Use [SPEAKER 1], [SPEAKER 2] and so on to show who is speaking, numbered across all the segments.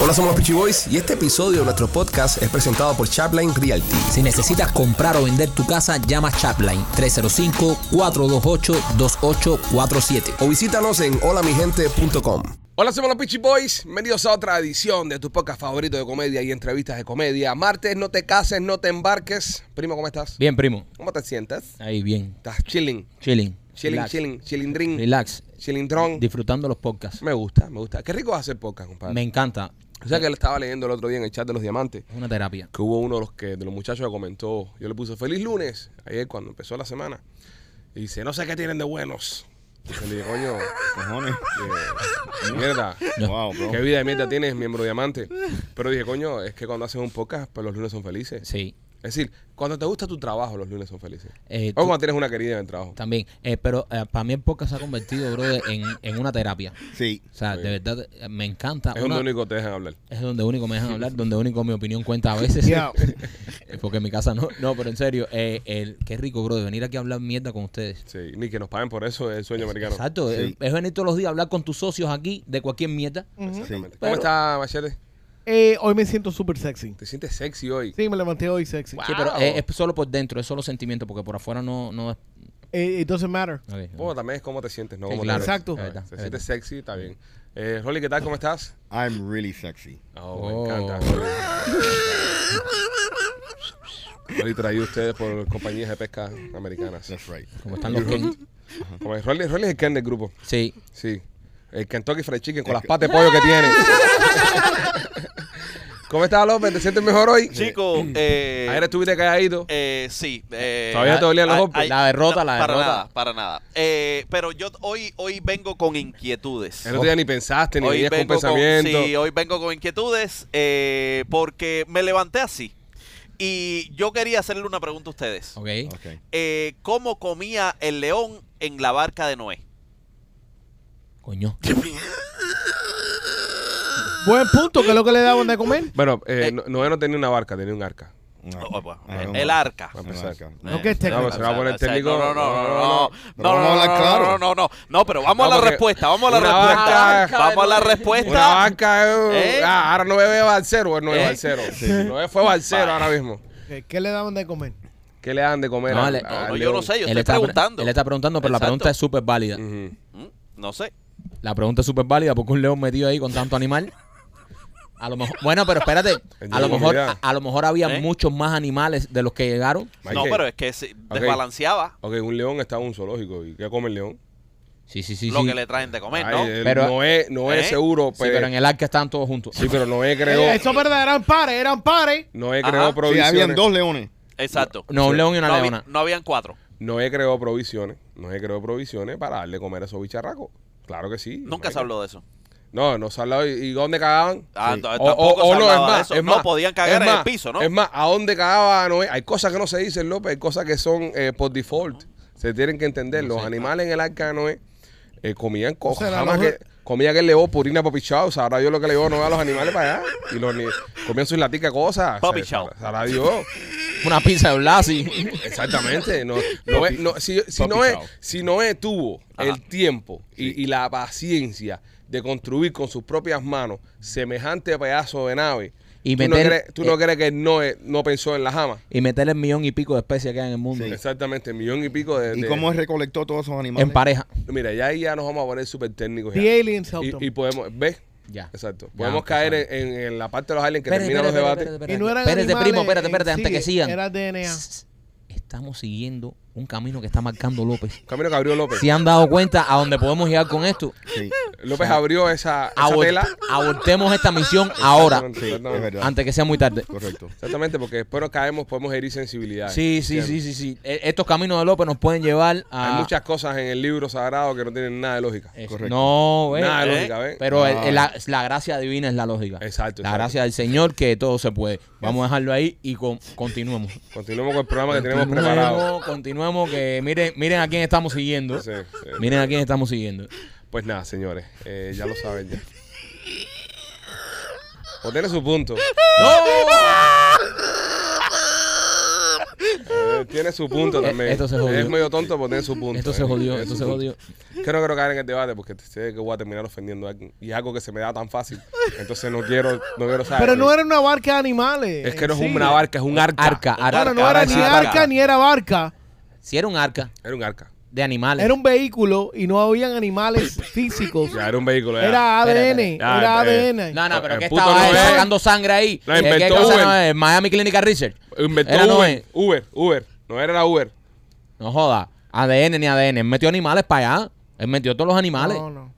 [SPEAKER 1] Hola, somos los Peachy Boys y este episodio de nuestro podcast es presentado por Chapline Realty.
[SPEAKER 2] Si necesitas comprar o vender tu casa, llama Chapline 305-428-2847.
[SPEAKER 1] O visítanos en holamigente.com. Hola, somos los Peachy Boys. Bienvenidos a otra edición de tu podcast favorito de comedia y entrevistas de comedia. Martes, no te cases, no te embarques. Primo, ¿cómo estás?
[SPEAKER 2] Bien, primo.
[SPEAKER 1] ¿Cómo te sientes?
[SPEAKER 2] Ahí, bien.
[SPEAKER 1] Estás chilling.
[SPEAKER 2] Chilling.
[SPEAKER 1] Chilling,
[SPEAKER 2] Relax.
[SPEAKER 1] chilling, chillindrin,
[SPEAKER 2] Relax.
[SPEAKER 1] chillindrón.
[SPEAKER 2] Disfrutando los podcasts.
[SPEAKER 1] Me gusta, me gusta. Qué rico es hacer podcast, compadre.
[SPEAKER 2] Me encanta.
[SPEAKER 1] O sea que él estaba leyendo el otro día en el chat de los diamantes
[SPEAKER 2] Es una terapia.
[SPEAKER 1] que hubo uno de los que de los muchachos que comentó, yo le puse feliz lunes ayer cuando empezó la semana. Y dice, no sé qué tienen de buenos. Y le dije, coño,
[SPEAKER 3] Cojones.
[SPEAKER 1] eh, mierda.
[SPEAKER 3] Wow, bro.
[SPEAKER 1] Qué vida de mierda tienes, miembro diamante. Pero dije, coño, es que cuando haces un podcast, pues los lunes son felices.
[SPEAKER 2] Sí.
[SPEAKER 1] Es decir, cuando te gusta tu trabajo, los lunes son felices.
[SPEAKER 2] Eh,
[SPEAKER 1] o
[SPEAKER 2] tú-
[SPEAKER 1] cuando tienes una querida en el trabajo.
[SPEAKER 2] También. Eh, pero eh, para mí el podcast se ha convertido, brother, en, en una terapia.
[SPEAKER 3] Sí.
[SPEAKER 2] O sea, de verdad, eh, me encanta.
[SPEAKER 1] Es
[SPEAKER 2] Una-
[SPEAKER 1] donde único te dejan hablar.
[SPEAKER 2] es donde único me dejan hablar, donde único mi opinión cuenta a veces.
[SPEAKER 3] Yeah.
[SPEAKER 2] Eh, Porque en mi casa no. No, pero en serio, eh, el, qué rico, bro, de venir aquí a hablar mierda con ustedes.
[SPEAKER 1] Sí, ni que nos paguen por eso es el sueño americano.
[SPEAKER 2] Exacto. eh,
[SPEAKER 3] Sí.
[SPEAKER 2] Es venir todos los días a hablar con tus socios aquí de cualquier mierda.
[SPEAKER 1] Exactamente.
[SPEAKER 2] Pero-
[SPEAKER 1] ¿Cómo está, Machete?
[SPEAKER 4] Eh, hoy me siento súper sexy.
[SPEAKER 1] ¿Te sientes sexy hoy?
[SPEAKER 4] Sí, me levanté hoy sexy.
[SPEAKER 2] Sí, pero
[SPEAKER 1] Wow.
[SPEAKER 2] es, es solo por dentro, es solo sentimiento, porque por afuera no, no es.
[SPEAKER 4] Eh, it doesn't matter.
[SPEAKER 2] Ok, ok.
[SPEAKER 1] Bueno, también es cómo te sientes, ¿no?
[SPEAKER 2] Sí,
[SPEAKER 1] Cómo
[SPEAKER 2] claro.
[SPEAKER 1] te ves.
[SPEAKER 4] Exacto.
[SPEAKER 1] Ah,
[SPEAKER 2] Es verdad,
[SPEAKER 1] Te
[SPEAKER 2] es
[SPEAKER 1] sientes sexy, está bien. Eh, Rolly, ¿qué tal? ¿Cómo estás?
[SPEAKER 3] I'm really sexy.
[SPEAKER 1] Oh,
[SPEAKER 2] Oh.
[SPEAKER 1] me encanta. Rolly. Rolly traído ustedes por compañías de pesca americanas.
[SPEAKER 3] That's right.
[SPEAKER 2] Como están los Ken.
[SPEAKER 1] Como es, Rolly, Rolly es el Ken del grupo.
[SPEAKER 2] Sí.
[SPEAKER 1] Sí. El Kentucky Fried Chicken con las patas de pollo que tiene. ¿Cómo estás, López? ¿Te sientes mejor hoy?
[SPEAKER 5] Chico, eh,
[SPEAKER 1] Ayer estuviste calladito.
[SPEAKER 5] eh, sí. eh,
[SPEAKER 1] Todavía te dolían los
[SPEAKER 5] ay,
[SPEAKER 1] golpes.
[SPEAKER 5] ay,
[SPEAKER 2] La derrota,
[SPEAKER 5] no,
[SPEAKER 2] la
[SPEAKER 5] para
[SPEAKER 2] derrota.
[SPEAKER 5] Nada, para nada. Eh, pero yo hoy, hoy vengo con inquietudes.
[SPEAKER 1] El otro día ni pensaste, ni
[SPEAKER 5] Hoy
[SPEAKER 1] venías con
[SPEAKER 5] vengo con,
[SPEAKER 1] pensamiento.
[SPEAKER 5] sí, hoy vengo con inquietudes eh, porque me levanté así. Y yo quería hacerle una pregunta a ustedes.
[SPEAKER 2] Ok.
[SPEAKER 3] Okay.
[SPEAKER 5] Eh, ¿Cómo comía el león en la barca de Noé?
[SPEAKER 2] Coño.
[SPEAKER 4] Buen punto, que es lo que le daban de comer.
[SPEAKER 1] Bueno, eh,
[SPEAKER 5] Eh.
[SPEAKER 1] no, Noé no tenía una barca, tenía un arca.
[SPEAKER 3] No.
[SPEAKER 5] Oh, bueno,
[SPEAKER 3] Ah, no,
[SPEAKER 5] el
[SPEAKER 3] no.
[SPEAKER 5] arca.
[SPEAKER 1] Para empezar.
[SPEAKER 3] No,
[SPEAKER 4] No, que es
[SPEAKER 1] No,
[SPEAKER 4] técnico.
[SPEAKER 1] pero se va a poner
[SPEAKER 5] O sea,
[SPEAKER 1] técnico.
[SPEAKER 5] No, no, no, no, no,
[SPEAKER 3] no.
[SPEAKER 5] no, no,
[SPEAKER 3] Vamos a hablar
[SPEAKER 5] no,
[SPEAKER 3] claro.
[SPEAKER 5] no, no, no, no, pero vamos a
[SPEAKER 1] No,
[SPEAKER 5] la
[SPEAKER 1] porque
[SPEAKER 5] respuesta, vamos a la
[SPEAKER 1] una
[SPEAKER 5] respuesta,
[SPEAKER 1] vaca-
[SPEAKER 5] vamos a la
[SPEAKER 1] Una
[SPEAKER 5] respuesta.
[SPEAKER 1] banca, eh,
[SPEAKER 5] ¿Eh?
[SPEAKER 1] ah, ahora no bebe Balcero, no es
[SPEAKER 5] ¿Eh?
[SPEAKER 1] Balcero. No es- fue Balcero ahora mismo.
[SPEAKER 4] Ok, ¿Qué le daban de comer?
[SPEAKER 1] ¿Qué le dan de comer?
[SPEAKER 2] No,
[SPEAKER 1] al-
[SPEAKER 2] le-
[SPEAKER 1] al
[SPEAKER 5] No, yo
[SPEAKER 1] león?
[SPEAKER 5] no sé, yo
[SPEAKER 2] Él
[SPEAKER 5] estoy
[SPEAKER 2] está pre-
[SPEAKER 5] preguntando.
[SPEAKER 2] Él está preguntando, pero la
[SPEAKER 5] Exacto.
[SPEAKER 2] pregunta es súper válida.
[SPEAKER 1] Ujú.
[SPEAKER 5] Mm, No sé.
[SPEAKER 2] La pregunta es súper válida porque un león metido ahí con tanto animal. A lo mejor, bueno, pero espérate, a lo mejor, a, a lo mejor había
[SPEAKER 5] ¿Eh?
[SPEAKER 2] muchos más animales de los que llegaron.
[SPEAKER 5] No,
[SPEAKER 1] Michael.
[SPEAKER 5] pero es que se desbalanceaba
[SPEAKER 1] Ok, un león está en un zoológico. ¿Y qué come el león?
[SPEAKER 2] Sí, sí, sí,
[SPEAKER 5] lo
[SPEAKER 2] sí.
[SPEAKER 5] que le traen de comer, Pues ¿no?
[SPEAKER 1] Ay, el
[SPEAKER 2] Pero-
[SPEAKER 1] Noé, Noé
[SPEAKER 5] ¿Eh?
[SPEAKER 1] seguro.
[SPEAKER 2] Sí,
[SPEAKER 1] pues-
[SPEAKER 2] pero en el arca estaban todos juntos.
[SPEAKER 1] sí, pero Noé
[SPEAKER 4] Eh,
[SPEAKER 1] creó,
[SPEAKER 4] eso es verdad, eran pares, eran pares.
[SPEAKER 1] Noé
[SPEAKER 5] Ajá.
[SPEAKER 1] creó
[SPEAKER 5] Sí,
[SPEAKER 3] Sí,
[SPEAKER 1] provisiones.
[SPEAKER 3] habían dos leones.
[SPEAKER 5] Exacto.
[SPEAKER 2] No, un león y una
[SPEAKER 5] No había-
[SPEAKER 2] leona.
[SPEAKER 5] no habían cuatro.
[SPEAKER 1] Noé creó provisiones. Noé creó provisiones para darle comer a esos bicharracos. Claro que sí.
[SPEAKER 5] Nunca se
[SPEAKER 1] Michael.
[SPEAKER 5] habló de eso.
[SPEAKER 1] No, no se habló. ¿Y y dónde cagaban?
[SPEAKER 5] Ah,
[SPEAKER 3] Sí.
[SPEAKER 5] t- tampoco se hablaba de eso. no podían
[SPEAKER 1] es
[SPEAKER 5] cagar en
[SPEAKER 1] más,
[SPEAKER 5] el piso, ¿no?
[SPEAKER 1] Es más, ¿a dónde cagaba Noé? Hay cosas que no se dicen, López, hay cosas que son eh, por default. Se tienen que entender. Los animales en el arca de Noé eh, comían
[SPEAKER 4] O sea,
[SPEAKER 1] cosas.
[SPEAKER 4] la
[SPEAKER 1] jamás que,
[SPEAKER 4] mujer-
[SPEAKER 1] comía que el león purina papi chao. Sabrá yo lo que le dio Noé a los animales para allá. Y los ni- comían sus laticas cosas.
[SPEAKER 5] Papi
[SPEAKER 1] Sa- sa-
[SPEAKER 5] chao.
[SPEAKER 1] Sabrá Dios.
[SPEAKER 2] Una pizza de Blasi.
[SPEAKER 1] Exactamente. No, Noé- no- si, si
[SPEAKER 3] papi
[SPEAKER 1] Noé,
[SPEAKER 3] chao.
[SPEAKER 1] si Noé tuvo el tiempo y, y la paciencia de construir con sus propias manos semejante pedazo de nave,
[SPEAKER 2] Y
[SPEAKER 1] ¿tú,
[SPEAKER 2] meter-
[SPEAKER 1] no crees, tú no
[SPEAKER 2] eh,
[SPEAKER 1] crees que Noé no pensó en la jama?
[SPEAKER 2] y meterle el millón y pico de especies que hay en el mundo.
[SPEAKER 3] Sí.
[SPEAKER 1] Exactamente, millón y pico de...
[SPEAKER 3] ¿Y
[SPEAKER 1] de-
[SPEAKER 3] cómo él recolectó todos esos animales?
[SPEAKER 2] En pareja.
[SPEAKER 1] Mira, ya ahí ya nos vamos a poner súper técnicos. ya.
[SPEAKER 4] The aliens helped
[SPEAKER 1] Y, y
[SPEAKER 4] them.
[SPEAKER 1] podemos... ¿Ves?
[SPEAKER 2] Ya.
[SPEAKER 1] Exacto.
[SPEAKER 2] Ya,
[SPEAKER 1] Podemos
[SPEAKER 2] pues,
[SPEAKER 1] caer
[SPEAKER 2] vale.
[SPEAKER 1] en, en- en la parte de los aliens que
[SPEAKER 2] Espérate,
[SPEAKER 1] termina los
[SPEAKER 2] espérate,
[SPEAKER 1] debates.
[SPEAKER 2] espérate,
[SPEAKER 4] Y no eran
[SPEAKER 2] espérate,
[SPEAKER 4] animales
[SPEAKER 2] primo, espérate,
[SPEAKER 4] en
[SPEAKER 2] espérate, antes
[SPEAKER 4] sí,
[SPEAKER 2] que sigan.
[SPEAKER 4] era DNA.
[SPEAKER 2] Sss, Estamos siguiendo un camino que está marcando López.
[SPEAKER 1] Camino que abrió López.
[SPEAKER 2] ¿Se han dado cuenta a dónde podemos llegar con esto?
[SPEAKER 3] Sí,
[SPEAKER 1] López abrió esa, esa
[SPEAKER 2] Abor-
[SPEAKER 1] tela.
[SPEAKER 2] abortemos esta misión ahora,
[SPEAKER 1] Exactamente,
[SPEAKER 3] es
[SPEAKER 1] exactamente.
[SPEAKER 3] verdad.
[SPEAKER 2] antes que sea muy tarde.
[SPEAKER 3] Correcto.
[SPEAKER 1] Exactamente, porque después nos caemos, podemos herir sensibilidades.
[SPEAKER 2] Sí, sí, sí, Ah. sí, sí. E- Estos caminos de López nos pueden llevar a...
[SPEAKER 1] Hay muchas cosas en el libro sagrado que no tienen nada de lógica.
[SPEAKER 2] Es-
[SPEAKER 3] Correcto.
[SPEAKER 2] No, ve,
[SPEAKER 1] nada de
[SPEAKER 5] eh,
[SPEAKER 1] lógica, ¿ven?
[SPEAKER 2] Eh, pues, Pero el-
[SPEAKER 3] Ah.
[SPEAKER 2] el- la, la gracia divina es la lógica.
[SPEAKER 1] Exacto,
[SPEAKER 2] La
[SPEAKER 1] exacto.
[SPEAKER 2] gracia del Señor que todo se puede. Vamos a dejarlo ahí y con- continuemos.
[SPEAKER 1] Continuemos con el programa que tenemos preparado.
[SPEAKER 2] Continuemos, continuemos que miren, miren a quién estamos siguiendo.
[SPEAKER 1] Sí, sí.
[SPEAKER 2] Miren a quién estamos siguiendo.
[SPEAKER 1] Pues nada, señores, eh, ya lo saben ya. Pues O tiene su punto.
[SPEAKER 2] ¡No!
[SPEAKER 1] Eh, Tiene su punto también.
[SPEAKER 2] esto se jodió.
[SPEAKER 1] Es medio tonto, pero tiene su punto.
[SPEAKER 2] Esto se
[SPEAKER 1] eh.
[SPEAKER 2] jodió,
[SPEAKER 1] Tiene
[SPEAKER 2] esto
[SPEAKER 1] su
[SPEAKER 2] se
[SPEAKER 1] punto.
[SPEAKER 2] jodió.
[SPEAKER 1] Que no quiero caer en el debate porque sé que voy a terminar ofendiendo a alguien. Y es algo que se me da tan fácil. Entonces no quiero, no quiero saber.
[SPEAKER 4] Pero no era una barca de animales.
[SPEAKER 1] Es que no es
[SPEAKER 4] Sí.
[SPEAKER 1] una barca, es un arca.
[SPEAKER 2] Arca, arca.
[SPEAKER 4] Bueno, no
[SPEAKER 5] Ahora
[SPEAKER 4] era
[SPEAKER 5] sí,
[SPEAKER 4] ni
[SPEAKER 5] barca.
[SPEAKER 4] arca ni era barca.
[SPEAKER 2] Si era un arca
[SPEAKER 1] Era un arca.
[SPEAKER 2] de animales.
[SPEAKER 4] Era un vehículo y no habían animales físicos.
[SPEAKER 1] Ya, era un vehículo. ya.
[SPEAKER 4] Era ADN.
[SPEAKER 1] Ya,
[SPEAKER 4] Era
[SPEAKER 1] eh,
[SPEAKER 4] ADN.
[SPEAKER 2] No, no, pero
[SPEAKER 1] El
[SPEAKER 2] que
[SPEAKER 1] puto
[SPEAKER 2] estaba
[SPEAKER 1] no
[SPEAKER 2] él
[SPEAKER 1] es.
[SPEAKER 2] sacando sangre ahí.
[SPEAKER 1] La
[SPEAKER 2] ¿Qué- ¿Qué,
[SPEAKER 1] inventó
[SPEAKER 2] cosa
[SPEAKER 1] Uber.
[SPEAKER 2] no es? Miami Clinical Research.
[SPEAKER 1] Inventó
[SPEAKER 2] Era no
[SPEAKER 1] Uber,
[SPEAKER 2] es.
[SPEAKER 1] Uber, Uber. No era la Uber.
[SPEAKER 2] No joda. ADN ni ADN. Él metió animales para allá. Él metió todos los animales.
[SPEAKER 4] No, no.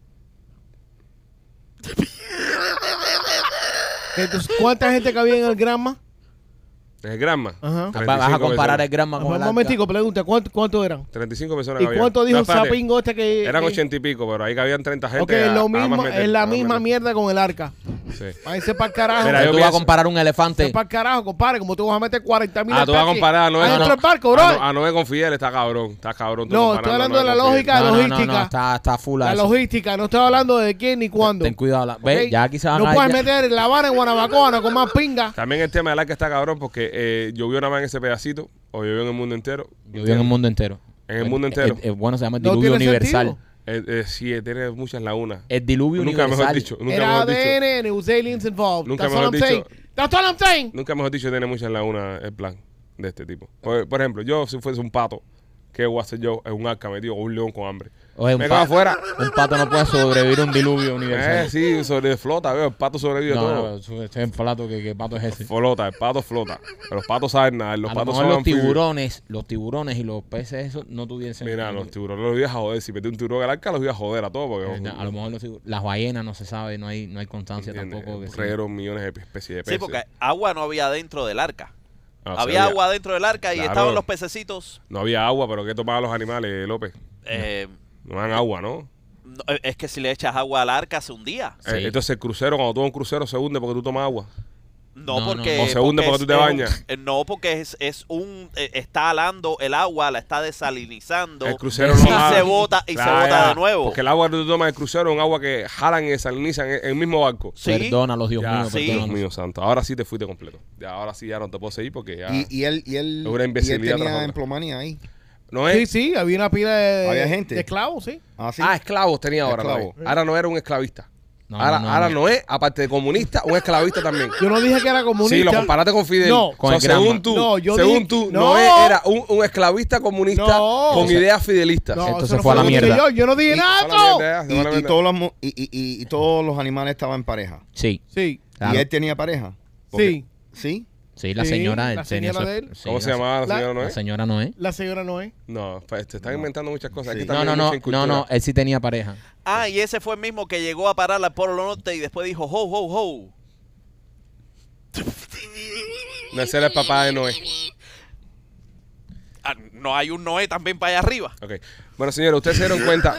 [SPEAKER 4] Entonces, ¿cuánta gente cabía en el Granma?
[SPEAKER 1] Es el Granma.
[SPEAKER 4] Ajá.
[SPEAKER 2] Vas a comparar el Granma con
[SPEAKER 4] Un
[SPEAKER 2] el
[SPEAKER 4] momentico,
[SPEAKER 2] arca.
[SPEAKER 4] pregunta, ¿cuánto, cuánto eran?
[SPEAKER 1] 35 personas
[SPEAKER 4] ¿Y
[SPEAKER 1] cabían.
[SPEAKER 4] cuánto dijo
[SPEAKER 1] No,
[SPEAKER 4] el
[SPEAKER 1] espérate.
[SPEAKER 4] sapingo este que...?
[SPEAKER 1] Eran
[SPEAKER 4] que-
[SPEAKER 1] ochenta y pico, pero ahí cabían 30 gente.
[SPEAKER 4] Ok,
[SPEAKER 1] a- a
[SPEAKER 4] lo
[SPEAKER 1] más
[SPEAKER 4] mismo,
[SPEAKER 1] meter,
[SPEAKER 4] es la
[SPEAKER 1] a más
[SPEAKER 4] misma
[SPEAKER 1] meter.
[SPEAKER 4] mierda con el arca.
[SPEAKER 1] Sí.
[SPEAKER 4] Váyanse para el carajo.
[SPEAKER 1] Mira, yo
[SPEAKER 2] tú vas a
[SPEAKER 1] pienso-
[SPEAKER 2] comparar un elefante.
[SPEAKER 4] Váyanse para el carajo, compadre. Como tú vas a meter 40 mil
[SPEAKER 1] Ah, tú vas a comparar a Noé
[SPEAKER 4] Adentro
[SPEAKER 1] con-
[SPEAKER 4] del barco, bro.
[SPEAKER 1] A, no, ah, a Noé con Fidel está cabrón. Está cabrón. tú
[SPEAKER 4] No,
[SPEAKER 1] comparando
[SPEAKER 4] estoy hablando
[SPEAKER 1] a Noé
[SPEAKER 4] de la
[SPEAKER 1] con Fidel.
[SPEAKER 4] lógica.
[SPEAKER 2] no, no, no, no,
[SPEAKER 4] logística.
[SPEAKER 2] está, está full
[SPEAKER 4] la
[SPEAKER 2] eso.
[SPEAKER 4] logística, no estoy hablando de quién ni cuándo.
[SPEAKER 2] Ten cuidado. la- Ve,
[SPEAKER 4] ¿ok?
[SPEAKER 2] ya aquí se van
[SPEAKER 4] No
[SPEAKER 2] a
[SPEAKER 4] puedes
[SPEAKER 2] ya-
[SPEAKER 4] meter la vara en Guanabacoa, no con más pinga.
[SPEAKER 1] También el tema del arca está cabrón porque eh, llovió nada más en ese pedacito o llovió en el mundo entero.
[SPEAKER 2] Llovió en el mundo entero.
[SPEAKER 1] En el mundo entero.
[SPEAKER 2] Eh, eh, bueno, se llama el
[SPEAKER 4] No
[SPEAKER 2] diluvio
[SPEAKER 4] tiene
[SPEAKER 2] universal.
[SPEAKER 4] sentido.
[SPEAKER 1] Eh, eh, sí, eh, tiene muchas lagunas.
[SPEAKER 2] El diluvio
[SPEAKER 1] nunca
[SPEAKER 2] universal.
[SPEAKER 1] mejor dicho. Nunca
[SPEAKER 4] Era
[SPEAKER 1] mejor
[SPEAKER 4] ADN
[SPEAKER 1] dicho.
[SPEAKER 4] and it was aliens involved.
[SPEAKER 1] Nunca
[SPEAKER 4] That's
[SPEAKER 1] mejor
[SPEAKER 4] all I'm
[SPEAKER 1] dicho.
[SPEAKER 4] saying. That's all I'm saying.
[SPEAKER 1] Nunca mejor dicho tiene muchas lagunas el plan de este tipo. Por, por ejemplo, yo si fuese un pato, ¿qué voy a hacer yo? Es un arca metido o un león con hambre.
[SPEAKER 2] Oye, un
[SPEAKER 1] Me quedo
[SPEAKER 2] pato-
[SPEAKER 1] afuera.
[SPEAKER 2] Un pato no puede sobrevivir a un diluvio universal.
[SPEAKER 1] Eh, sí, sobre flota, veo. El pato sobrevive
[SPEAKER 2] no,
[SPEAKER 1] todo.
[SPEAKER 2] no, eso- eso es el plato que, que pato es ese.
[SPEAKER 1] Flota, el pato flota. Los patos saben nadar, los
[SPEAKER 2] a lo
[SPEAKER 1] patos
[SPEAKER 2] mejor
[SPEAKER 1] son
[SPEAKER 2] los
[SPEAKER 1] anfibios.
[SPEAKER 2] tiburones, los tiburones y los peces esos no tuviesen.
[SPEAKER 1] Mira, los tiburones los voy a joder. Si metí un tiburón al arca, los voy a joder a todos. Porque,
[SPEAKER 2] Eh, no, A lo mejor los tiburones- las ballenas no se sabe, no hay, no hay constancia
[SPEAKER 1] ¿entiendes?
[SPEAKER 2] tampoco. que sí.
[SPEAKER 1] Reguero, millones de pe- especies de peces.
[SPEAKER 5] Sí, porque agua no había dentro del arca.
[SPEAKER 1] Ah, o sea,
[SPEAKER 5] había agua dentro del arca y
[SPEAKER 1] Claro.
[SPEAKER 5] estaban los pececitos.
[SPEAKER 1] No había agua, pero ¿qué tomaban los animales, López?
[SPEAKER 5] eh,
[SPEAKER 1] No dan agua, ¿no?
[SPEAKER 5] no, eh, es que si le echas agua al arca se hundía.
[SPEAKER 1] Eh,
[SPEAKER 2] Sí.
[SPEAKER 1] entonces el crucero, cuando tú vas a un crucero, se hunde porque tú tomas agua.
[SPEAKER 5] No,
[SPEAKER 2] No,
[SPEAKER 5] porque.
[SPEAKER 2] no.
[SPEAKER 1] O se hunde porque
[SPEAKER 5] es-
[SPEAKER 1] tú te
[SPEAKER 5] es un-
[SPEAKER 1] bañas.
[SPEAKER 5] eh, no, porque es, es un. eh, está alando el agua, la está desalinizando.
[SPEAKER 1] El crucero
[SPEAKER 2] Y
[SPEAKER 1] no
[SPEAKER 5] se
[SPEAKER 1] jala.
[SPEAKER 5] bota- y se bota de nuevo.
[SPEAKER 1] Porque el agua que tú tomas del crucero es un agua que jalan y desalinizan en el mismo barco.
[SPEAKER 5] Sí.
[SPEAKER 2] Perdónalos, Dios
[SPEAKER 1] Ya,
[SPEAKER 2] mío.
[SPEAKER 5] sí.
[SPEAKER 1] Dios
[SPEAKER 2] perdónalos.
[SPEAKER 1] mío santo. Ahora sí te fuiste completo. Ya, ahora sí ya no te puedo seguir porque ya.
[SPEAKER 3] Y, y él, y él,
[SPEAKER 1] Es una
[SPEAKER 3] y él
[SPEAKER 1] imbecilidad tras
[SPEAKER 3] tenía
[SPEAKER 1] otra.
[SPEAKER 3] emplomanía ahí.
[SPEAKER 1] no
[SPEAKER 4] Sí,
[SPEAKER 1] es.
[SPEAKER 4] sí, había una pila de,
[SPEAKER 3] Había gente.
[SPEAKER 4] de esclavos, sí.
[SPEAKER 3] Ah, sí.
[SPEAKER 1] Ah, esclavos tenía ahora.
[SPEAKER 3] Esclavo.
[SPEAKER 1] Noé. Ahora no era un esclavista.
[SPEAKER 2] No,
[SPEAKER 1] ahora
[SPEAKER 2] no, no,
[SPEAKER 1] ahora
[SPEAKER 2] no.
[SPEAKER 1] no. es, aparte de comunista, un esclavista también.
[SPEAKER 4] Yo no dije que era comunista.
[SPEAKER 1] Sí, lo comparaste con Fidel.
[SPEAKER 4] No.
[SPEAKER 1] Con
[SPEAKER 2] Con
[SPEAKER 1] el
[SPEAKER 2] el
[SPEAKER 1] según
[SPEAKER 2] Granma.
[SPEAKER 1] tú,
[SPEAKER 4] No, yo
[SPEAKER 1] según
[SPEAKER 4] dije-
[SPEAKER 1] tú,
[SPEAKER 4] no.
[SPEAKER 1] Noé era un, un esclavista comunista
[SPEAKER 4] No.
[SPEAKER 1] con
[SPEAKER 4] Eso-
[SPEAKER 1] ideas fidelistas.
[SPEAKER 4] No,
[SPEAKER 2] Entonces
[SPEAKER 4] eso no
[SPEAKER 2] fue a la
[SPEAKER 4] lo que dije
[SPEAKER 2] mierda.
[SPEAKER 4] Yo, yo no dije nada. no.
[SPEAKER 1] Solamente,
[SPEAKER 3] Y, y,
[SPEAKER 1] solamente.
[SPEAKER 3] todos los, mu- y, y- y- y todos los animales estaban en pareja.
[SPEAKER 2] Sí,
[SPEAKER 4] Sí,
[SPEAKER 1] Ah,
[SPEAKER 2] claro.
[SPEAKER 3] Y él tenía pareja.
[SPEAKER 4] sí.
[SPEAKER 3] Sí.
[SPEAKER 2] sí, la
[SPEAKER 4] Sí,
[SPEAKER 2] señora.
[SPEAKER 4] la
[SPEAKER 2] tenía
[SPEAKER 4] señora
[SPEAKER 2] su-
[SPEAKER 4] de él.
[SPEAKER 2] sí,
[SPEAKER 1] ¿Cómo
[SPEAKER 2] la
[SPEAKER 1] se llamaba la
[SPEAKER 4] la-
[SPEAKER 1] señora Noé?
[SPEAKER 2] La señora no es.
[SPEAKER 4] La señora Noé.
[SPEAKER 1] No, pues, te están inventando muchas cosas.
[SPEAKER 3] Sí.
[SPEAKER 1] Aquí
[SPEAKER 2] No,
[SPEAKER 1] también
[SPEAKER 2] no,
[SPEAKER 1] hay
[SPEAKER 2] no,
[SPEAKER 1] mucha incultura.
[SPEAKER 2] no, no, él sí tenía pareja.
[SPEAKER 5] Ah, y ese fue el mismo que llegó a parar al Polo Norte y después dijo, ho, ho, ho.
[SPEAKER 1] No, ese era el papá de Noé.
[SPEAKER 5] Ah, no hay un Noé también para allá arriba.
[SPEAKER 1] Ok. Bueno, señores, ustedes se dieron cuenta.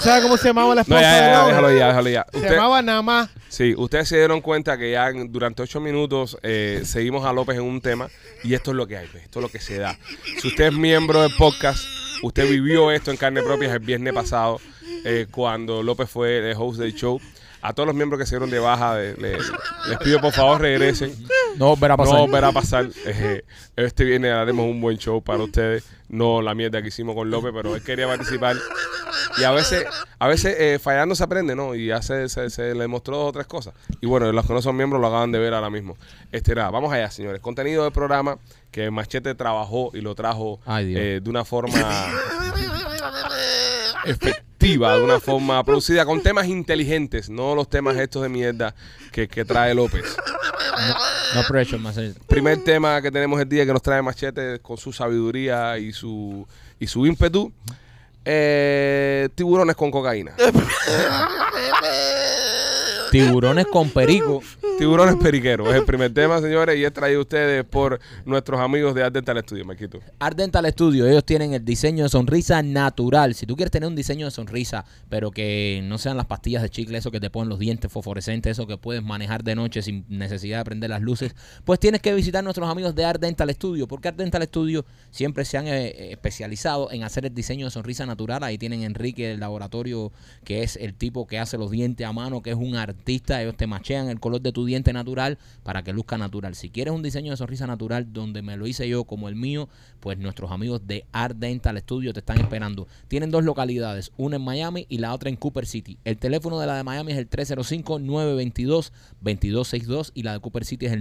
[SPEAKER 4] ¿Sabes cómo se llamaba la
[SPEAKER 1] No,
[SPEAKER 4] esposa
[SPEAKER 1] ya, ya,
[SPEAKER 4] de
[SPEAKER 1] ya,
[SPEAKER 4] Noé?
[SPEAKER 1] déjalo ya, déjalo ya.
[SPEAKER 4] Se
[SPEAKER 1] Usted-
[SPEAKER 4] llamaba nada más.
[SPEAKER 1] sí, ustedes se dieron cuenta que ya en- durante ocho minutos eh, seguimos a López en un tema y esto es lo que hay, pues, esto es lo que se da. Si usted es miembro del podcast, usted vivió esto en carne propia el viernes pasado eh, cuando López fue el host del show. A todos los miembros que se dieron de baja, de- le- les pido por favor regresen.
[SPEAKER 2] No volverá a pasar.
[SPEAKER 1] No volverá a pasar. Eh, Este viernes haremos un buen show para ustedes. No la mierda que hicimos con López, pero él quería participar. Y a veces, a veces eh, fallando se aprende, ¿no? Y ya se, se- se le mostró dos o tres cosas. Y bueno, los que no son miembros lo acaban de ver ahora mismo. Este nada, vamos allá, señores. Contenido del programa que Machete trabajó y lo trajo
[SPEAKER 2] Ay, Dios.
[SPEAKER 1] eh, de una forma efectiva, de una forma producida, con temas inteligentes, no los temas estos de mierda que- que trae López.
[SPEAKER 2] No pressure, más él.
[SPEAKER 1] Primer tema que tenemos el día que nos trae Machete con su sabiduría y su y su ímpetu. Eh, tiburones con cocaína.
[SPEAKER 2] Tiburones con perico.
[SPEAKER 1] tiburones periqueros. Es el primer tema, señores, y es traído a ustedes por nuestros amigos de Art Dental Studio, Marquito.
[SPEAKER 2] Art Dental Studio, ellos tienen el diseño de sonrisa natural. Si tú quieres tener un diseño de sonrisa, pero que no sean las pastillas de chicle, eso que te ponen los dientes fosforescentes, eso que puedes manejar de noche sin necesidad de prender las luces, pues tienes que visitar nuestros amigos de Art Dental Studio, porque Art Dental Studio siempre se han eh, especializado en hacer el diseño de sonrisa natural. Ahí tienen a Enrique del laboratorio, que es el tipo que hace los dientes a mano, que es un artista. Ellos te machean el color de tu diente natural para que luzca natural. Si quieres un diseño de sonrisa natural donde me lo hice yo como el mío, pues nuestros amigos de Art Dental Studio te están esperando. Tienen dos localidades, una en Miami y la otra en Cooper City. El teléfono de la de Miami es el 305-922-2262 y la de Cooper City es el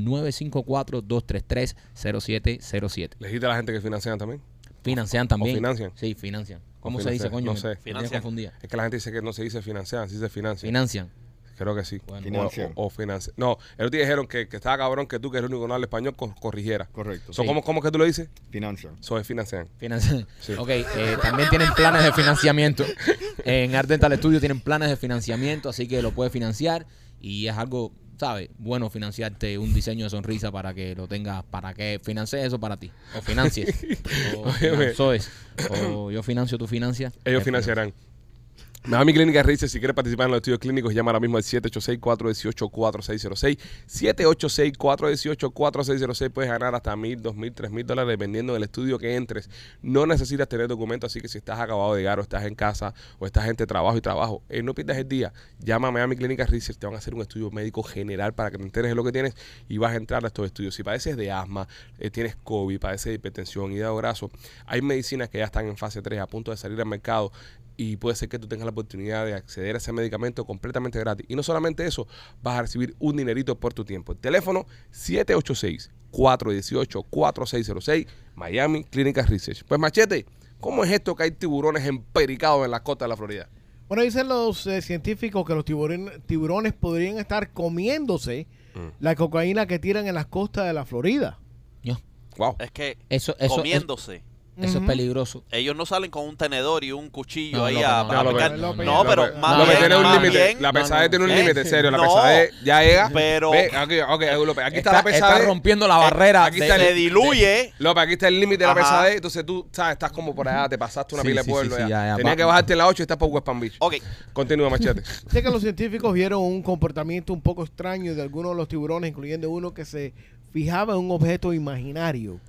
[SPEAKER 2] 954-233-0707.
[SPEAKER 1] Les quita a la gente que financian también.
[SPEAKER 2] Financian también.
[SPEAKER 1] financian?
[SPEAKER 2] Sí, financian. ¿Cómo
[SPEAKER 1] O
[SPEAKER 2] se dice,
[SPEAKER 1] financian,
[SPEAKER 2] coño?
[SPEAKER 1] no sé.
[SPEAKER 2] Me tienes
[SPEAKER 5] Financian.
[SPEAKER 2] confundida.
[SPEAKER 1] Es que la gente dice que no se dice financian, sí se financia.
[SPEAKER 2] Financian.
[SPEAKER 1] Creo que sí.
[SPEAKER 2] Bueno.
[SPEAKER 3] Financian.
[SPEAKER 1] O, o financia. No, el otro día dijeron que, que estaba cabrón que tú, que eres el único que no habla español, cor- corrigiera.
[SPEAKER 3] Correcto.
[SPEAKER 1] So,
[SPEAKER 2] Sí.
[SPEAKER 1] ¿cómo, cómo es que tú lo dices?
[SPEAKER 3] Financian.
[SPEAKER 1] Eso es financian.
[SPEAKER 2] Financian.
[SPEAKER 1] Sí.
[SPEAKER 2] Ok, eh, también tienen planes de financiamiento. En Art Dental Studio tienen planes de financiamiento, así que lo puedes financiar y es algo, ¿sabes? Bueno financiarte un diseño de sonrisa para que lo tengas, para que financies eso para ti. O financies. o
[SPEAKER 1] Óyeme.
[SPEAKER 2] finanzoes. O yo financio, tú financias.
[SPEAKER 1] Ellos
[SPEAKER 2] Eh,
[SPEAKER 1] financiarán. Miami Clínica Research, si quieres participar en los estudios clínicos, llama ahora mismo al 786-418-4606. 786-418-4606. Puedes ganar hasta mil, dos mil, tres mil dólares dependiendo del estudio que entres. No necesitas tener documento, así que si estás acabado de llegar o estás en casa o estás entre trabajo y trabajo, eh, no pierdas el día. Llama a Miami Clínica Research, te van a hacer un estudio médico general para que te enteres de lo que tienes y vas a entrar a estos estudios. Si padeces de asma, eh, tienes COVID, padeces de hipertensión, hígado graso, hay medicinas que ya están en fase 3 a punto de salir al mercado y puede ser que tú tengas la oportunidad de acceder a ese medicamento completamente gratis. Y no solamente eso, vas a recibir un dinerito por tu tiempo. El teléfono 786-418-4606, Miami Clinical Research. Pues machete, ¿cómo es esto que hay tiburones empericados en las costas de la Florida?
[SPEAKER 4] Bueno, dicen los eh, científicos que los tiburín- tiburones podrían estar comiéndose
[SPEAKER 1] Mm.
[SPEAKER 4] la cocaína que tiran en las costas de la Florida.
[SPEAKER 2] yo.
[SPEAKER 1] Wow.
[SPEAKER 5] Es que
[SPEAKER 2] Eso, eso, eso,
[SPEAKER 5] comiéndose.
[SPEAKER 2] eso es
[SPEAKER 4] Ujú.
[SPEAKER 2] peligroso.
[SPEAKER 5] Ellos no salen con un tenedor y un cuchillo
[SPEAKER 2] No,
[SPEAKER 5] ahí
[SPEAKER 2] López,
[SPEAKER 5] a,
[SPEAKER 2] no,
[SPEAKER 5] para
[SPEAKER 1] López,
[SPEAKER 5] picar.
[SPEAKER 4] López,
[SPEAKER 5] no,
[SPEAKER 4] López.
[SPEAKER 5] pero más
[SPEAKER 1] López
[SPEAKER 5] bien,
[SPEAKER 1] tiene un
[SPEAKER 5] más
[SPEAKER 1] límite.
[SPEAKER 5] bien,
[SPEAKER 1] La
[SPEAKER 2] No,
[SPEAKER 1] pesadez
[SPEAKER 2] no.
[SPEAKER 1] tiene un
[SPEAKER 5] ¿Eh?
[SPEAKER 1] límite, serio. La
[SPEAKER 5] No,
[SPEAKER 1] pesadez ya llega.
[SPEAKER 5] pero-
[SPEAKER 1] Ve, aquí, ok, López, aquí está, la pesadez.
[SPEAKER 2] está rompiendo la barrera.
[SPEAKER 1] aquí
[SPEAKER 2] de-
[SPEAKER 1] está
[SPEAKER 5] se
[SPEAKER 1] el-
[SPEAKER 5] diluye.
[SPEAKER 1] López, aquí está el límite de la
[SPEAKER 5] Ajá.
[SPEAKER 1] pesadez. Entonces tú, sabes, estás como por allá, te pasaste una
[SPEAKER 2] Sí,
[SPEAKER 1] pila de
[SPEAKER 2] sí,
[SPEAKER 1] pueblo.
[SPEAKER 2] sí,
[SPEAKER 1] ya.
[SPEAKER 2] sí, ya, ya,
[SPEAKER 1] Tenías
[SPEAKER 2] va.
[SPEAKER 1] que bajarte en la 8 y estás por West Palm Beach.
[SPEAKER 5] Ok,
[SPEAKER 1] Continúa, machete.
[SPEAKER 4] Sé que los científicos vieron un comportamiento un poco extraño de algunos de los tiburones, incluyendo uno que se fijaba en un objeto imaginario.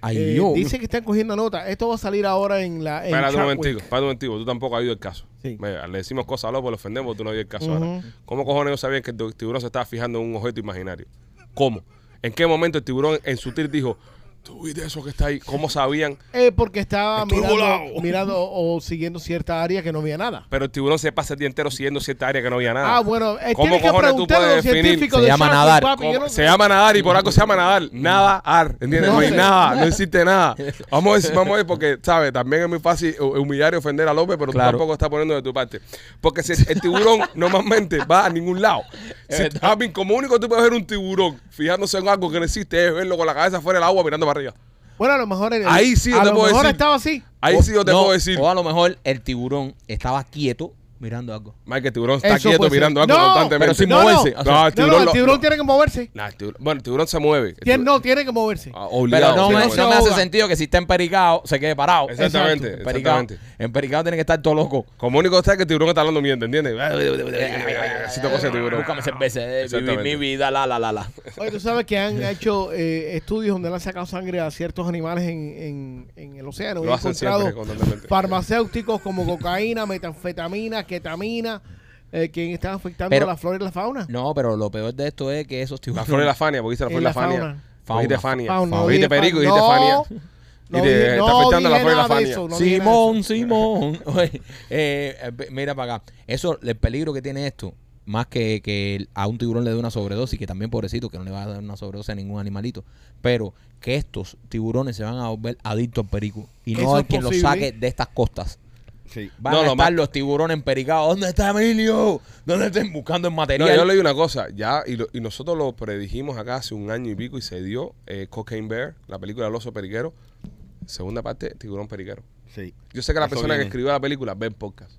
[SPEAKER 2] Ay,
[SPEAKER 4] Eh,
[SPEAKER 2] Dios.
[SPEAKER 4] dice que están cogiendo nota. Esto va a salir ahora en la. En
[SPEAKER 1] Espérate un
[SPEAKER 4] Shark
[SPEAKER 1] momentico,
[SPEAKER 4] Week.
[SPEAKER 1] espérate un momentico. Tú tampoco has oído el caso.
[SPEAKER 4] Sí.
[SPEAKER 1] Mira, le decimos cosas a López, lo ofendemos, tú no has oído el caso ahora.
[SPEAKER 4] Ujú.
[SPEAKER 1] ¿Cómo cojones ellos sabían que el tu- tiburón se estaba fijando en un objeto imaginario? ¿Cómo? ¿En qué momento el tiburón en su tir dijo, tú viste eso que está ahí? ¿Cómo sabían?
[SPEAKER 4] Eh, porque estaba
[SPEAKER 1] Estoy
[SPEAKER 4] mirando,
[SPEAKER 1] volado.
[SPEAKER 4] mirando o, o siguiendo cierta área que no veía nada.
[SPEAKER 1] Pero el tiburón se pasa el día entero siguiendo cierta área que no había nada.
[SPEAKER 4] Ah, bueno, eh,
[SPEAKER 1] ¿Cómo
[SPEAKER 4] tienes que
[SPEAKER 1] cojones tú
[SPEAKER 4] preguntarle a
[SPEAKER 1] puedes
[SPEAKER 4] los
[SPEAKER 1] definir?
[SPEAKER 4] científicos
[SPEAKER 2] Se
[SPEAKER 4] de
[SPEAKER 2] llama
[SPEAKER 4] Shark Week,
[SPEAKER 2] nadar.
[SPEAKER 4] papi, yo
[SPEAKER 1] ¿Cómo?
[SPEAKER 4] no-
[SPEAKER 1] Se llama nadar y por algo se llama nadar. Nada, ar, ¿entiendes? No,
[SPEAKER 4] No
[SPEAKER 1] hay
[SPEAKER 4] sé.
[SPEAKER 1] nada, no existe nada. Vamos a decir, vamos a ver, porque, ¿sabes? También es muy fácil hu- humillar y ofender a López, pero
[SPEAKER 2] Claro.
[SPEAKER 1] tú tampoco estás poniendo de tu parte. Porque si el tiburón normalmente va a ningún lado. Si, a mí, como único que tú puedes ver un tiburón fijándose en algo que no existe es verlo con la cabeza fuera del agua mirando para arriba.
[SPEAKER 4] Bueno, a lo mejor. el-
[SPEAKER 1] Ahí sí yo
[SPEAKER 4] a
[SPEAKER 1] te
[SPEAKER 4] lo
[SPEAKER 1] puedo
[SPEAKER 4] mejor
[SPEAKER 1] decir.
[SPEAKER 4] estaba así.
[SPEAKER 1] Ahí
[SPEAKER 2] O-
[SPEAKER 1] sí yo te
[SPEAKER 2] Oh, no,
[SPEAKER 1] puedo decir,
[SPEAKER 2] O a lo mejor el tiburón estaba quieto mirando algo.
[SPEAKER 1] Mike, el tiburón está
[SPEAKER 4] Eso
[SPEAKER 1] quieto
[SPEAKER 4] puede ser.
[SPEAKER 1] mirando algo
[SPEAKER 4] No,
[SPEAKER 1] constantemente.
[SPEAKER 2] pero sin
[SPEAKER 1] No,
[SPEAKER 2] moverse.
[SPEAKER 1] No,
[SPEAKER 2] O sea,
[SPEAKER 1] el
[SPEAKER 4] No,
[SPEAKER 1] tiburón,
[SPEAKER 4] no, el
[SPEAKER 1] lo-
[SPEAKER 4] tiburón tiene que moverse.
[SPEAKER 1] Nah, el tiburón- bueno, el tiburón se mueve. El
[SPEAKER 4] Tiene-
[SPEAKER 1] tiburón-
[SPEAKER 4] no, tiene que moverse.
[SPEAKER 1] Ah,
[SPEAKER 2] Pero
[SPEAKER 1] obligado,
[SPEAKER 2] no
[SPEAKER 1] se
[SPEAKER 2] me,
[SPEAKER 1] mueve.
[SPEAKER 2] no me hace
[SPEAKER 4] ahoga.
[SPEAKER 2] sentido que si está empericado, se quede parado.
[SPEAKER 1] Exactamente,
[SPEAKER 2] Exacto. Empericado,
[SPEAKER 1] exactamente.
[SPEAKER 2] empericado tiene que estar todo loco.
[SPEAKER 1] Como único está que el tiburón está hablando mierda, ¿entiendes?
[SPEAKER 2] Eh,
[SPEAKER 1] Así te cosa el tiburón.
[SPEAKER 2] Búscame cerveza, eh, vivir
[SPEAKER 1] Exactamente.
[SPEAKER 2] mi vida, la, la, la, la.
[SPEAKER 4] Oye, tú sabes que han hecho eh, estudios donde le han sacado sangre a ciertos animales en, en- en el océano.
[SPEAKER 1] Lo
[SPEAKER 4] y han
[SPEAKER 1] hacen
[SPEAKER 4] encontrado
[SPEAKER 1] siempre, constantemente.
[SPEAKER 4] farmacéuticos como cocaína, metanfetamina, ketamina, eh, que están afectando
[SPEAKER 2] Pero-
[SPEAKER 4] a la flora y la fauna.
[SPEAKER 2] No, pero lo peor de esto es que esos
[SPEAKER 1] La
[SPEAKER 2] tiburones...
[SPEAKER 1] flor de la Fania, porque viste la flor de la
[SPEAKER 4] En la
[SPEAKER 1] Fania.
[SPEAKER 4] fauna.
[SPEAKER 1] Viste
[SPEAKER 2] Fauna.
[SPEAKER 1] Fania.
[SPEAKER 4] Fauna, no
[SPEAKER 1] Viste
[SPEAKER 4] dije
[SPEAKER 1] Perico,
[SPEAKER 4] fa-
[SPEAKER 1] viste
[SPEAKER 4] no,
[SPEAKER 1] Fania.
[SPEAKER 4] no
[SPEAKER 1] Viste,
[SPEAKER 4] dije-
[SPEAKER 1] está
[SPEAKER 4] no
[SPEAKER 1] afectando la
[SPEAKER 4] dije
[SPEAKER 1] flor de la
[SPEAKER 4] nada de
[SPEAKER 1] Fania.
[SPEAKER 4] eso, no dije nada de
[SPEAKER 2] Simón,
[SPEAKER 4] eso.
[SPEAKER 2] Simón. Oye, eh, eh, pe- mira para acá. Eso, el peligro que tiene esto, más que, que a un tiburón le dé una sobredosis, que también pobrecito, que no le va a dar una sobredosis a ningún animalito, pero que estos tiburones se van a volver adictos al perico y no
[SPEAKER 4] Eso
[SPEAKER 2] hay
[SPEAKER 4] es
[SPEAKER 2] quien los
[SPEAKER 4] posible.
[SPEAKER 2] saque de estas costas.
[SPEAKER 3] Sí.
[SPEAKER 2] Van
[SPEAKER 1] No,
[SPEAKER 2] a
[SPEAKER 1] lo
[SPEAKER 2] estar
[SPEAKER 1] más-
[SPEAKER 2] los tiburones empericados. ¿Dónde está Emilio? ¿Dónde están buscando el
[SPEAKER 1] No,
[SPEAKER 2] material?
[SPEAKER 1] yo leí una cosa, ya, y, lo- y nosotros lo predijimos acá hace un año y pico y se dio eh, Cocaine Bear, la película del oso periquero, segunda parte, tiburón periquero.
[SPEAKER 3] Sí.
[SPEAKER 1] Yo sé que la
[SPEAKER 3] Eso
[SPEAKER 1] persona que
[SPEAKER 3] viene.
[SPEAKER 1] escribió la película ve el podcast.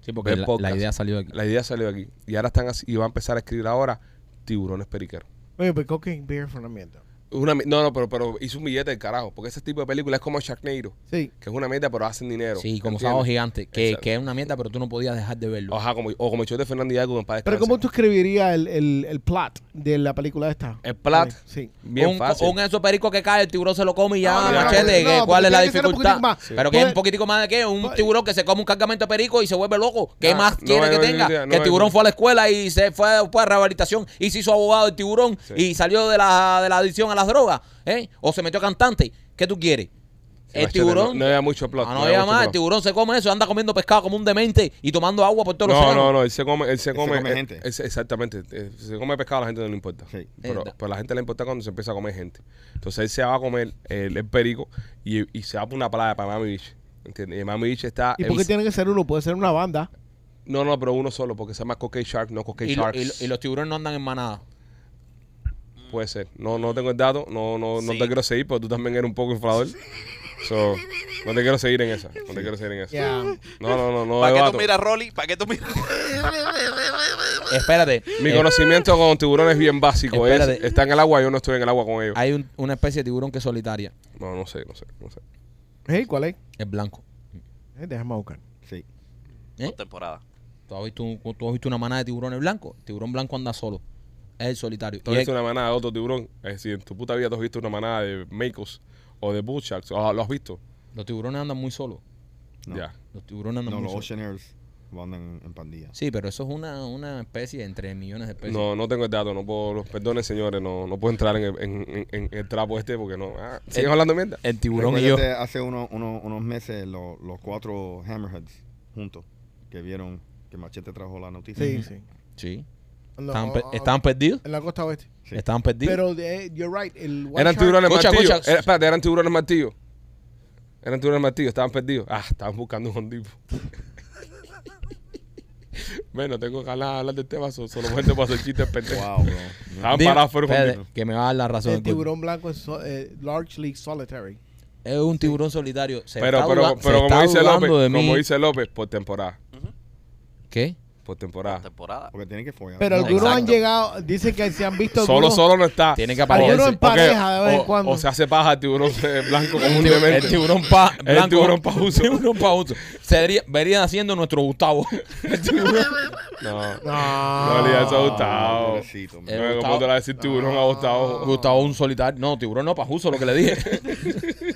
[SPEAKER 2] Sí, porque
[SPEAKER 1] Ve
[SPEAKER 2] la,
[SPEAKER 1] podcast.
[SPEAKER 2] la idea salió aquí.
[SPEAKER 1] La idea salió aquí. Y ahora están así, y va a empezar a escribir ahora tiburones periqueros.
[SPEAKER 4] Oye, pero cocaine beer fue una mierda.
[SPEAKER 1] Una mi- no, no, pero, pero hizo un billete del carajo, porque ese tipo de película es como Sharknado.
[SPEAKER 4] Sí.
[SPEAKER 1] que es una mierda, pero hacen dinero.
[SPEAKER 2] Sí, como
[SPEAKER 1] ¿entiendes?
[SPEAKER 2] sábado gigante, que,
[SPEAKER 1] Exacto. Ah,
[SPEAKER 2] que es una mierda, pero tú no podías dejar de verlo.
[SPEAKER 1] Ajá, como, o como el show de Fernando Hidalgo en paz
[SPEAKER 4] Pero
[SPEAKER 1] descanse.
[SPEAKER 4] ¿cómo tú escribirías el, el, el plot? de la película esta.
[SPEAKER 1] El plat.
[SPEAKER 4] Sí.
[SPEAKER 1] Bien
[SPEAKER 2] un,
[SPEAKER 1] fácil.
[SPEAKER 2] un Enzo Perico que cae, el tiburón se lo come y ya,
[SPEAKER 4] No, no, no,
[SPEAKER 2] machete.
[SPEAKER 4] no,
[SPEAKER 2] que
[SPEAKER 4] no,
[SPEAKER 2] ¿Cuál
[SPEAKER 4] porque
[SPEAKER 2] es la
[SPEAKER 4] tiene que ser un
[SPEAKER 2] dificultad?
[SPEAKER 4] poquitico más.
[SPEAKER 2] Pero que es un
[SPEAKER 4] Pues-
[SPEAKER 2] poquitico más de qué. Un
[SPEAKER 4] pues-
[SPEAKER 2] tiburón que se come un cargamento de perico y se vuelve loco. ¿Qué
[SPEAKER 1] Ah,
[SPEAKER 2] más
[SPEAKER 1] no
[SPEAKER 2] quiere
[SPEAKER 1] hay
[SPEAKER 2] que
[SPEAKER 1] una
[SPEAKER 2] tenga?
[SPEAKER 1] idea, no
[SPEAKER 2] que el
[SPEAKER 1] hay-
[SPEAKER 2] tiburón fue a la escuela y se fue después a rehabilitación y se hizo abogado del tiburón
[SPEAKER 1] Sí.
[SPEAKER 2] y salió de la, de la adicción a las drogas. ¿eh? O se metió a cantante. ¿Qué tú quieres?
[SPEAKER 1] Sí,
[SPEAKER 2] El
[SPEAKER 1] machete,
[SPEAKER 2] tiburón.
[SPEAKER 1] este, No, no había mucho plot.
[SPEAKER 2] Ah, no,
[SPEAKER 1] había
[SPEAKER 2] había
[SPEAKER 1] mucho
[SPEAKER 2] más. El
[SPEAKER 1] plot.
[SPEAKER 2] tiburón se come eso. Anda comiendo pescado como un demente y tomando agua por todos los
[SPEAKER 1] No,
[SPEAKER 2] océanos.
[SPEAKER 1] no, no, él se come, él se
[SPEAKER 3] Él se
[SPEAKER 1] come,
[SPEAKER 3] come
[SPEAKER 1] él-
[SPEAKER 3] gente.
[SPEAKER 1] él se- exactamente, eh, se come pescado, a la gente no le importa.
[SPEAKER 3] Sí.
[SPEAKER 1] Pero,
[SPEAKER 2] Eh, da-
[SPEAKER 1] pero a la gente le importa cuando se empieza a comer gente. Entonces él se va a comer el, el perico y, y se va para una playa para Miami Beach. ¿Entiendes? Y Miami Beach está.
[SPEAKER 4] ¿Y por qué
[SPEAKER 1] el-
[SPEAKER 4] tiene que ser uno? Puede ser una banda.
[SPEAKER 1] No, no, pero uno solo, porque se llama Cockay Shark, no Cockay
[SPEAKER 2] Y, lo-
[SPEAKER 1] Sharks.
[SPEAKER 2] y lo- y los tiburones no andan en manada.
[SPEAKER 1] Puede ser. No, no tengo el dato, no, no, no
[SPEAKER 5] Sí.
[SPEAKER 1] te quiero seguir, porque tú también eres un poco inflador. So, no te quiero seguir en esa. No te quiero seguir en esa.
[SPEAKER 4] Ya.
[SPEAKER 1] No, no, no, no.
[SPEAKER 5] ¿Para qué
[SPEAKER 1] debato.
[SPEAKER 5] tú miras, Rolly? ¿Para qué tú miras?
[SPEAKER 2] Espérate.
[SPEAKER 1] Mi
[SPEAKER 2] eh,
[SPEAKER 1] conocimiento con tiburones es bien básico. Es,
[SPEAKER 2] Espérate.
[SPEAKER 1] está en el agua, yo no estoy en el agua con ellos.
[SPEAKER 2] hay un- una especie de tiburón que es solitaria.
[SPEAKER 1] No, no sé, no sé, no sé.
[SPEAKER 4] Hey, ¿Cuál es?
[SPEAKER 2] Es blanco.
[SPEAKER 4] Eh, déjame buscar.
[SPEAKER 3] Sí.
[SPEAKER 2] ¿Eh?
[SPEAKER 5] Temporada.
[SPEAKER 2] ¿Tú has, visto, un- tú has visto una manada de tiburones blancos? El tiburón blanco anda solo. Es el solitario.
[SPEAKER 1] Tú
[SPEAKER 2] Y
[SPEAKER 1] has
[SPEAKER 2] es-
[SPEAKER 1] visto una manada de otro tiburón. Es decir, en tu puta vida tú has visto una manada de Makos o de Bull Sharks. o- ¿Lo has visto?
[SPEAKER 2] Los tiburones andan muy solos.
[SPEAKER 3] No.
[SPEAKER 1] Ya.
[SPEAKER 2] Los tiburones andan
[SPEAKER 3] No,
[SPEAKER 2] muy
[SPEAKER 3] los
[SPEAKER 2] solos.
[SPEAKER 3] Oceaners andan en pandilla.
[SPEAKER 2] Sí, pero eso es una, una especie entre millones de especies.
[SPEAKER 1] No, no tengo el dato, no puedo, los- perdonen señores, no, no puedo entrar en el, en- en- en el trapo este porque no. Ah, ¿Siguen
[SPEAKER 2] Eh,
[SPEAKER 1] hablando mierda?
[SPEAKER 2] El tiburón y yo.
[SPEAKER 3] Recuérdate Hace uno- uno- unos meses lo- los cuatro Hammerheads juntos que vieron que Machete trajo la noticia.
[SPEAKER 4] Sí, sí.
[SPEAKER 2] Sí.
[SPEAKER 4] No,
[SPEAKER 2] Estaban, pe-
[SPEAKER 4] ah,
[SPEAKER 2] estaban perdidos.
[SPEAKER 4] En la costa oeste.
[SPEAKER 3] Sí.
[SPEAKER 2] Estaban perdidos.
[SPEAKER 4] Pero, eh, you're right. El White
[SPEAKER 1] Eran
[SPEAKER 4] Shark-
[SPEAKER 1] tiburones
[SPEAKER 2] Escucha,
[SPEAKER 1] martillo.
[SPEAKER 2] escucha.
[SPEAKER 1] Era- espérate, eran tiburones martillo. Eran tiburones martillo, estaban perdidos. Ah, estaban buscando un hondipo. bueno, tengo ganas de hablar del tema, so- solo gente para hacer chistes pendejos.
[SPEAKER 3] Wow, bro.
[SPEAKER 1] Estaban
[SPEAKER 2] Dime-
[SPEAKER 1] parados fuera de un
[SPEAKER 2] espérate,
[SPEAKER 1] hondipo.
[SPEAKER 2] que me va a dar la razón.
[SPEAKER 4] El
[SPEAKER 2] el cuerpo.
[SPEAKER 4] tiburón blanco es so- eh, largely solitary.
[SPEAKER 2] Es un tiburón solitario. Se
[SPEAKER 1] Pero,
[SPEAKER 2] está
[SPEAKER 1] pero,
[SPEAKER 2] duda- se
[SPEAKER 1] pero como
[SPEAKER 2] está
[SPEAKER 1] dice
[SPEAKER 2] dudando
[SPEAKER 1] López,
[SPEAKER 2] de mí.
[SPEAKER 1] como dice López, por temporada.
[SPEAKER 2] ¿Qué?
[SPEAKER 1] Por
[SPEAKER 2] Ah.
[SPEAKER 1] temporada.
[SPEAKER 5] Temporada.
[SPEAKER 3] Porque tienen que follar.
[SPEAKER 4] Pero
[SPEAKER 2] No,
[SPEAKER 4] algunos han
[SPEAKER 5] exacto.
[SPEAKER 4] llegado, dicen que se han visto.
[SPEAKER 1] Solo,
[SPEAKER 4] algunos-
[SPEAKER 1] solo no está.
[SPEAKER 2] Tiene que
[SPEAKER 4] Algunos
[SPEAKER 2] aparecerse.
[SPEAKER 4] en pareja de vez en
[SPEAKER 1] o,
[SPEAKER 4] cuando.
[SPEAKER 1] o se hace paja el tiburón eh, blanco como un
[SPEAKER 2] El
[SPEAKER 1] demente.
[SPEAKER 2] tiburón pa blanco.
[SPEAKER 1] tiburón pauso.
[SPEAKER 2] tiburón pauso. Se vería- verían haciendo nuestro Gustavo. El tiburón.
[SPEAKER 1] No, no,
[SPEAKER 4] no.
[SPEAKER 1] no le has
[SPEAKER 3] Ah,
[SPEAKER 1] gustado.
[SPEAKER 3] pobrecito, man.
[SPEAKER 2] Eh,
[SPEAKER 1] No, ¿Cómo
[SPEAKER 2] Gustavo-
[SPEAKER 1] te vas a decir tiburón a Gustavo?
[SPEAKER 2] Gustavo un solitario. No, tiburón no, pajuso, lo que le dije.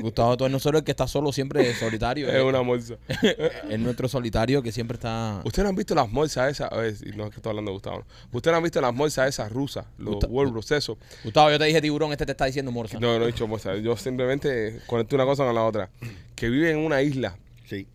[SPEAKER 2] Gustavo entonces no solo el que está solo, siempre es solitario.
[SPEAKER 1] Es una morsa.
[SPEAKER 2] Es nuestro solitario que siempre está.
[SPEAKER 1] ¿Ustedes no han visto las morsas esas? A ver, si- no es que estoy hablando de Gustavo. ¿no? ¿Ustedes no han visto las morsas esas rusas? Los
[SPEAKER 2] Gusta-
[SPEAKER 1] World Rosesos.
[SPEAKER 2] Gustavo, yo te dije tiburón, este te está diciendo morsa.
[SPEAKER 1] No, no he dicho morsas. Yo simplemente conecté una cosa con la otra. Que viven en una isla,
[SPEAKER 3] Sí.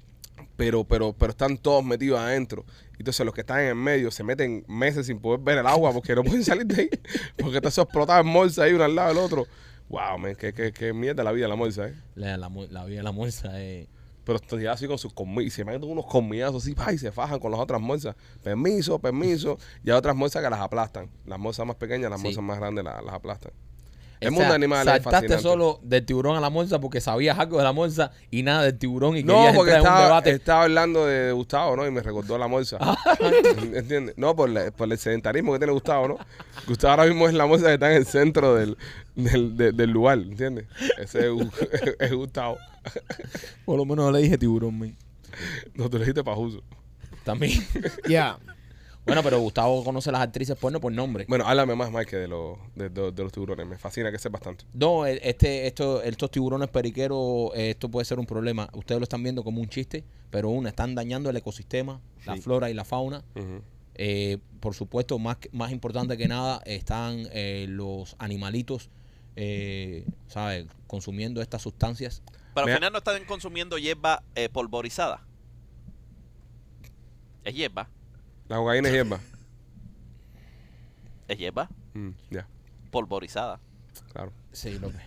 [SPEAKER 1] pero, pero, pero están todos metidos adentro. Entonces los que están en el medio se meten meses sin poder ver el agua porque no pueden salir de ahí. Porque está eso explotado en morsa ahí uno al lado del otro. Wow, man, qué, qué, qué mierda la vida la morsa, eh.
[SPEAKER 2] La, la, mu- la vida de la morsa es.
[SPEAKER 1] Pero estoy así con sus comidas y se meten unos comidazos así, pa, y se fajan con las otras morsas. Permiso, permiso. Y hay otras morsas que las aplastan. Las morsas más pequeñas, las
[SPEAKER 2] Sí.
[SPEAKER 1] morsas más grandes la- las, aplastan.
[SPEAKER 2] o
[SPEAKER 1] El
[SPEAKER 2] sea,
[SPEAKER 1] mundo animal es
[SPEAKER 2] Saltaste
[SPEAKER 1] fascinante.
[SPEAKER 2] solo del tiburón a la morsa porque sabías algo de la morsa y nada del tiburón y
[SPEAKER 1] No,
[SPEAKER 2] querías
[SPEAKER 1] porque
[SPEAKER 2] entrar en un
[SPEAKER 1] estaba,
[SPEAKER 2] debate. Ah.
[SPEAKER 1] estaba hablando de Gustavo, ¿no? Y me recordó la morsa. ¿Entiendes? No, por, la- por el sedentarismo que tiene Gustavo, ¿no? Gustavo ahora mismo es la morsa que está en el centro del, del, de- del lugar, ¿entiendes? Ese es, Gu- es Gustavo.
[SPEAKER 2] Por lo menos no le dije tiburón, men.
[SPEAKER 1] No te lo dijiste pajuso.
[SPEAKER 2] También.
[SPEAKER 4] Ya.
[SPEAKER 2] bueno, pero Gustavo conoce las actrices porno por nombre.
[SPEAKER 1] Bueno, háblame más, Mike, de los, de, de- de los tiburones. Me fascina que sepas tanto.
[SPEAKER 2] No, e- este, esto, estos tiburones periqueros, eh, esto puede ser un problema. Ustedes lo están viendo como un chiste, pero una, están dañando el ecosistema, la
[SPEAKER 3] Sí.
[SPEAKER 2] flora y la fauna.
[SPEAKER 1] Ujú.
[SPEAKER 2] Eh, por supuesto, más, que- más importante que nada, están eh, los animalitos, eh, ¿sabes? Consumiendo estas sustancias.
[SPEAKER 5] Pero
[SPEAKER 1] Mira.
[SPEAKER 5] al final no están consumiendo hierba eh, polvorizada. Es hierba.
[SPEAKER 1] La cocaína es hierba.
[SPEAKER 5] Es hierba
[SPEAKER 1] Mm, ya,
[SPEAKER 5] polvorizada.
[SPEAKER 1] claro.
[SPEAKER 2] Sí, López.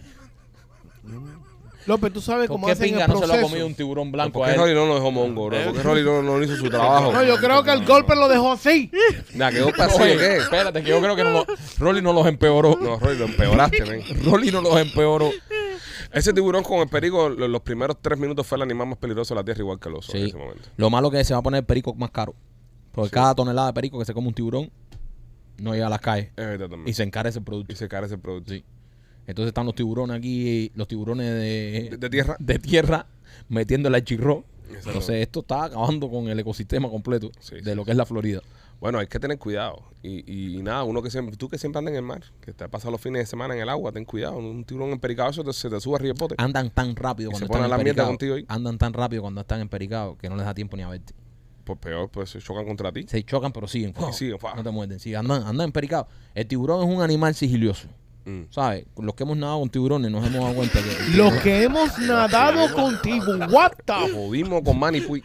[SPEAKER 4] López, tú sabes
[SPEAKER 2] ¿Por
[SPEAKER 4] cómo
[SPEAKER 2] qué
[SPEAKER 4] hacen
[SPEAKER 2] pinga
[SPEAKER 4] el
[SPEAKER 2] no se
[SPEAKER 4] proceso.
[SPEAKER 2] lo ha comido un tiburón blanco
[SPEAKER 1] ¿Por qué
[SPEAKER 2] a él? Eh.
[SPEAKER 1] Rolly no lo dejó mongo, bro? ¿Por qué Rolly no, no hizo su trabajo?
[SPEAKER 4] No, yo creo que el golpe lo dejó así.
[SPEAKER 1] Nah, ¿qué golpe así de
[SPEAKER 2] Oye,
[SPEAKER 1] qué?
[SPEAKER 2] espérate, que yo creo que no lo- Rolly no los empeoró.
[SPEAKER 1] No, Rolly, lo empeoraste, men.
[SPEAKER 2] Rolly no los empeoró.
[SPEAKER 1] Ese tiburón con el perico, lo- los primeros tres minutos fue el animal más peligroso de la Tierra, igual que el oso en
[SPEAKER 2] Sí.
[SPEAKER 1] ese momento.
[SPEAKER 2] Lo malo que se va a poner el perico más caro. Porque cada tonelada de perico que se come un tiburón no llega a las calles.
[SPEAKER 1] Es verdad también.
[SPEAKER 2] Y se encarece el producto.
[SPEAKER 1] Y se carece el producto.
[SPEAKER 2] Sí. Entonces están los tiburones aquí, los tiburones de,
[SPEAKER 1] ¿De, de tierra?
[SPEAKER 2] de tierra, metiéndole al chirro.
[SPEAKER 1] Exacto.
[SPEAKER 2] Entonces esto está acabando con el ecosistema completo
[SPEAKER 1] Sí,
[SPEAKER 2] de
[SPEAKER 1] sí,
[SPEAKER 2] lo que es la Florida.
[SPEAKER 1] Bueno, hay que tener cuidado. Y, y- y nada, uno que siempre, tú que siempre andas en el mar, que te pasas los fines de semana en el agua, ten cuidado. Un tiburón empericado eso te, se te sube arriba el bote.
[SPEAKER 2] Andan tan rápido
[SPEAKER 1] Y
[SPEAKER 2] cuando
[SPEAKER 1] se ponen
[SPEAKER 2] están
[SPEAKER 1] a la mierda
[SPEAKER 2] empericados.
[SPEAKER 1] contigo ahí.
[SPEAKER 2] Andan tan rápido cuando están empericados que no les da tiempo ni a verte.
[SPEAKER 1] Pues peor, pues se chocan contra ti.
[SPEAKER 2] Se chocan, pero siguen. ¡fua!
[SPEAKER 1] siguen, ¡fua!
[SPEAKER 2] no te muerden. Sí, andan, andan empericados. El tiburón es un animal sigilioso.
[SPEAKER 1] Mm.
[SPEAKER 2] ¿Sabes? Los que hemos nadado con tiburones nos hemos dado cuenta que.
[SPEAKER 4] Los que hemos nadado contigo, what the
[SPEAKER 1] Ah, Jodimos con Manny Puig.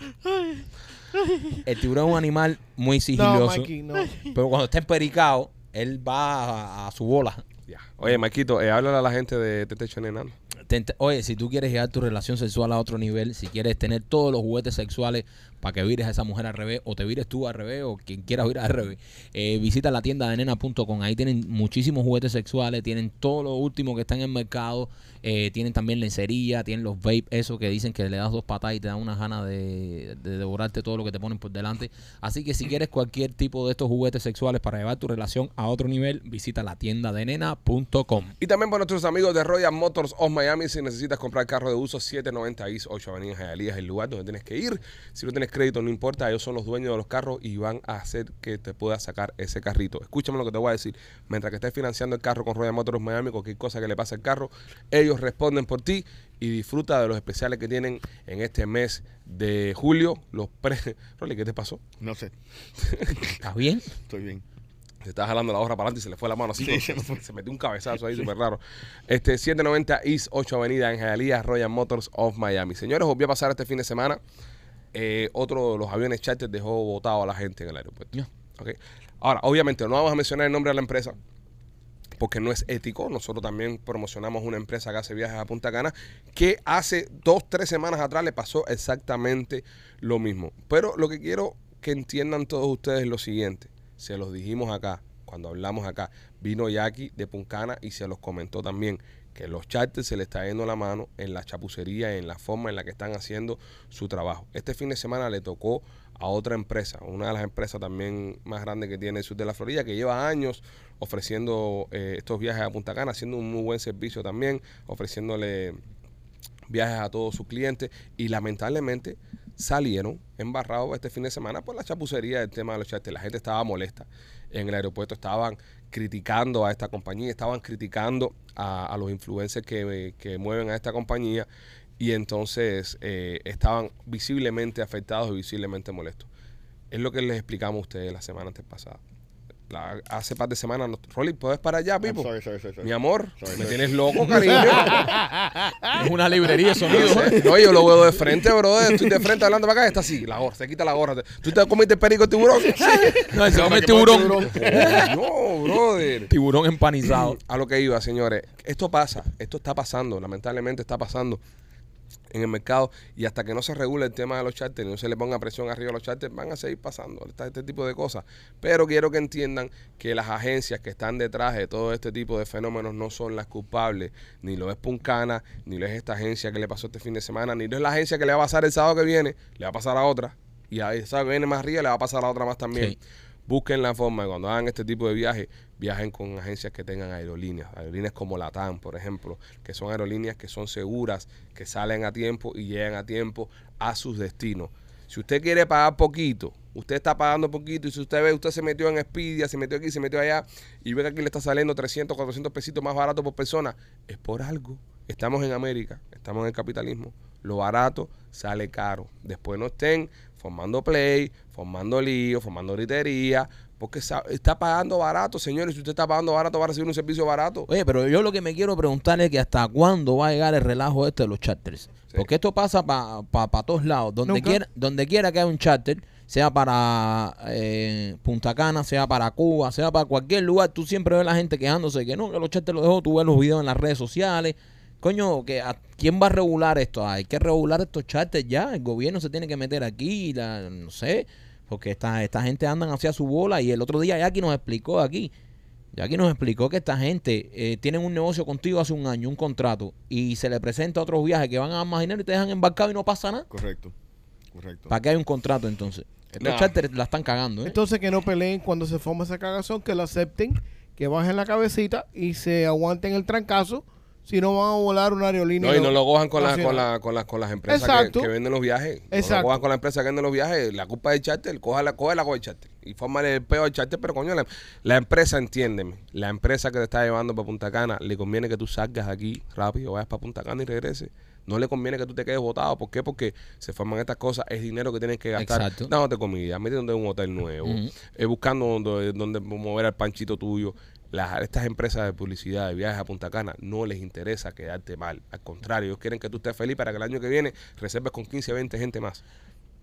[SPEAKER 2] El tiburón es un animal muy
[SPEAKER 4] No,
[SPEAKER 2] sigilioso.
[SPEAKER 4] Mikey, no.
[SPEAKER 2] pero cuando está empericado, él va a, a su bola.
[SPEAKER 1] Ya. Oye, Maquito, eh, háblale a la gente de Tete Hecho en Enano.
[SPEAKER 2] Te ent- Oye, si tú quieres llevar tu relación sexual a otro nivel, si quieres tener todos los juguetes sexuales para que vires a esa mujer al revés, o te vires tú al revés, o quien quiera virar al revés, eh, visita la tienda de nena.com. Ahí tienen muchísimos juguetes sexuales, tienen todo lo último que está en el mercado, eh, tienen también lencería, tienen los vape, eso que dicen que le das dos patas y te dan unas ganas de, de devorarte todo lo que te ponen por delante. Así que si quieres cualquier tipo de estos juguetes sexuales para llevar tu relación a otro nivel, visita la tienda de nena.com.
[SPEAKER 1] Y también por nuestros amigos de Royal Motors of Miami, si necesitas comprar carro de uso, 790 East 8 Avenida Hialeah es el lugar donde tienes que ir. Si no tienes crédito, no importa, ellos son los dueños de los carros y van a hacer que te puedas sacar ese carrito. Escúchame lo que te voy a decir. Mientras que estés financiando el carro con Royal Motors of Miami, cualquier cosa que le pase al carro, ellos responden por ti y disfruta de los especiales que tienen en este mes de julio. Los pre... Rolly, ¿qué te pasó?
[SPEAKER 3] No sé,
[SPEAKER 2] ¿Estás bien?
[SPEAKER 3] estoy bien.
[SPEAKER 1] Se estaba jalando la hoja para adelante y se le fue la mano así.
[SPEAKER 3] Sí,
[SPEAKER 1] se,
[SPEAKER 3] se me fue.
[SPEAKER 1] se metió un cabezazo ahí súper raro. Este, 790 East 8 Avenida en Hialeah, Royal Motors of Miami. Señores, volvió a pasar este fin de semana. Eh, otro de los aviones charter dejó botado a la gente en el aeropuerto.
[SPEAKER 2] Ya.
[SPEAKER 1] Ok. Ahora, obviamente, no vamos a mencionar el nombre de la empresa porque no es ético. Nosotros también promocionamos una empresa que hace viajes a Punta Cana que hace dos, tres semanas atrás le pasó exactamente lo mismo. Pero lo que quiero que entiendan todos ustedes es lo siguiente. Se los dijimos acá, cuando hablamos acá. Vino Jackie de Puncana y se los comentó también que los charters se le está yendo la mano en la chapucería, en la forma en la que están haciendo su trabajo. Este fin de semana le tocó a otra empresa, una de las empresas también más grandes que tiene el sur de la Florida, que lleva años ofreciendo eh, estos viajes a Punta Cana, haciendo un muy buen servicio también, ofreciéndole viajes a todos sus clientes y lamentablemente salieron embarrados este fin de semana por la chapucería del tema de los charters. La gente estaba molesta en el aeropuerto, estaban criticando a esta compañía, estaban criticando a, a los influencers que, que mueven a esta compañía y entonces eh, estaban visiblemente afectados y visiblemente molestos. Es lo que les explicamos a ustedes la semana antes pasada. La- hace par de semanas, nos- Rolly, ¿puedes para allá,
[SPEAKER 3] I'm
[SPEAKER 1] Pipo?
[SPEAKER 3] sorry, sorry, sorry, sorry.
[SPEAKER 1] Mi amor,
[SPEAKER 3] Sorry,
[SPEAKER 1] me
[SPEAKER 3] sorry.
[SPEAKER 1] tienes loco, cariño.
[SPEAKER 2] Es una librería de
[SPEAKER 1] No, sé. No, yo lo veo de frente, bro. Estoy de frente hablando para acá. Está así, la gorra, se quita la gorra. ¿Tú te comiste el perico tiburón?
[SPEAKER 2] No, se come
[SPEAKER 3] que ponga
[SPEAKER 2] tiburón.
[SPEAKER 3] tiburón.
[SPEAKER 1] Oh, no, brother.
[SPEAKER 2] Tiburón empanizado.
[SPEAKER 1] A lo que iba, señores. Esto pasa, esto está pasando, lamentablemente está pasando en el mercado y hasta que no se regule el tema de los charters, no se le ponga presión arriba a los charters, van a seguir pasando esta- este tipo de cosas. Pero quiero que entiendan que las agencias que están detrás de todo este tipo de fenómenos no son las culpables, ni lo es Puncana, ni lo es esta agencia que le pasó este fin de semana, ni lo es la agencia que le va a pasar el sábado que viene, le va a pasar a otra, y a esa que viene más arriba le va a pasar a otra más también.
[SPEAKER 2] Sí.
[SPEAKER 1] Busquen la forma de cuando hagan este tipo de viajes, viajen con agencias que tengan aerolíneas, aerolíneas como Latam, por ejemplo, que son aerolíneas que son seguras, que salen a tiempo y llegan a tiempo a sus destinos. Si usted quiere pagar poquito, usted está pagando poquito y si usted ve, usted se metió en Expedia, se metió aquí, se metió allá y ve que aquí le está saliendo 300, 400 pesitos más barato por persona, es por algo. Estamos en América, estamos en el capitalismo. Lo barato sale caro. Después no estén formando play, formando lío, formando gritería, porque sa- está pagando barato, señores. Si usted está pagando barato, va a recibir un servicio barato.
[SPEAKER 2] Oye, pero yo lo que me quiero preguntar es que hasta cuándo va a llegar el relajo este de los charters. Porque esto pasa para todos lados. Donde
[SPEAKER 4] Nunca.
[SPEAKER 2] quiera, donde quiera que haya un charter, sea para eh, Punta Cana, sea para Cuba, sea para cualquier lugar, tú siempre ves la gente quejándose que no, que los charters los dejó, tú ves los videos en las redes sociales. Coño, que a- ¿quién va a regular esto? Ah, Hay que regular estos charters ya. El gobierno se tiene que meter aquí, la, no sé. Porque esta, esta gente andan hacia su bola y el otro día Jackie nos explicó aquí y aquí nos explicó que esta gente eh, tienen un negocio contigo hace un año, un contrato, y se le presenta otros viajes que van a más dinero y te dejan embarcado y no pasa nada.
[SPEAKER 3] Correcto, correcto.
[SPEAKER 2] ¿Para qué hay un contrato entonces? Los
[SPEAKER 1] Nah.
[SPEAKER 2] charters la están cagando, ¿eh?
[SPEAKER 4] Entonces que no peleen cuando se forma esa cagazón, que lo acepten, que bajen la cabecita y se aguanten el trancazo, si no van a volar una aerolínea. Ah,
[SPEAKER 1] No, y no lo cojan con, las,
[SPEAKER 4] nacional.
[SPEAKER 1] con, la- con las, con las empresas que- que,
[SPEAKER 4] Exacto.
[SPEAKER 1] venden los viajes. No lo
[SPEAKER 4] Exacto.
[SPEAKER 1] cojan con las empresas que venden los viajes. La culpa es del charter. Cójala, cójala con el charter. y fórmale el peo al charter, pero coño, la, la empresa, entiéndeme, la empresa que te está llevando para Punta Cana, le conviene que tú salgas de aquí rápido, vayas para Punta Cana y regreses. No le conviene que tú te quedes botado. ¿Por qué? Porque se forman estas cosas. Es dinero que tienes que gastar.
[SPEAKER 2] Exacto.
[SPEAKER 1] Dándote comida, metiéndote en un hotel nuevo,
[SPEAKER 2] Ujú.
[SPEAKER 1] eh, buscando donde, donde mover al panchito tuyo. Las, estas empresas de publicidad, de viajes a Punta Cana, no les interesa quedarte mal. Al contrario, ellos quieren que tú estés feliz para que el año que viene reserves con 15, 20 gente más.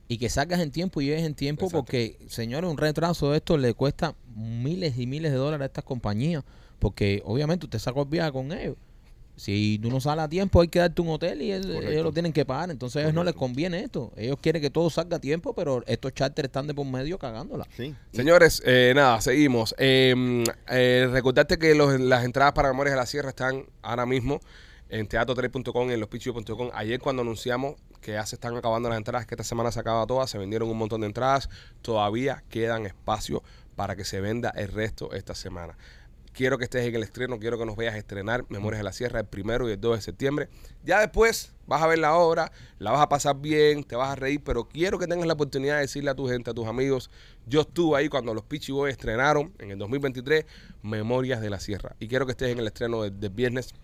[SPEAKER 2] Y que salgas en tiempo y llegues en tiempo
[SPEAKER 1] Exacto.
[SPEAKER 2] porque, señores, un retraso de esto le cuesta miles y miles de dólares a estas compañías porque obviamente usted sacó el viaje con ellos. Si tú no sales a tiempo hay que darte un hotel y el- ellos lo tienen que pagar. Entonces a ellos no les conviene esto. Ellos quieren que todo salga a tiempo, pero estos charters están de por medio cagándola.
[SPEAKER 3] Sí.
[SPEAKER 1] Señores, eh, nada, seguimos. Eh, eh, recordarte que los- las entradas para Memorias de la Sierra están ahora mismo en teatro3.com y en lospichos.com. Ayer cuando anunciamos que ya se están acabando las entradas, que esta semana se acaba todas, se vendieron un montón de entradas, todavía quedan espacios para que se venda el resto esta semana. Quiero que estés en el estreno, quiero que nos veas estrenar Memorias de la Sierra el primero y el 2 de septiembre. Ya después vas a ver la obra, la vas a pasar bien, te vas a reír, pero quiero que tengas la oportunidad de decirle a tu gente, a tus amigos, yo estuve ahí cuando los Peachy Boys estrenaron en el 2023 Memorias de la Sierra. Y quiero que estés en el estreno del del viernes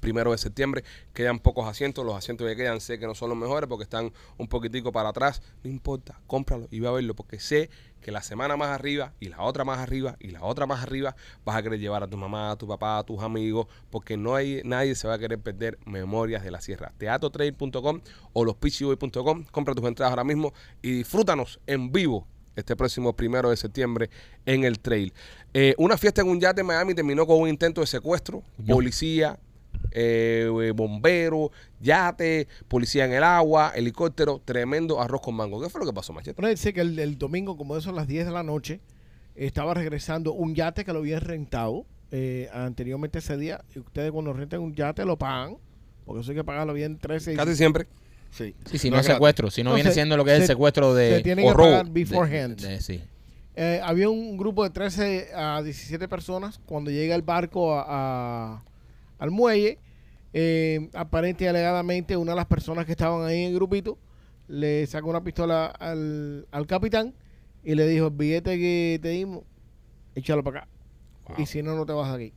[SPEAKER 1] primero de septiembre. Quedan pocos asientos. Los asientos que quedan sé que no son los mejores porque están un poquitico para atrás. No importa, cómpralo y ve a verlo porque sé que la semana más arriba y la otra más arriba y la otra más arriba vas a querer llevar a tu mamá, a tu papá, a tus amigos porque no hay nadie se va a querer perder Memorias de la Sierra. Teatrotrade.com o lospitchyboy.com. Compra tus entradas ahora mismo y disfrútanos en vivo este próximo primero de septiembre en el trail. Eh, una fiesta en un yate en Miami terminó con un intento de secuestro. Policía, eh, eh, bombero, yate, policía en el agua, helicóptero, tremendo arroz con mango. ¿Qué fue lo que pasó, Machete?
[SPEAKER 4] Bueno, dice que el, el domingo, como eso a las 10 de la noche, estaba regresando un yate que lo habían rentado eh, anteriormente ese día. Y ustedes cuando rentan un yate lo pagan, porque eso hay que pagarlo bien 13 y-
[SPEAKER 1] Casi siempre.
[SPEAKER 3] Sí.
[SPEAKER 2] Sí, si
[SPEAKER 3] No
[SPEAKER 2] no, es
[SPEAKER 3] es gratis.
[SPEAKER 2] secuestro, si no,
[SPEAKER 4] No,
[SPEAKER 2] viene
[SPEAKER 4] se-
[SPEAKER 2] siendo lo que es el
[SPEAKER 4] se-
[SPEAKER 2] secuestro de...
[SPEAKER 4] se tiene
[SPEAKER 2] o
[SPEAKER 4] que
[SPEAKER 2] robo.
[SPEAKER 4] pagar
[SPEAKER 2] De-
[SPEAKER 4] beforehand.
[SPEAKER 2] de- de- sí.
[SPEAKER 4] Eh, había un grupo de 13 a 17 personas. Cuando llega el barco a- a- al muelle, eh, aparente y alegadamente una de las personas que estaban ahí en el grupito le sacó una pistola al, al capitán y le dijo, el billete que te dimos, échalo para acá.
[SPEAKER 1] Wow.
[SPEAKER 4] Y si no, no te vas de aquí.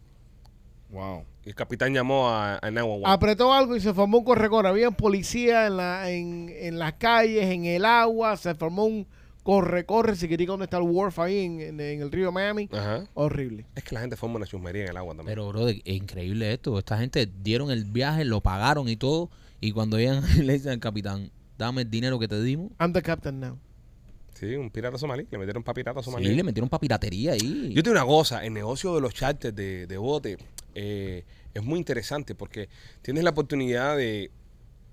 [SPEAKER 3] Wow.
[SPEAKER 1] Y el capitán llamó a, a 911.
[SPEAKER 4] Apretó algo y se formó un corre-corre. Había policía en, la, en, en las calles, en el agua. Se formó un corre-corre. Si quería donde está el wharf ahí en, en- en el río Miami.
[SPEAKER 1] Ajá.
[SPEAKER 4] Horrible.
[SPEAKER 1] Es que la gente forma una chusmería en el agua también.
[SPEAKER 2] Pero, bro, es increíble esto. Esta gente dieron el viaje, lo pagaron y todo. Y cuando llegan, le dicen al capitán, dame el dinero que te dimos.
[SPEAKER 4] I'm the captain now.
[SPEAKER 1] sí, un pirata somalí. Le metieron pa' pirata somalí.
[SPEAKER 2] Sí, le metieron para piratería ahí.
[SPEAKER 1] Yo te digo una cosa, el negocio de los charters de, de bote eh, es muy interesante porque tienes la oportunidad de,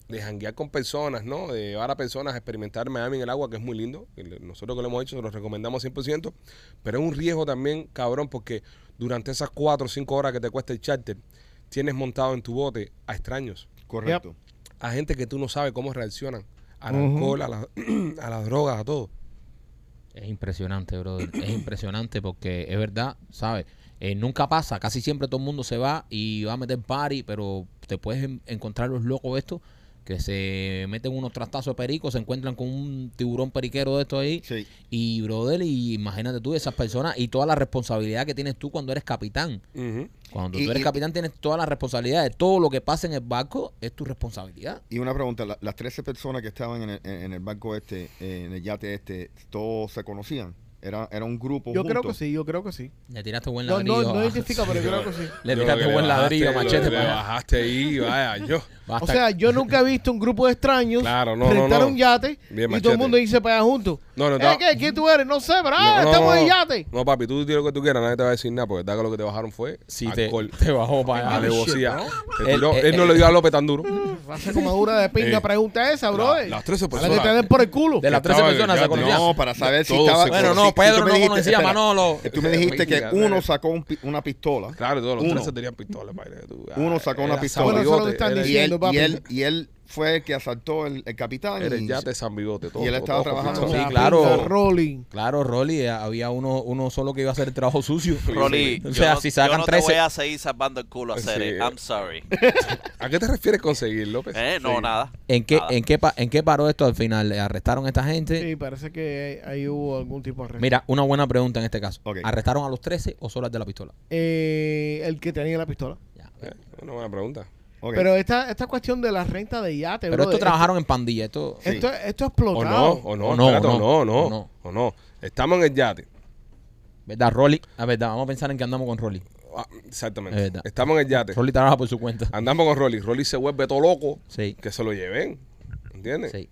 [SPEAKER 1] de janguear con personas, ¿no? De llevar a personas a experimentar Miami en el agua, que es muy lindo. que le- Nosotros que lo hemos hecho, se lo recomendamos 100%, pero es un riesgo también, cabrón, porque durante esas 4 o 5 horas que te cuesta el charter, tienes montado en tu bote a extraños,
[SPEAKER 3] Correcto.
[SPEAKER 1] a gente que tú no sabes cómo reaccionan, al alcohol, a, la- a las drogas, a todo.
[SPEAKER 2] Es impresionante, brother. Es impresionante porque es verdad, ¿sabes? Eh, nunca pasa. Casi siempre todo el mundo se va y va a meter party, pero te puedes en- encontrar los locos estos que se meten unos trastazos de perico, se encuentran con un tiburón periquero de estos ahí.
[SPEAKER 3] Sí.
[SPEAKER 2] Y, brother, y imagínate tú esas personas y toda la responsabilidad que tienes tú cuando eres capitán.
[SPEAKER 1] Ujú.
[SPEAKER 2] Cuando
[SPEAKER 3] Y-
[SPEAKER 2] tú eres
[SPEAKER 3] y-
[SPEAKER 2] capitán tienes toda la responsabilidad. de Todo lo que pasa en el barco es tu responsabilidad.
[SPEAKER 3] Y una pregunta, la- las 13 personas que estaban en el, en el barco este, eh, en el yate este, ¿todos se conocían? Era, era un grupo
[SPEAKER 4] Yo creo
[SPEAKER 3] junto?
[SPEAKER 4] que sí, yo creo que sí.
[SPEAKER 2] Le tiraste buen
[SPEAKER 4] No,
[SPEAKER 2] ladrillo.
[SPEAKER 4] no, no
[SPEAKER 2] a-
[SPEAKER 4] identifica, pero yo creo que sí.
[SPEAKER 2] le
[SPEAKER 1] Yo
[SPEAKER 2] tiraste
[SPEAKER 1] creo que
[SPEAKER 2] buen
[SPEAKER 1] bajaste,
[SPEAKER 2] ladrillo,
[SPEAKER 1] lo-
[SPEAKER 2] machete.
[SPEAKER 1] Le
[SPEAKER 2] para-
[SPEAKER 1] bajaste ahí, vaya, yo.
[SPEAKER 4] O
[SPEAKER 2] basta-
[SPEAKER 4] sea, yo nunca he visto un grupo de extraños
[SPEAKER 1] Claro, no, no,
[SPEAKER 4] rentar
[SPEAKER 1] no.
[SPEAKER 4] un yate
[SPEAKER 1] Bien,
[SPEAKER 4] y todo
[SPEAKER 1] machete.
[SPEAKER 4] el mundo irse para allá juntos.
[SPEAKER 1] No, no,
[SPEAKER 4] Eh,
[SPEAKER 1] no.
[SPEAKER 4] ¿qué? ¿Quién tú eres? No sé, pero ah, estamos en yate.
[SPEAKER 1] No, papi, tú di lo que tú quieras, nadie te va a decir nada, porque tal que lo que te bajaron fue
[SPEAKER 2] Sí, te,
[SPEAKER 1] alcohol,
[SPEAKER 2] te bajó para allá.
[SPEAKER 1] alevosía.
[SPEAKER 2] bro.
[SPEAKER 1] Te tiró-
[SPEAKER 2] Él- eh,
[SPEAKER 1] él,
[SPEAKER 2] él-
[SPEAKER 1] no le dio a López tan duro.
[SPEAKER 4] Hace comadura de pinga,
[SPEAKER 1] Eh,
[SPEAKER 4] pregunta esa, bro.
[SPEAKER 1] la- las 13
[SPEAKER 4] Para
[SPEAKER 1] personas-
[SPEAKER 4] que te den por el culo.
[SPEAKER 2] De las 13
[SPEAKER 1] Estaban-
[SPEAKER 2] personas
[SPEAKER 1] ya
[SPEAKER 2] se
[SPEAKER 1] te-
[SPEAKER 2] conocían.
[SPEAKER 3] No, para saber si
[SPEAKER 1] Todos
[SPEAKER 3] estaba...
[SPEAKER 1] se
[SPEAKER 2] Bueno,
[SPEAKER 1] conocían.
[SPEAKER 3] si-
[SPEAKER 2] no,
[SPEAKER 3] si tú me
[SPEAKER 2] Pedro no
[SPEAKER 3] dijiste-
[SPEAKER 2] conocía a
[SPEAKER 3] espera,
[SPEAKER 2] Manolo.
[SPEAKER 3] Tú me dijiste que
[SPEAKER 1] Mira,
[SPEAKER 3] uno
[SPEAKER 1] mira.
[SPEAKER 3] sacó un pi- una pistola.
[SPEAKER 1] Claro, todos los
[SPEAKER 3] Uno.
[SPEAKER 1] 13 tenían pistolas, padre. que tú- ah,
[SPEAKER 3] Uno sacó una
[SPEAKER 1] era
[SPEAKER 3] pistola.
[SPEAKER 4] Bueno, eso es lo que
[SPEAKER 1] sabigote,
[SPEAKER 4] están
[SPEAKER 1] era-
[SPEAKER 3] Y él,
[SPEAKER 4] Diciendo, papi.
[SPEAKER 3] y él, y él fue el que asaltó el, el capitán.
[SPEAKER 1] Eres
[SPEAKER 3] y-
[SPEAKER 1] ya de San Bigote. Todo,
[SPEAKER 3] Y él estaba
[SPEAKER 1] todo
[SPEAKER 3] trabajando
[SPEAKER 1] complicado.
[SPEAKER 2] Sí,
[SPEAKER 4] La
[SPEAKER 2] claro.
[SPEAKER 4] pinta Rolling.
[SPEAKER 2] Claro, Rolly, eh, había uno, uno solo que iba a hacer el trabajo sucio.
[SPEAKER 5] Rolly,
[SPEAKER 2] o
[SPEAKER 5] yo
[SPEAKER 2] sea,
[SPEAKER 5] no-
[SPEAKER 2] si
[SPEAKER 5] yo
[SPEAKER 2] sacan
[SPEAKER 5] no te
[SPEAKER 2] 13.
[SPEAKER 5] voy a seguir salvando el culo a
[SPEAKER 1] Sí.
[SPEAKER 5] Cere. I'm sorry.
[SPEAKER 1] ¿A qué te refieres conseguir, López?
[SPEAKER 5] Eh, No,
[SPEAKER 1] Sí.
[SPEAKER 5] nada.
[SPEAKER 2] ¿En, qué,
[SPEAKER 5] nada.
[SPEAKER 2] en, qué pa- ¿En qué paró esto al final? ¿Le ¿Arrestaron a esta gente?
[SPEAKER 4] Sí, parece que ahí hubo algún tipo de arresto.
[SPEAKER 2] Mira, una buena pregunta en este caso.
[SPEAKER 3] Ok.
[SPEAKER 2] ¿Arrestaron a los 13 o solo al de la pistola?
[SPEAKER 4] Eh, el que tenía la pistola.
[SPEAKER 2] Ya.
[SPEAKER 1] Eh, Una buena pregunta.
[SPEAKER 3] Ok.
[SPEAKER 4] Pero esta, esta cuestión de la renta de yate,
[SPEAKER 2] Pero
[SPEAKER 4] brother,
[SPEAKER 2] esto trabajaron en pandilla. Esto,
[SPEAKER 4] esto, esto, esto
[SPEAKER 1] O
[SPEAKER 4] explotado.
[SPEAKER 1] no, o no,
[SPEAKER 2] O no,
[SPEAKER 1] espérate,
[SPEAKER 2] o
[SPEAKER 1] o
[SPEAKER 2] no,
[SPEAKER 1] no, o no,
[SPEAKER 2] o no.
[SPEAKER 1] o no. Estamos en el yate.
[SPEAKER 2] ¿Verdad, Rolly? Es verdad, vamos a pensar en que andamos con Rolly.
[SPEAKER 1] Ah,
[SPEAKER 2] Es
[SPEAKER 1] exactamente.
[SPEAKER 2] verdad.
[SPEAKER 1] Estamos en el yate.
[SPEAKER 2] Rolly trabaja por su cuenta.
[SPEAKER 1] Andamos con Rolly. Rolly se vuelve todo loco.
[SPEAKER 2] Sí.
[SPEAKER 1] Que se lo lleven. ¿Entiendes?
[SPEAKER 2] Sí.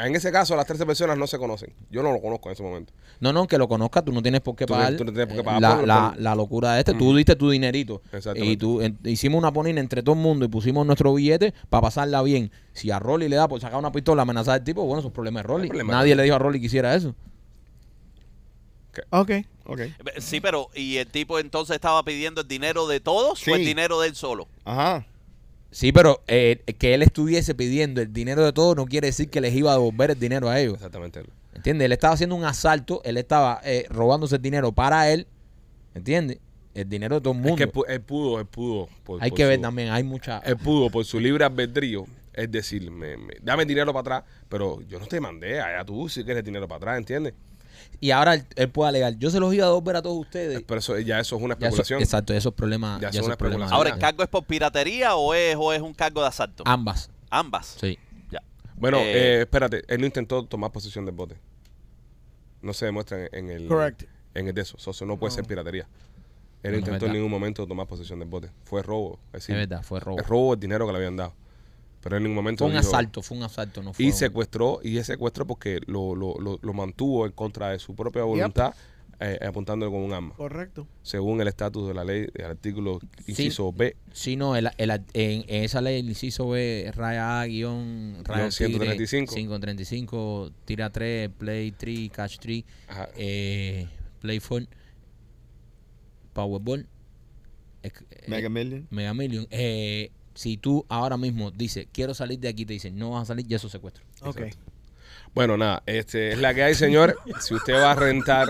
[SPEAKER 1] En ese caso, las 13 personas no se conocen. Yo no lo conozco en ese momento.
[SPEAKER 2] No, no, que lo conozcas, tú no tienes por qué
[SPEAKER 1] Tú no-
[SPEAKER 2] pagar,
[SPEAKER 1] tú no tienes por qué
[SPEAKER 2] eh,
[SPEAKER 1] pagar
[SPEAKER 2] la,
[SPEAKER 1] por-
[SPEAKER 2] la-
[SPEAKER 1] por-
[SPEAKER 2] la locura de este. Tú diste tu dinerito.
[SPEAKER 1] Exactamente.
[SPEAKER 2] Y tú en- hicimos una ponina entre todo el mundo y pusimos nuestro billete para pasarla bien. Si a Rolly le da por sacar una pistola, amenazar al tipo, bueno, esos problemas de Rolly.
[SPEAKER 1] No hay problema.
[SPEAKER 2] Nadie le dijo a Rolly que hiciera eso.
[SPEAKER 4] Ok.
[SPEAKER 3] Ok.
[SPEAKER 5] Sí, pero ¿y el tipo entonces estaba pidiendo el dinero de todos o el
[SPEAKER 3] Sí.
[SPEAKER 5] dinero de él solo?
[SPEAKER 3] Ajá.
[SPEAKER 2] Sí, pero eh, que él estuviese pidiendo el dinero de todos no quiere decir que les iba a devolver el dinero a ellos.
[SPEAKER 1] Exactamente.
[SPEAKER 2] ¿Entiendes? Él estaba haciendo un asalto, él estaba eh, robándose el dinero para él. ¿Entiendes? El dinero de todo el
[SPEAKER 1] Es
[SPEAKER 2] mundo.
[SPEAKER 1] que pu- él pudo, él pudo. por-
[SPEAKER 2] Hay
[SPEAKER 1] por
[SPEAKER 2] que ver
[SPEAKER 1] su-
[SPEAKER 2] también, hay mucha...
[SPEAKER 1] Él pudo, por su libre albedrío, es decir, me- me- dame el dinero para atrás, pero yo no te mandé, allá tú si quieres el dinero para atrás, ¿entiendes?
[SPEAKER 2] Y ahora él, él puede alegar, yo se los iba a devolver a todos ustedes.
[SPEAKER 1] Pero eso, ya eso es una
[SPEAKER 2] Ya eso-
[SPEAKER 1] especulación.
[SPEAKER 2] exacto, esos problemas.
[SPEAKER 1] Ya
[SPEAKER 2] Ya
[SPEAKER 1] son
[SPEAKER 2] esos
[SPEAKER 1] una
[SPEAKER 2] problemas.
[SPEAKER 1] Ah,
[SPEAKER 5] Ahora,
[SPEAKER 1] ya.
[SPEAKER 5] ¿el cargo es por piratería o es, o es un cargo de asalto?
[SPEAKER 2] Ambas,
[SPEAKER 5] Ambas.
[SPEAKER 2] Ah. sí.
[SPEAKER 5] Ya.
[SPEAKER 1] bueno,
[SPEAKER 5] Eh,
[SPEAKER 1] eh, espérate, él no intentó tomar posesión del bote. No se demuestra en, en el...
[SPEAKER 4] Correct.
[SPEAKER 1] En el de eso. So, eso no puede
[SPEAKER 4] No.
[SPEAKER 1] ser piratería. Él
[SPEAKER 2] No, es
[SPEAKER 1] intentó en
[SPEAKER 2] verdad.
[SPEAKER 1] ningún momento tomar posesión del bote. Fue robo. Es decir,
[SPEAKER 2] Es verdad, fue robo.
[SPEAKER 1] el robo del dinero que le habían dado. Pero en ningún momento...
[SPEAKER 2] Fue un
[SPEAKER 1] dijo-
[SPEAKER 2] asalto, fue un asalto, no fue
[SPEAKER 1] Y
[SPEAKER 2] un-
[SPEAKER 1] secuestró, y ese secuestro porque lo, lo, lo, lo mantuvo en contra de su propia voluntad, eh, apuntándole con un arma.
[SPEAKER 4] Correcto.
[SPEAKER 1] según el estatus de la ley, el artículo inciso B,
[SPEAKER 2] Sí, no, el, el- en, en esa ley, el inciso B, raya A, guión, raya
[SPEAKER 1] Guión 135.
[SPEAKER 2] 535, tira 3, play 3, catch 3,
[SPEAKER 1] Ajá.
[SPEAKER 2] eh, play 4, powerball, es-
[SPEAKER 3] Mega
[SPEAKER 2] eh,
[SPEAKER 3] Million.
[SPEAKER 2] Mega Million. Eh, si tú ahora mismo dices, quiero salir de aquí, te dicen, no vas a salir, ya eso secuestro.
[SPEAKER 4] Ok.
[SPEAKER 1] Bueno, nada, este es la que hay, señores. Si usted va a rentar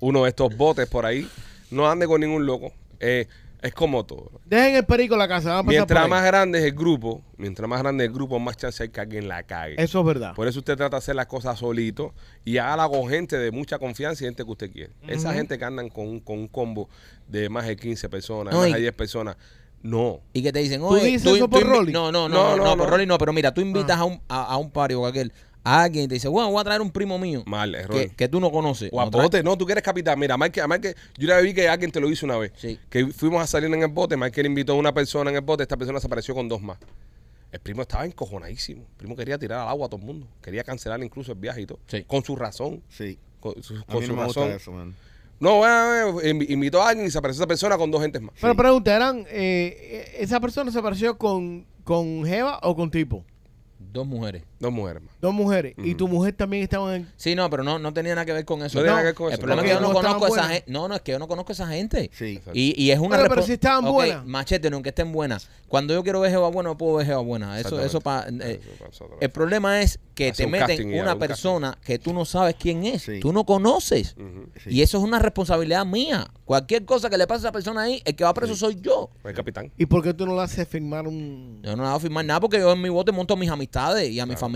[SPEAKER 1] uno de estos botes por ahí, no ande con ningún loco. Eh, es como todo.
[SPEAKER 4] Dejen el perico en la casa. Vamos a pasar
[SPEAKER 1] Mientras
[SPEAKER 4] por
[SPEAKER 1] más
[SPEAKER 4] ahí.
[SPEAKER 1] grande es el grupo, mientras más grande es el grupo, más chance hay que alguien la cague.
[SPEAKER 4] Eso es verdad.
[SPEAKER 1] Por eso usted trata de hacer las cosas solito y hágala con gente de mucha confianza y gente que usted quiere. Esa gente que andan con, un- con un combo de más de 15 personas,
[SPEAKER 2] No,
[SPEAKER 1] más
[SPEAKER 2] y-
[SPEAKER 1] de 10 personas, no.
[SPEAKER 2] Y que te dicen,
[SPEAKER 4] ¿Tú
[SPEAKER 2] oye,
[SPEAKER 4] dices eso
[SPEAKER 2] invi-
[SPEAKER 4] por
[SPEAKER 2] invi-
[SPEAKER 4] Rolly? Ah.
[SPEAKER 2] No, no,
[SPEAKER 1] No,
[SPEAKER 2] no, no,
[SPEAKER 1] no,
[SPEAKER 2] por
[SPEAKER 1] no.
[SPEAKER 2] Rolly no, pero mira, tú invitas a un, a, a un party o aquel, a alguien y te dice, bueno, voy a traer un primo mío
[SPEAKER 1] Mal, error.
[SPEAKER 2] que, que tú no conoces.
[SPEAKER 1] O a
[SPEAKER 2] No traes-
[SPEAKER 1] bote, no, tú quieres capitán. Mira, Mike, a Mike, yo ya vi que alguien te lo hizo una vez.
[SPEAKER 2] Sí.
[SPEAKER 1] Que fuimos a salir en el bote, Michael invitó a una persona en el bote, esta persona se apareció con dos más. El primo estaba encojonadísimo. El primo quería tirar al agua a todo el mundo. Quería cancelar incluso el viaje y todo.
[SPEAKER 2] Sí.
[SPEAKER 1] Con su razón.
[SPEAKER 3] Sí.
[SPEAKER 1] Con su,
[SPEAKER 3] A
[SPEAKER 1] con
[SPEAKER 3] mí
[SPEAKER 1] su
[SPEAKER 3] no me
[SPEAKER 1] razón.
[SPEAKER 3] gusta eso, man.
[SPEAKER 1] No, bueno, eh, invi- invitó a alguien y se apareció esa persona con dos gentes más.
[SPEAKER 4] Pero pregunta, ¿eran, eh, ¿esa persona se pareció con, con Jeva o con tipo?
[SPEAKER 2] Dos mujeres.
[SPEAKER 1] Dos mujeres más.
[SPEAKER 4] Dos mujeres. Y tu mujer también estaba en...
[SPEAKER 2] Sí, no, pero no, no tenía nada que ver con eso.
[SPEAKER 1] No tenía nada que ver con
[SPEAKER 2] El
[SPEAKER 1] eso.
[SPEAKER 2] problema es
[SPEAKER 4] Porque
[SPEAKER 2] que yo no
[SPEAKER 4] no estaban
[SPEAKER 2] conozco a esa
[SPEAKER 4] buenas.
[SPEAKER 2] gente. No, no, es que yo no conozco a esa gente.
[SPEAKER 3] Sí.
[SPEAKER 1] Exacto.
[SPEAKER 2] Y, y es una
[SPEAKER 4] Pero- pero
[SPEAKER 2] respons-
[SPEAKER 4] si estaban
[SPEAKER 2] Ok,
[SPEAKER 4] buenas.
[SPEAKER 2] Machete, no, que estén buenas. Cuando yo quiero ver jeva buena, no puedo ver jeva buena. Eso, eso pa- eh,
[SPEAKER 1] Exactamente. Eso pa- eso
[SPEAKER 2] el
[SPEAKER 1] pa-
[SPEAKER 2] problema es que
[SPEAKER 1] Hace
[SPEAKER 2] te
[SPEAKER 1] un casting y
[SPEAKER 2] meten
[SPEAKER 1] hago
[SPEAKER 2] una
[SPEAKER 1] un casting.
[SPEAKER 2] persona que tú no sabes quién es.
[SPEAKER 3] Sí.
[SPEAKER 2] Tú no conoces.
[SPEAKER 1] Ujú.
[SPEAKER 3] Sí.
[SPEAKER 2] Y eso es una responsabilidad mía. Cualquier cosa que le pase a esa persona ahí, el que va preso soy yo.
[SPEAKER 1] El capitán.
[SPEAKER 4] ¿Y por qué tú no la haces firmar un...?
[SPEAKER 2] Yo no le voy a firmar nada porque yo en mi bote monto a mis amistades y a mi familia.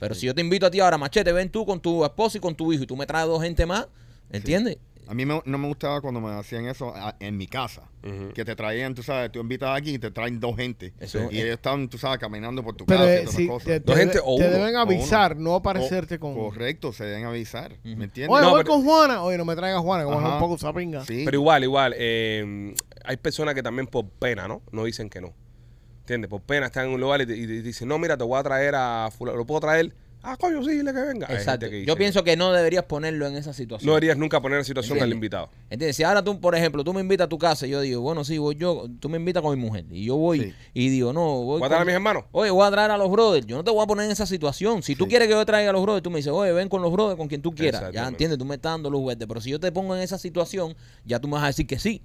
[SPEAKER 2] Pero si yo te invito a ti ahora, machete, ven tú con tu esposo y con tu hijo y tú me traes dos gente más, ¿entiendes?
[SPEAKER 3] A mí me- no me gustaba cuando me hacían eso a- en mi casa.
[SPEAKER 1] Ujú.
[SPEAKER 3] Que te traían, tú sabes, tú invitas aquí y te traen dos gente.
[SPEAKER 2] Eso
[SPEAKER 3] y
[SPEAKER 2] es-
[SPEAKER 3] ellos estaban, tú sabes, caminando por tu
[SPEAKER 4] Pero
[SPEAKER 3] casa y
[SPEAKER 4] eh,
[SPEAKER 3] todas
[SPEAKER 4] sí,
[SPEAKER 3] esas
[SPEAKER 4] te,
[SPEAKER 3] cosas.
[SPEAKER 1] Dos
[SPEAKER 4] te-
[SPEAKER 1] gente o
[SPEAKER 4] te
[SPEAKER 1] uno,
[SPEAKER 4] deben
[SPEAKER 1] o
[SPEAKER 4] avisar, no
[SPEAKER 3] parecerte
[SPEAKER 4] aparecerte con...
[SPEAKER 3] Correcto, se deben avisar. ¿Me entiendes?
[SPEAKER 4] Oye,
[SPEAKER 1] No,
[SPEAKER 4] voy
[SPEAKER 1] pero-
[SPEAKER 4] con Juana. Oye, no me traigas a Juana, que
[SPEAKER 3] Ajá.
[SPEAKER 4] vamos a un poco zapinga.
[SPEAKER 3] Sí.
[SPEAKER 1] Pero igual, igual, eh, hay personas que también por pena, ¿no? No dicen que no. ¿Entiendes? Por pena están en un lugar y, te- y te dicen, no, mira, te voy a traer a fulano, lo puedo traer. Ah, coño, sí, dile que venga. Hay
[SPEAKER 2] Exacto.
[SPEAKER 1] gente que
[SPEAKER 2] Yo
[SPEAKER 1] dice
[SPEAKER 2] pienso que no deberías ponerlo en esa
[SPEAKER 1] que
[SPEAKER 2] situación.
[SPEAKER 1] No deberías nunca poner en situación al
[SPEAKER 2] Entiende.
[SPEAKER 1] invitado.
[SPEAKER 2] ¿Entiendes? Si ahora tú, por ejemplo, tú me invitas a tu casa y yo digo, bueno, sí, voy yo, tú me invitas con mi mujer y yo voy
[SPEAKER 3] Sí.
[SPEAKER 2] y digo, no, voy.
[SPEAKER 1] ¿Voy a traer a
[SPEAKER 2] con-
[SPEAKER 1] mis hermanos?
[SPEAKER 2] Oye, voy a traer a los brothers. Yo no te voy a poner en esa situación. Si tú
[SPEAKER 3] Sí.
[SPEAKER 2] quieres que yo traiga a los brothers, tú me dices, oye, ven con los brothers, con quien tú quieras. Ya
[SPEAKER 1] Exactamente.
[SPEAKER 2] entiendes, tú me estás dando los juguetes. Pero si yo te pongo en esa situación, ya tú me vas a decir que sí.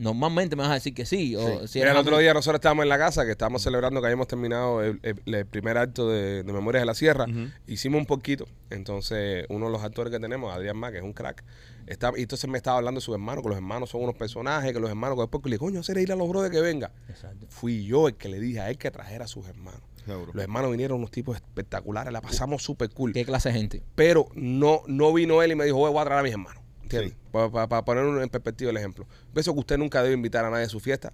[SPEAKER 2] normalmente me vas a decir que sí. O si
[SPEAKER 1] Mira,
[SPEAKER 2] eres
[SPEAKER 1] el otro
[SPEAKER 2] hambre-
[SPEAKER 1] día nosotros estábamos en la casa, que estábamos celebrando que habíamos terminado el, el- el primer acto de, de Memorias de la Sierra.
[SPEAKER 3] Ujú.
[SPEAKER 1] Hicimos un poquito. Entonces, uno de los actores que tenemos, Adrián Má, que es un crack, está, y entonces me estaba hablando de sus hermanos, que los hermanos son unos personajes, que los hermanos, que después que le digo, coño, hacer ir a los brothers que venga.
[SPEAKER 2] Exacto.
[SPEAKER 1] Fui yo el que le dije a él que trajera a sus hermanos.
[SPEAKER 3] Seguro.
[SPEAKER 1] Los hermanos vinieron unos tipos espectaculares, la pasamos súper cool.
[SPEAKER 2] ¿Qué clase de gente?
[SPEAKER 1] Pero no, no vino él y me dijo, "Oye, voy a traer a mis hermanos. ¿Entiendes?
[SPEAKER 3] Sí.
[SPEAKER 1] Para, poner un- en perspectiva el ejemplo. Pienso que usted nunca debe invitar a nadie a su fiesta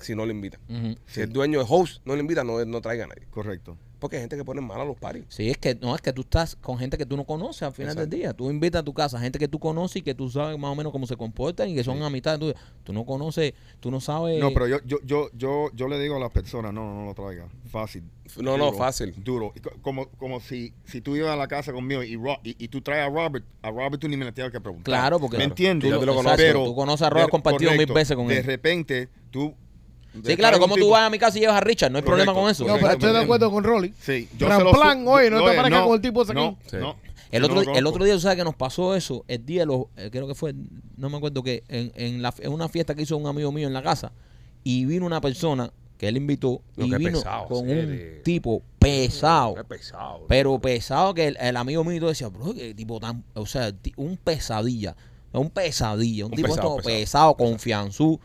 [SPEAKER 1] si no le invitan.
[SPEAKER 2] Ujú.
[SPEAKER 1] Si el dueño de host no le invita, no, no traiga a nadie.
[SPEAKER 3] Correcto.
[SPEAKER 1] Porque hay gente que pone mal a los paris.
[SPEAKER 2] Sí, es que no, es que tú estás con gente que tú no conoces al final
[SPEAKER 1] Exacto.
[SPEAKER 2] del día. Tú invitas a tu casa gente que tú conoces y que tú sabes más o menos cómo se comportan y que son a mitad de tu Tú no conoces, tú no sabes.
[SPEAKER 3] No, pero yo, yo, yo, yo, yo le digo a las personas, no, no, no lo traiga. Fácil.
[SPEAKER 1] No, no,
[SPEAKER 3] Duro,
[SPEAKER 1] fácil.
[SPEAKER 3] Duro. Y co- Como, como si, si tú ibas a la casa conmigo y, Ro- y, y tú traes a Robert, a Robert tú ni me le tienes que preguntar.
[SPEAKER 2] Claro, porque
[SPEAKER 3] ¿Me entiendes?
[SPEAKER 1] tú lo- Ya te lo
[SPEAKER 2] exacto,
[SPEAKER 1] conoces.
[SPEAKER 2] tú conoces a Robert, has compartido mil veces con
[SPEAKER 3] De
[SPEAKER 2] él.
[SPEAKER 3] repente, tú...
[SPEAKER 2] sí, claro, como
[SPEAKER 3] como
[SPEAKER 2] tú vas a mi casa y llevas a Richard, no hay
[SPEAKER 3] Correcto,
[SPEAKER 2] problema con eso.
[SPEAKER 4] No, pero estoy de
[SPEAKER 3] Correcto.
[SPEAKER 4] acuerdo con Rolly.
[SPEAKER 3] Sí,
[SPEAKER 4] Ramplan,
[SPEAKER 3] su-
[SPEAKER 4] oye, no te
[SPEAKER 3] oye,
[SPEAKER 4] aparezcas con el tipo ese aquí.
[SPEAKER 3] No,
[SPEAKER 1] Sí.
[SPEAKER 3] no.
[SPEAKER 2] El
[SPEAKER 3] Yo
[SPEAKER 2] otro,
[SPEAKER 3] no lo
[SPEAKER 2] el
[SPEAKER 3] conozco.
[SPEAKER 2] otro día, ¿tú sabes que nos pasó eso? El día de los, eh, creo que fue, no me acuerdo que, en, en, la, en una fiesta que hizo un amigo mío en la casa, y vino una persona que él invitó,
[SPEAKER 1] No,
[SPEAKER 2] y
[SPEAKER 1] qué
[SPEAKER 2] vino
[SPEAKER 1] pesado,
[SPEAKER 2] con
[SPEAKER 1] sí,
[SPEAKER 2] un
[SPEAKER 1] de-
[SPEAKER 2] tipo pesado,
[SPEAKER 1] Qué pesado.
[SPEAKER 2] pero pesado que el, el amigo mío y todo decía, bro, qué tipo tan, o sea, ti- un pesadilla, un pesadilla, un,
[SPEAKER 1] Un
[SPEAKER 2] tipo
[SPEAKER 1] pesado,
[SPEAKER 2] todo
[SPEAKER 1] pesado,
[SPEAKER 2] pesado, confianzú.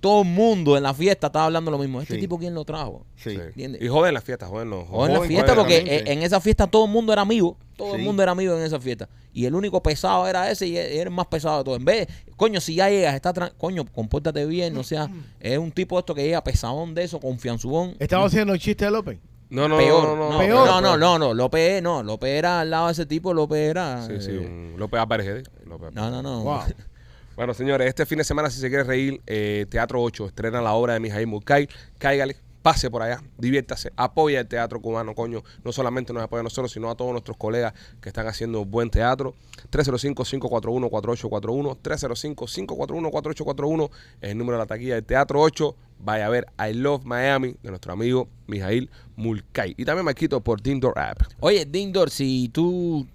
[SPEAKER 2] Todo el mundo en la fiesta estaba hablando lo mismo. ¿Este
[SPEAKER 3] Sí.
[SPEAKER 2] tipo quién lo trajo?
[SPEAKER 3] Sí.
[SPEAKER 2] ¿Entiendes?
[SPEAKER 1] Y joden las fiestas, joden los
[SPEAKER 2] O en la
[SPEAKER 3] Joven,
[SPEAKER 2] fiesta, porque eh,
[SPEAKER 3] claramente.
[SPEAKER 2] en esa fiesta todo el mundo era amigo. Todo el
[SPEAKER 3] Sí.
[SPEAKER 2] mundo era amigo en esa fiesta. Y el único pesado era ese y e- era el más pesado de todo. En vez, de, coño, si ya llegas, está tran- coño, compórtate bien. O sea, es un tipo esto que llega pesadón de eso, confianzubón.
[SPEAKER 4] Estaba haciendo el chiste de López.
[SPEAKER 1] No, no,
[SPEAKER 2] peor.
[SPEAKER 1] no, pues. no, no.
[SPEAKER 4] peor.
[SPEAKER 2] No, no, no, no. López, no. López era al lado de ese tipo, López era.
[SPEAKER 1] Sí, sí,
[SPEAKER 2] eh,
[SPEAKER 1] un López Álvarez. Gede, López Álvarez.
[SPEAKER 2] No, no, no.
[SPEAKER 4] Wow.
[SPEAKER 1] Bueno, señores, este fin de semana, si se quiere reír, eh, Teatro 8 estrena la obra de Mijail Murcay. Cáigale, pase por allá, diviértase, apoya el teatro cubano, coño. No solamente nos apoya a nosotros, sino a todos nuestros colegas que están haciendo buen teatro. 305-541-4841, 305-541-4841 es el número de la taquilla del Teatro 8. Vaya a ver I Love Miami de nuestro amigo Mijail Murcay. Y también me quito por Dindor App.
[SPEAKER 2] Oye, Dindor, si tú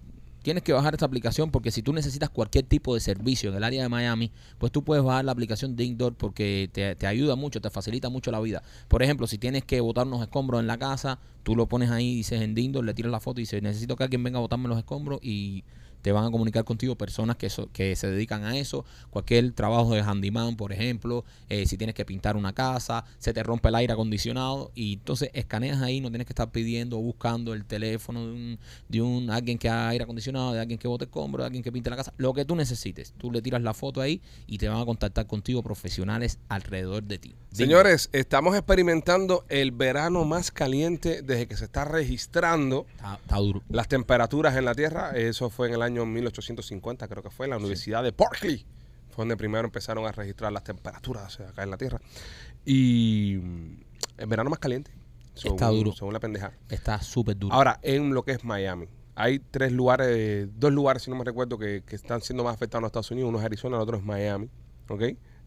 [SPEAKER 2] tienes que bajar esta aplicación porque si tú necesitas cualquier tipo de servicio en el área de Miami, pues tú puedes bajar la aplicación Dindor porque te, te ayuda mucho, te facilita mucho la vida. Por ejemplo, si tienes que botar unos escombros en la casa, tú lo pones ahí, dices en Dindor, le tiras la foto y dices, necesito que alguien venga a botarme los escombros y te van a comunicar contigo personas que, so- que se dedican a eso, cualquier trabajo de handyman, por ejemplo, eh, si tienes que pintar una casa, se te rompe el aire acondicionado y entonces escaneas ahí, no tienes que estar pidiendo o buscando el teléfono de un, de un alguien que haga aire acondicionado, de alguien que bote escombros, de alguien que pinte la casa, lo que tú necesites, tú le tiras la foto ahí y te van a contactar contigo profesionales alrededor de ti.
[SPEAKER 1] Señores, estamos experimentando el verano más caliente desde que se está registrando
[SPEAKER 2] Está, está duro.
[SPEAKER 1] las temperaturas en la Tierra. Eso fue en el año 1850, creo que fue, en la Universidad de Berkeley. Fue donde primero empezaron a registrar las temperaturas acá en la Tierra. Y mm, el verano más caliente.
[SPEAKER 2] Está duro.
[SPEAKER 1] Según la pendeja.
[SPEAKER 2] Está súper duro.
[SPEAKER 1] Ahora, en lo que es Miami, hay tres lugares, dos lugares, si no me recuerdo, que, que están siendo más afectados en los Estados Unidos. Uno es Arizona, el otro es Miami. ¿Ok?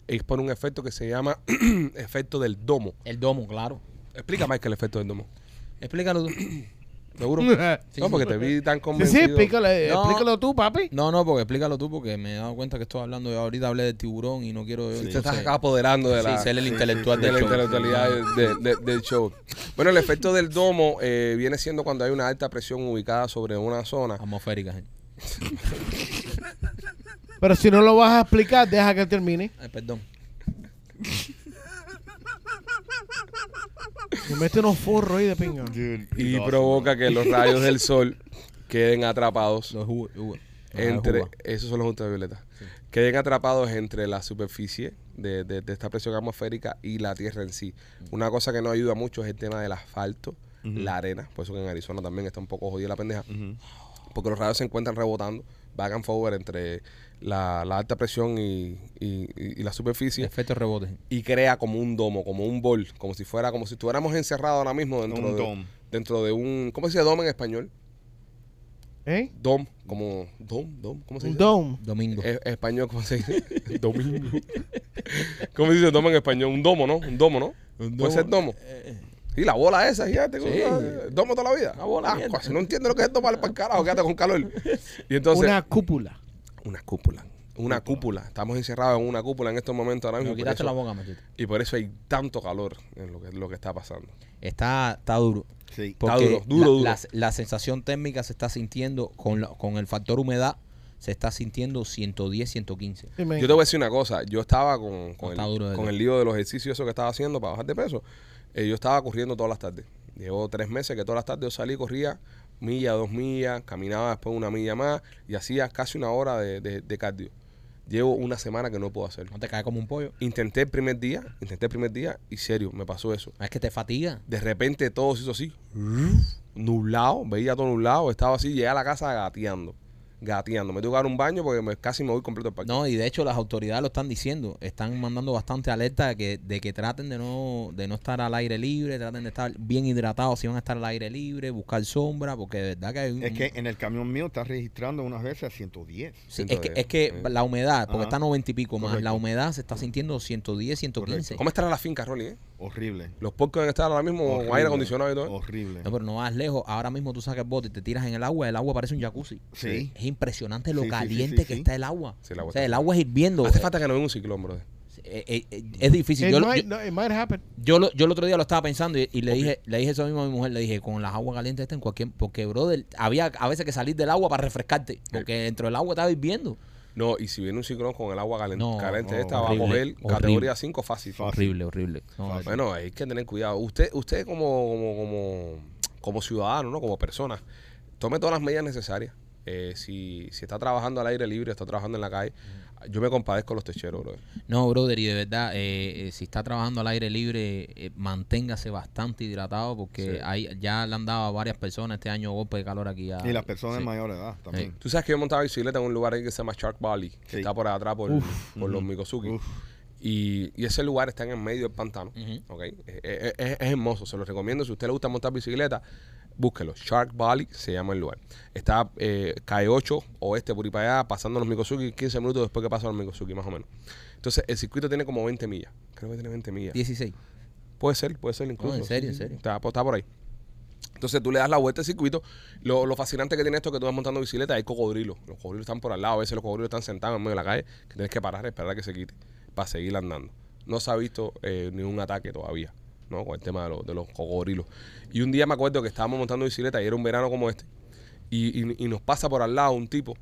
[SPEAKER 1] Es por un efecto que se llama efecto del domo.
[SPEAKER 2] el domo, claro.
[SPEAKER 1] Explica, Mike, el efecto del domo.
[SPEAKER 2] Explícalo tú.
[SPEAKER 1] ¿Seguro?
[SPEAKER 2] Sí,
[SPEAKER 1] no, porque te vi tan
[SPEAKER 4] Sí, sí,
[SPEAKER 1] convencido.
[SPEAKER 4] explícale,
[SPEAKER 2] No.
[SPEAKER 4] explícalo tú, papi.
[SPEAKER 2] No, no, porque explícalo tú, porque me he dado cuenta que estoy hablando. Yo ahorita hablé del tiburón y no quiero.
[SPEAKER 1] Te
[SPEAKER 2] entonces-
[SPEAKER 1] estás acá apoderando de la...
[SPEAKER 2] Sí, ser el intelectual
[SPEAKER 1] de
[SPEAKER 2] del
[SPEAKER 1] la
[SPEAKER 2] show.
[SPEAKER 1] intelectualidad de- de- del show. Bueno, el efecto del domo eh, viene siendo cuando hay una alta presión ubicada sobre una zona.
[SPEAKER 2] Atmosférica, gente.
[SPEAKER 4] Pero si no lo vas a explicar, deja que termine.
[SPEAKER 2] Ay, perdón.
[SPEAKER 4] Me mete unos forros ahí de pinga.
[SPEAKER 1] Y provoca que los rayos del sol queden atrapados
[SPEAKER 2] Los jugos, jugos. Los
[SPEAKER 1] entre...
[SPEAKER 2] jugos.
[SPEAKER 1] Esos son los ultravioletas. Queden atrapados entre la superficie de, de- de esta presión atmosférica y la Tierra en sí. Una cosa que no ayuda mucho es el tema del asfalto, la arena. Por eso que en Arizona también está un poco jodida la pendeja.
[SPEAKER 3] Ujú.
[SPEAKER 1] porque los rayos se encuentran rebotando back and forward entre la, la alta presión y, y- y- y la superficie
[SPEAKER 2] Efecto rebote. gente.
[SPEAKER 1] y crea como un domo, como un bol, como si fuera, como si estuviéramos encerrados ahora mismo dentro
[SPEAKER 3] Un
[SPEAKER 1] de
[SPEAKER 3] dom.
[SPEAKER 1] dentro de un, ¿cómo se dice dom en español?
[SPEAKER 4] ¿Eh?
[SPEAKER 1] Dom, como dom, dom, ¿cómo se
[SPEAKER 4] Un
[SPEAKER 1] dice?
[SPEAKER 4] dome.
[SPEAKER 2] Domingo.
[SPEAKER 1] En en español, ¿cómo se dice? Domingo. ¿Cómo se dice dom en español? Un domo, ¿no? Un domo, ¿no? Puede ser domo. Y la bola esa gigante. con- ah, Domo toda la vida. La bola. si no entiendes lo que es domar para el carajo, quédate con calor. Y entonces.
[SPEAKER 4] Una cúpula.
[SPEAKER 1] una cúpula. una cúpula. Estamos encerrados en una cúpula en estos momentos ahora mismo.
[SPEAKER 2] Me
[SPEAKER 1] y por
[SPEAKER 2] quitaste
[SPEAKER 1] eso-
[SPEAKER 2] la boca, machete.
[SPEAKER 1] y por eso hay tanto calor en lo que, lo que está pasando.
[SPEAKER 2] Está, está duro.
[SPEAKER 3] Sí.
[SPEAKER 1] Por-
[SPEAKER 2] Porque
[SPEAKER 1] duro, duro,
[SPEAKER 2] la,
[SPEAKER 1] duro.
[SPEAKER 2] La, la sensación térmica se está sintiendo con, la- con el factor humedad, se está sintiendo 110, 115.
[SPEAKER 4] Sí, men.
[SPEAKER 1] Yo te voy a decir una cosa. Yo estaba con, con
[SPEAKER 2] Pues, Está
[SPEAKER 1] el,
[SPEAKER 2] duro de
[SPEAKER 1] con
[SPEAKER 2] todo.
[SPEAKER 1] el lío de los ejercicios eso que estaba haciendo para bajar de peso. Eh, yo estaba corriendo todas las tardes. Llevo tres meses que todas las tardes yo salí y corría milla, dos millas, caminaba después una milla más y hacía casi una hora de, de- de cardio. Llevo una semana que no puedo hacerlo.
[SPEAKER 2] No te cae como un pollo.
[SPEAKER 1] Intenté el primer día, intenté el primer día y serio, me pasó eso.
[SPEAKER 2] Es que te fatiga.
[SPEAKER 1] De repente todo se hizo así, nublado, veía todo nublado, estaba así, llegué a la casa gateando, gateando. Me tuve que dar un baño porque me- casi me voy completo el parque.
[SPEAKER 2] No, y de hecho las autoridades lo están diciendo, están mandando bastante alerta de que, de que traten de no, de no estar al aire libre, traten de estar bien hidratados si van a estar al aire libre, buscar sombra, porque de verdad que hay un...
[SPEAKER 3] Es que en el camión mío está registrando unas veces a 110.
[SPEAKER 2] Sí, es que,
[SPEAKER 1] 110,
[SPEAKER 2] es que
[SPEAKER 1] sí.
[SPEAKER 2] la humedad, porque
[SPEAKER 3] Ajá.
[SPEAKER 2] está 90 y pico más,
[SPEAKER 3] Correcto.
[SPEAKER 2] la humedad se está sintiendo 110, 115.
[SPEAKER 1] ¿Cómo estará la finca, Rolly? eh?
[SPEAKER 3] Horrible.
[SPEAKER 1] Los porcos deben estar ahora mismo con
[SPEAKER 3] Horrible.
[SPEAKER 1] aire acondicionado y todo.
[SPEAKER 3] Horrible.
[SPEAKER 2] No, pero no vas lejos, ahora mismo tú sacas el bote y te tiras en el agua, el agua parece un jacuzzi.
[SPEAKER 3] Sí.
[SPEAKER 2] Es impresionante lo
[SPEAKER 3] Sí, sí, sí,
[SPEAKER 2] caliente
[SPEAKER 3] sí,
[SPEAKER 2] que
[SPEAKER 3] sí.
[SPEAKER 2] está el agua.
[SPEAKER 1] Sí, el agua
[SPEAKER 2] o sea,
[SPEAKER 1] está
[SPEAKER 2] el agua es hirviendo.
[SPEAKER 1] Hace falta que no venga un ciclón, brother.
[SPEAKER 2] Eh, eh, eh, es difícil.
[SPEAKER 4] It
[SPEAKER 2] Yo, lo-
[SPEAKER 4] might-
[SPEAKER 2] yo-
[SPEAKER 4] no, it might happen.
[SPEAKER 2] Yo, lo, yo el otro día lo estaba pensando y, y le dije le dije eso mismo a mi mujer. Le dije, con las aguas calientes estas en cualquier... Porque, brother, había a veces que salir del agua para refrescarte. Porque dentro del agua estaba hirviendo.
[SPEAKER 1] No, y si viene un ciclón con el agua calen-
[SPEAKER 2] No,
[SPEAKER 1] caliente,
[SPEAKER 3] no,
[SPEAKER 1] esta va a
[SPEAKER 2] horrible,
[SPEAKER 1] coger
[SPEAKER 2] horrible.
[SPEAKER 1] categoría 5 fácil.
[SPEAKER 3] Fácil.
[SPEAKER 2] Horrible, horrible. No,
[SPEAKER 3] Fácil.
[SPEAKER 1] Bueno, hay que tener cuidado. Usted, usted como, como, como, como ciudadano, ¿no? Como persona, tome todas las medidas necesarias. Eh, si, si está trabajando al aire libre, está trabajando en la calle,
[SPEAKER 2] Mm.
[SPEAKER 1] yo me compadezco a los techeros, brother.
[SPEAKER 2] No, brother, y de verdad, eh, eh, si está trabajando al aire libre, eh, manténgase bastante hidratado porque
[SPEAKER 1] Sí.
[SPEAKER 2] hay, ya le han dado a varias personas este año golpe de calor aquí. a-
[SPEAKER 3] Y las personas
[SPEAKER 2] Sí.
[SPEAKER 3] de mayor edad también.
[SPEAKER 1] Tú sabes que yo montaba bicicleta en un lugar ahí que se llama Shark Valley, que
[SPEAKER 3] Sí.
[SPEAKER 1] está por atrás por, por los Mikosuki.
[SPEAKER 3] Uf.
[SPEAKER 1] Y, y ese lugar está en el medio del pantano.
[SPEAKER 2] Ujú.
[SPEAKER 1] ¿ok? Eh, eh, Es, es hermoso, se los recomiendo. Si a usted le gusta montar bicicleta, búsquelo. Shark Valley se llama el lugar. Está eh, calle 8 oeste por ahí para allá, pasando los Mikosuki, 15 minutos después que pasan los Mikosuki, más o menos. Entonces, el circuito tiene como 20 millas. Creo que tiene 20 millas.
[SPEAKER 2] 16.
[SPEAKER 1] Puede ser, puede ser incluso.
[SPEAKER 2] en
[SPEAKER 1] Sí,
[SPEAKER 2] serio, en
[SPEAKER 1] sí,
[SPEAKER 2] serio.
[SPEAKER 1] Está, pues, está por ahí. Entonces tú le das la vuelta al circuito. Lo, lo fascinante que tiene esto es que tú vas montando bicicleta, hay cocodrilos. Los cocodrilos están por al lado, a veces los cocodrilos están sentados en medio de la calle, que tienes que parar, esperar a que se quite, para seguir andando. No se ha visto eh, ningún ataque todavía, ¿no? Con el tema de, los- de los cocodrilos. Y un día me acuerdo que estábamos montando bicicleta y era un verano como este, y, y- y nos pasa por al lado un tipo,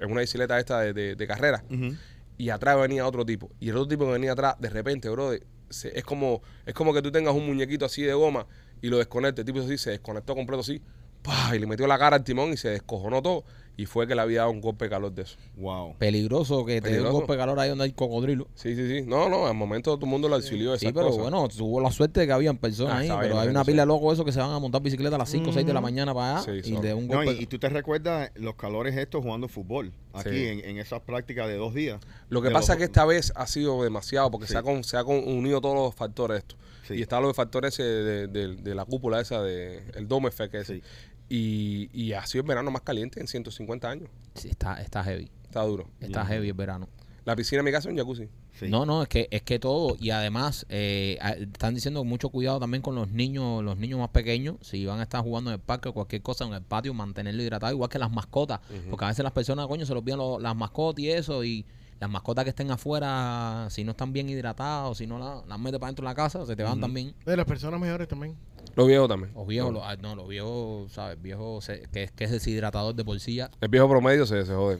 [SPEAKER 1] en una bicicleta esta de, de- de carrera,
[SPEAKER 3] Ujú.
[SPEAKER 1] y atrás venía otro tipo. Y el otro tipo que venía atrás, de repente, bro, de- se- es como es como que tú tengas un muñequito así de goma y lo desconectes. El tipo hizo así se desconectó completo así, ¡pah! y le metió la cara al timón y se descojonó todo. Y fue que le había dado un golpe de calor de eso.
[SPEAKER 3] Wow.
[SPEAKER 2] Peligroso que te dé un
[SPEAKER 1] Peligroso.
[SPEAKER 2] golpe de calor ahí donde hay cocodrilo.
[SPEAKER 1] Sí, sí, sí. No, no, al momento todo el mundo lo auxilió.
[SPEAKER 2] Sí, pero bueno, tuvo la suerte de que habían personas
[SPEAKER 1] Ah,
[SPEAKER 2] ahí,
[SPEAKER 1] está
[SPEAKER 2] pero
[SPEAKER 1] bien,
[SPEAKER 2] hay
[SPEAKER 1] bien, sí.
[SPEAKER 2] una
[SPEAKER 1] Mm.
[SPEAKER 2] pila de locos esos que se van a montar bicicleta a las 5 o 6 de la mañana para allá
[SPEAKER 1] Sí,
[SPEAKER 2] y
[SPEAKER 1] son.
[SPEAKER 2] de un
[SPEAKER 3] No,
[SPEAKER 2] golpe.
[SPEAKER 3] y, y tú te recuerdas los calores estos jugando fútbol, aquí
[SPEAKER 1] Sí.
[SPEAKER 3] en, en esas prácticas de dos días.
[SPEAKER 1] Lo que
[SPEAKER 3] De
[SPEAKER 1] pasa
[SPEAKER 3] los-
[SPEAKER 1] es que esta vez ha sido demasiado porque
[SPEAKER 3] Sí.
[SPEAKER 1] se, ha con- se ha con- unido todos los factores esto.
[SPEAKER 3] Sí.
[SPEAKER 1] Y está los factores de, de- de la cúpula esa, de, el dome effect ese.
[SPEAKER 3] Sí.
[SPEAKER 1] Y, y ha sido el verano más caliente en 150 años.
[SPEAKER 2] Sí, está, está heavy.
[SPEAKER 1] Está duro.
[SPEAKER 2] Está
[SPEAKER 3] Bien.
[SPEAKER 2] heavy el verano.
[SPEAKER 1] La piscina en mi casa es un jacuzzi.
[SPEAKER 3] Sí.
[SPEAKER 2] No, no, es que es que todo y además eh, a- están diciendo mucho cuidado también con los niños, los niños más pequeños, si van a estar jugando en el parque o cualquier cosa en el patio, mantenerlo hidratado igual que las mascotas, porque a veces las personas coño se los olvidan lo- las mascotas y eso y las mascotas que estén afuera, si no están bien hidratadas, o si no la- las metes para dentro de la casa, se te van también.
[SPEAKER 4] De las personas mayores también.
[SPEAKER 1] Los viejos también.
[SPEAKER 2] Los viejos, los- ah, no, los viejos, ¿sabes? Viejos se- que, es- que es deshidratador de bolsilla.
[SPEAKER 1] El viejo promedio se, se jode.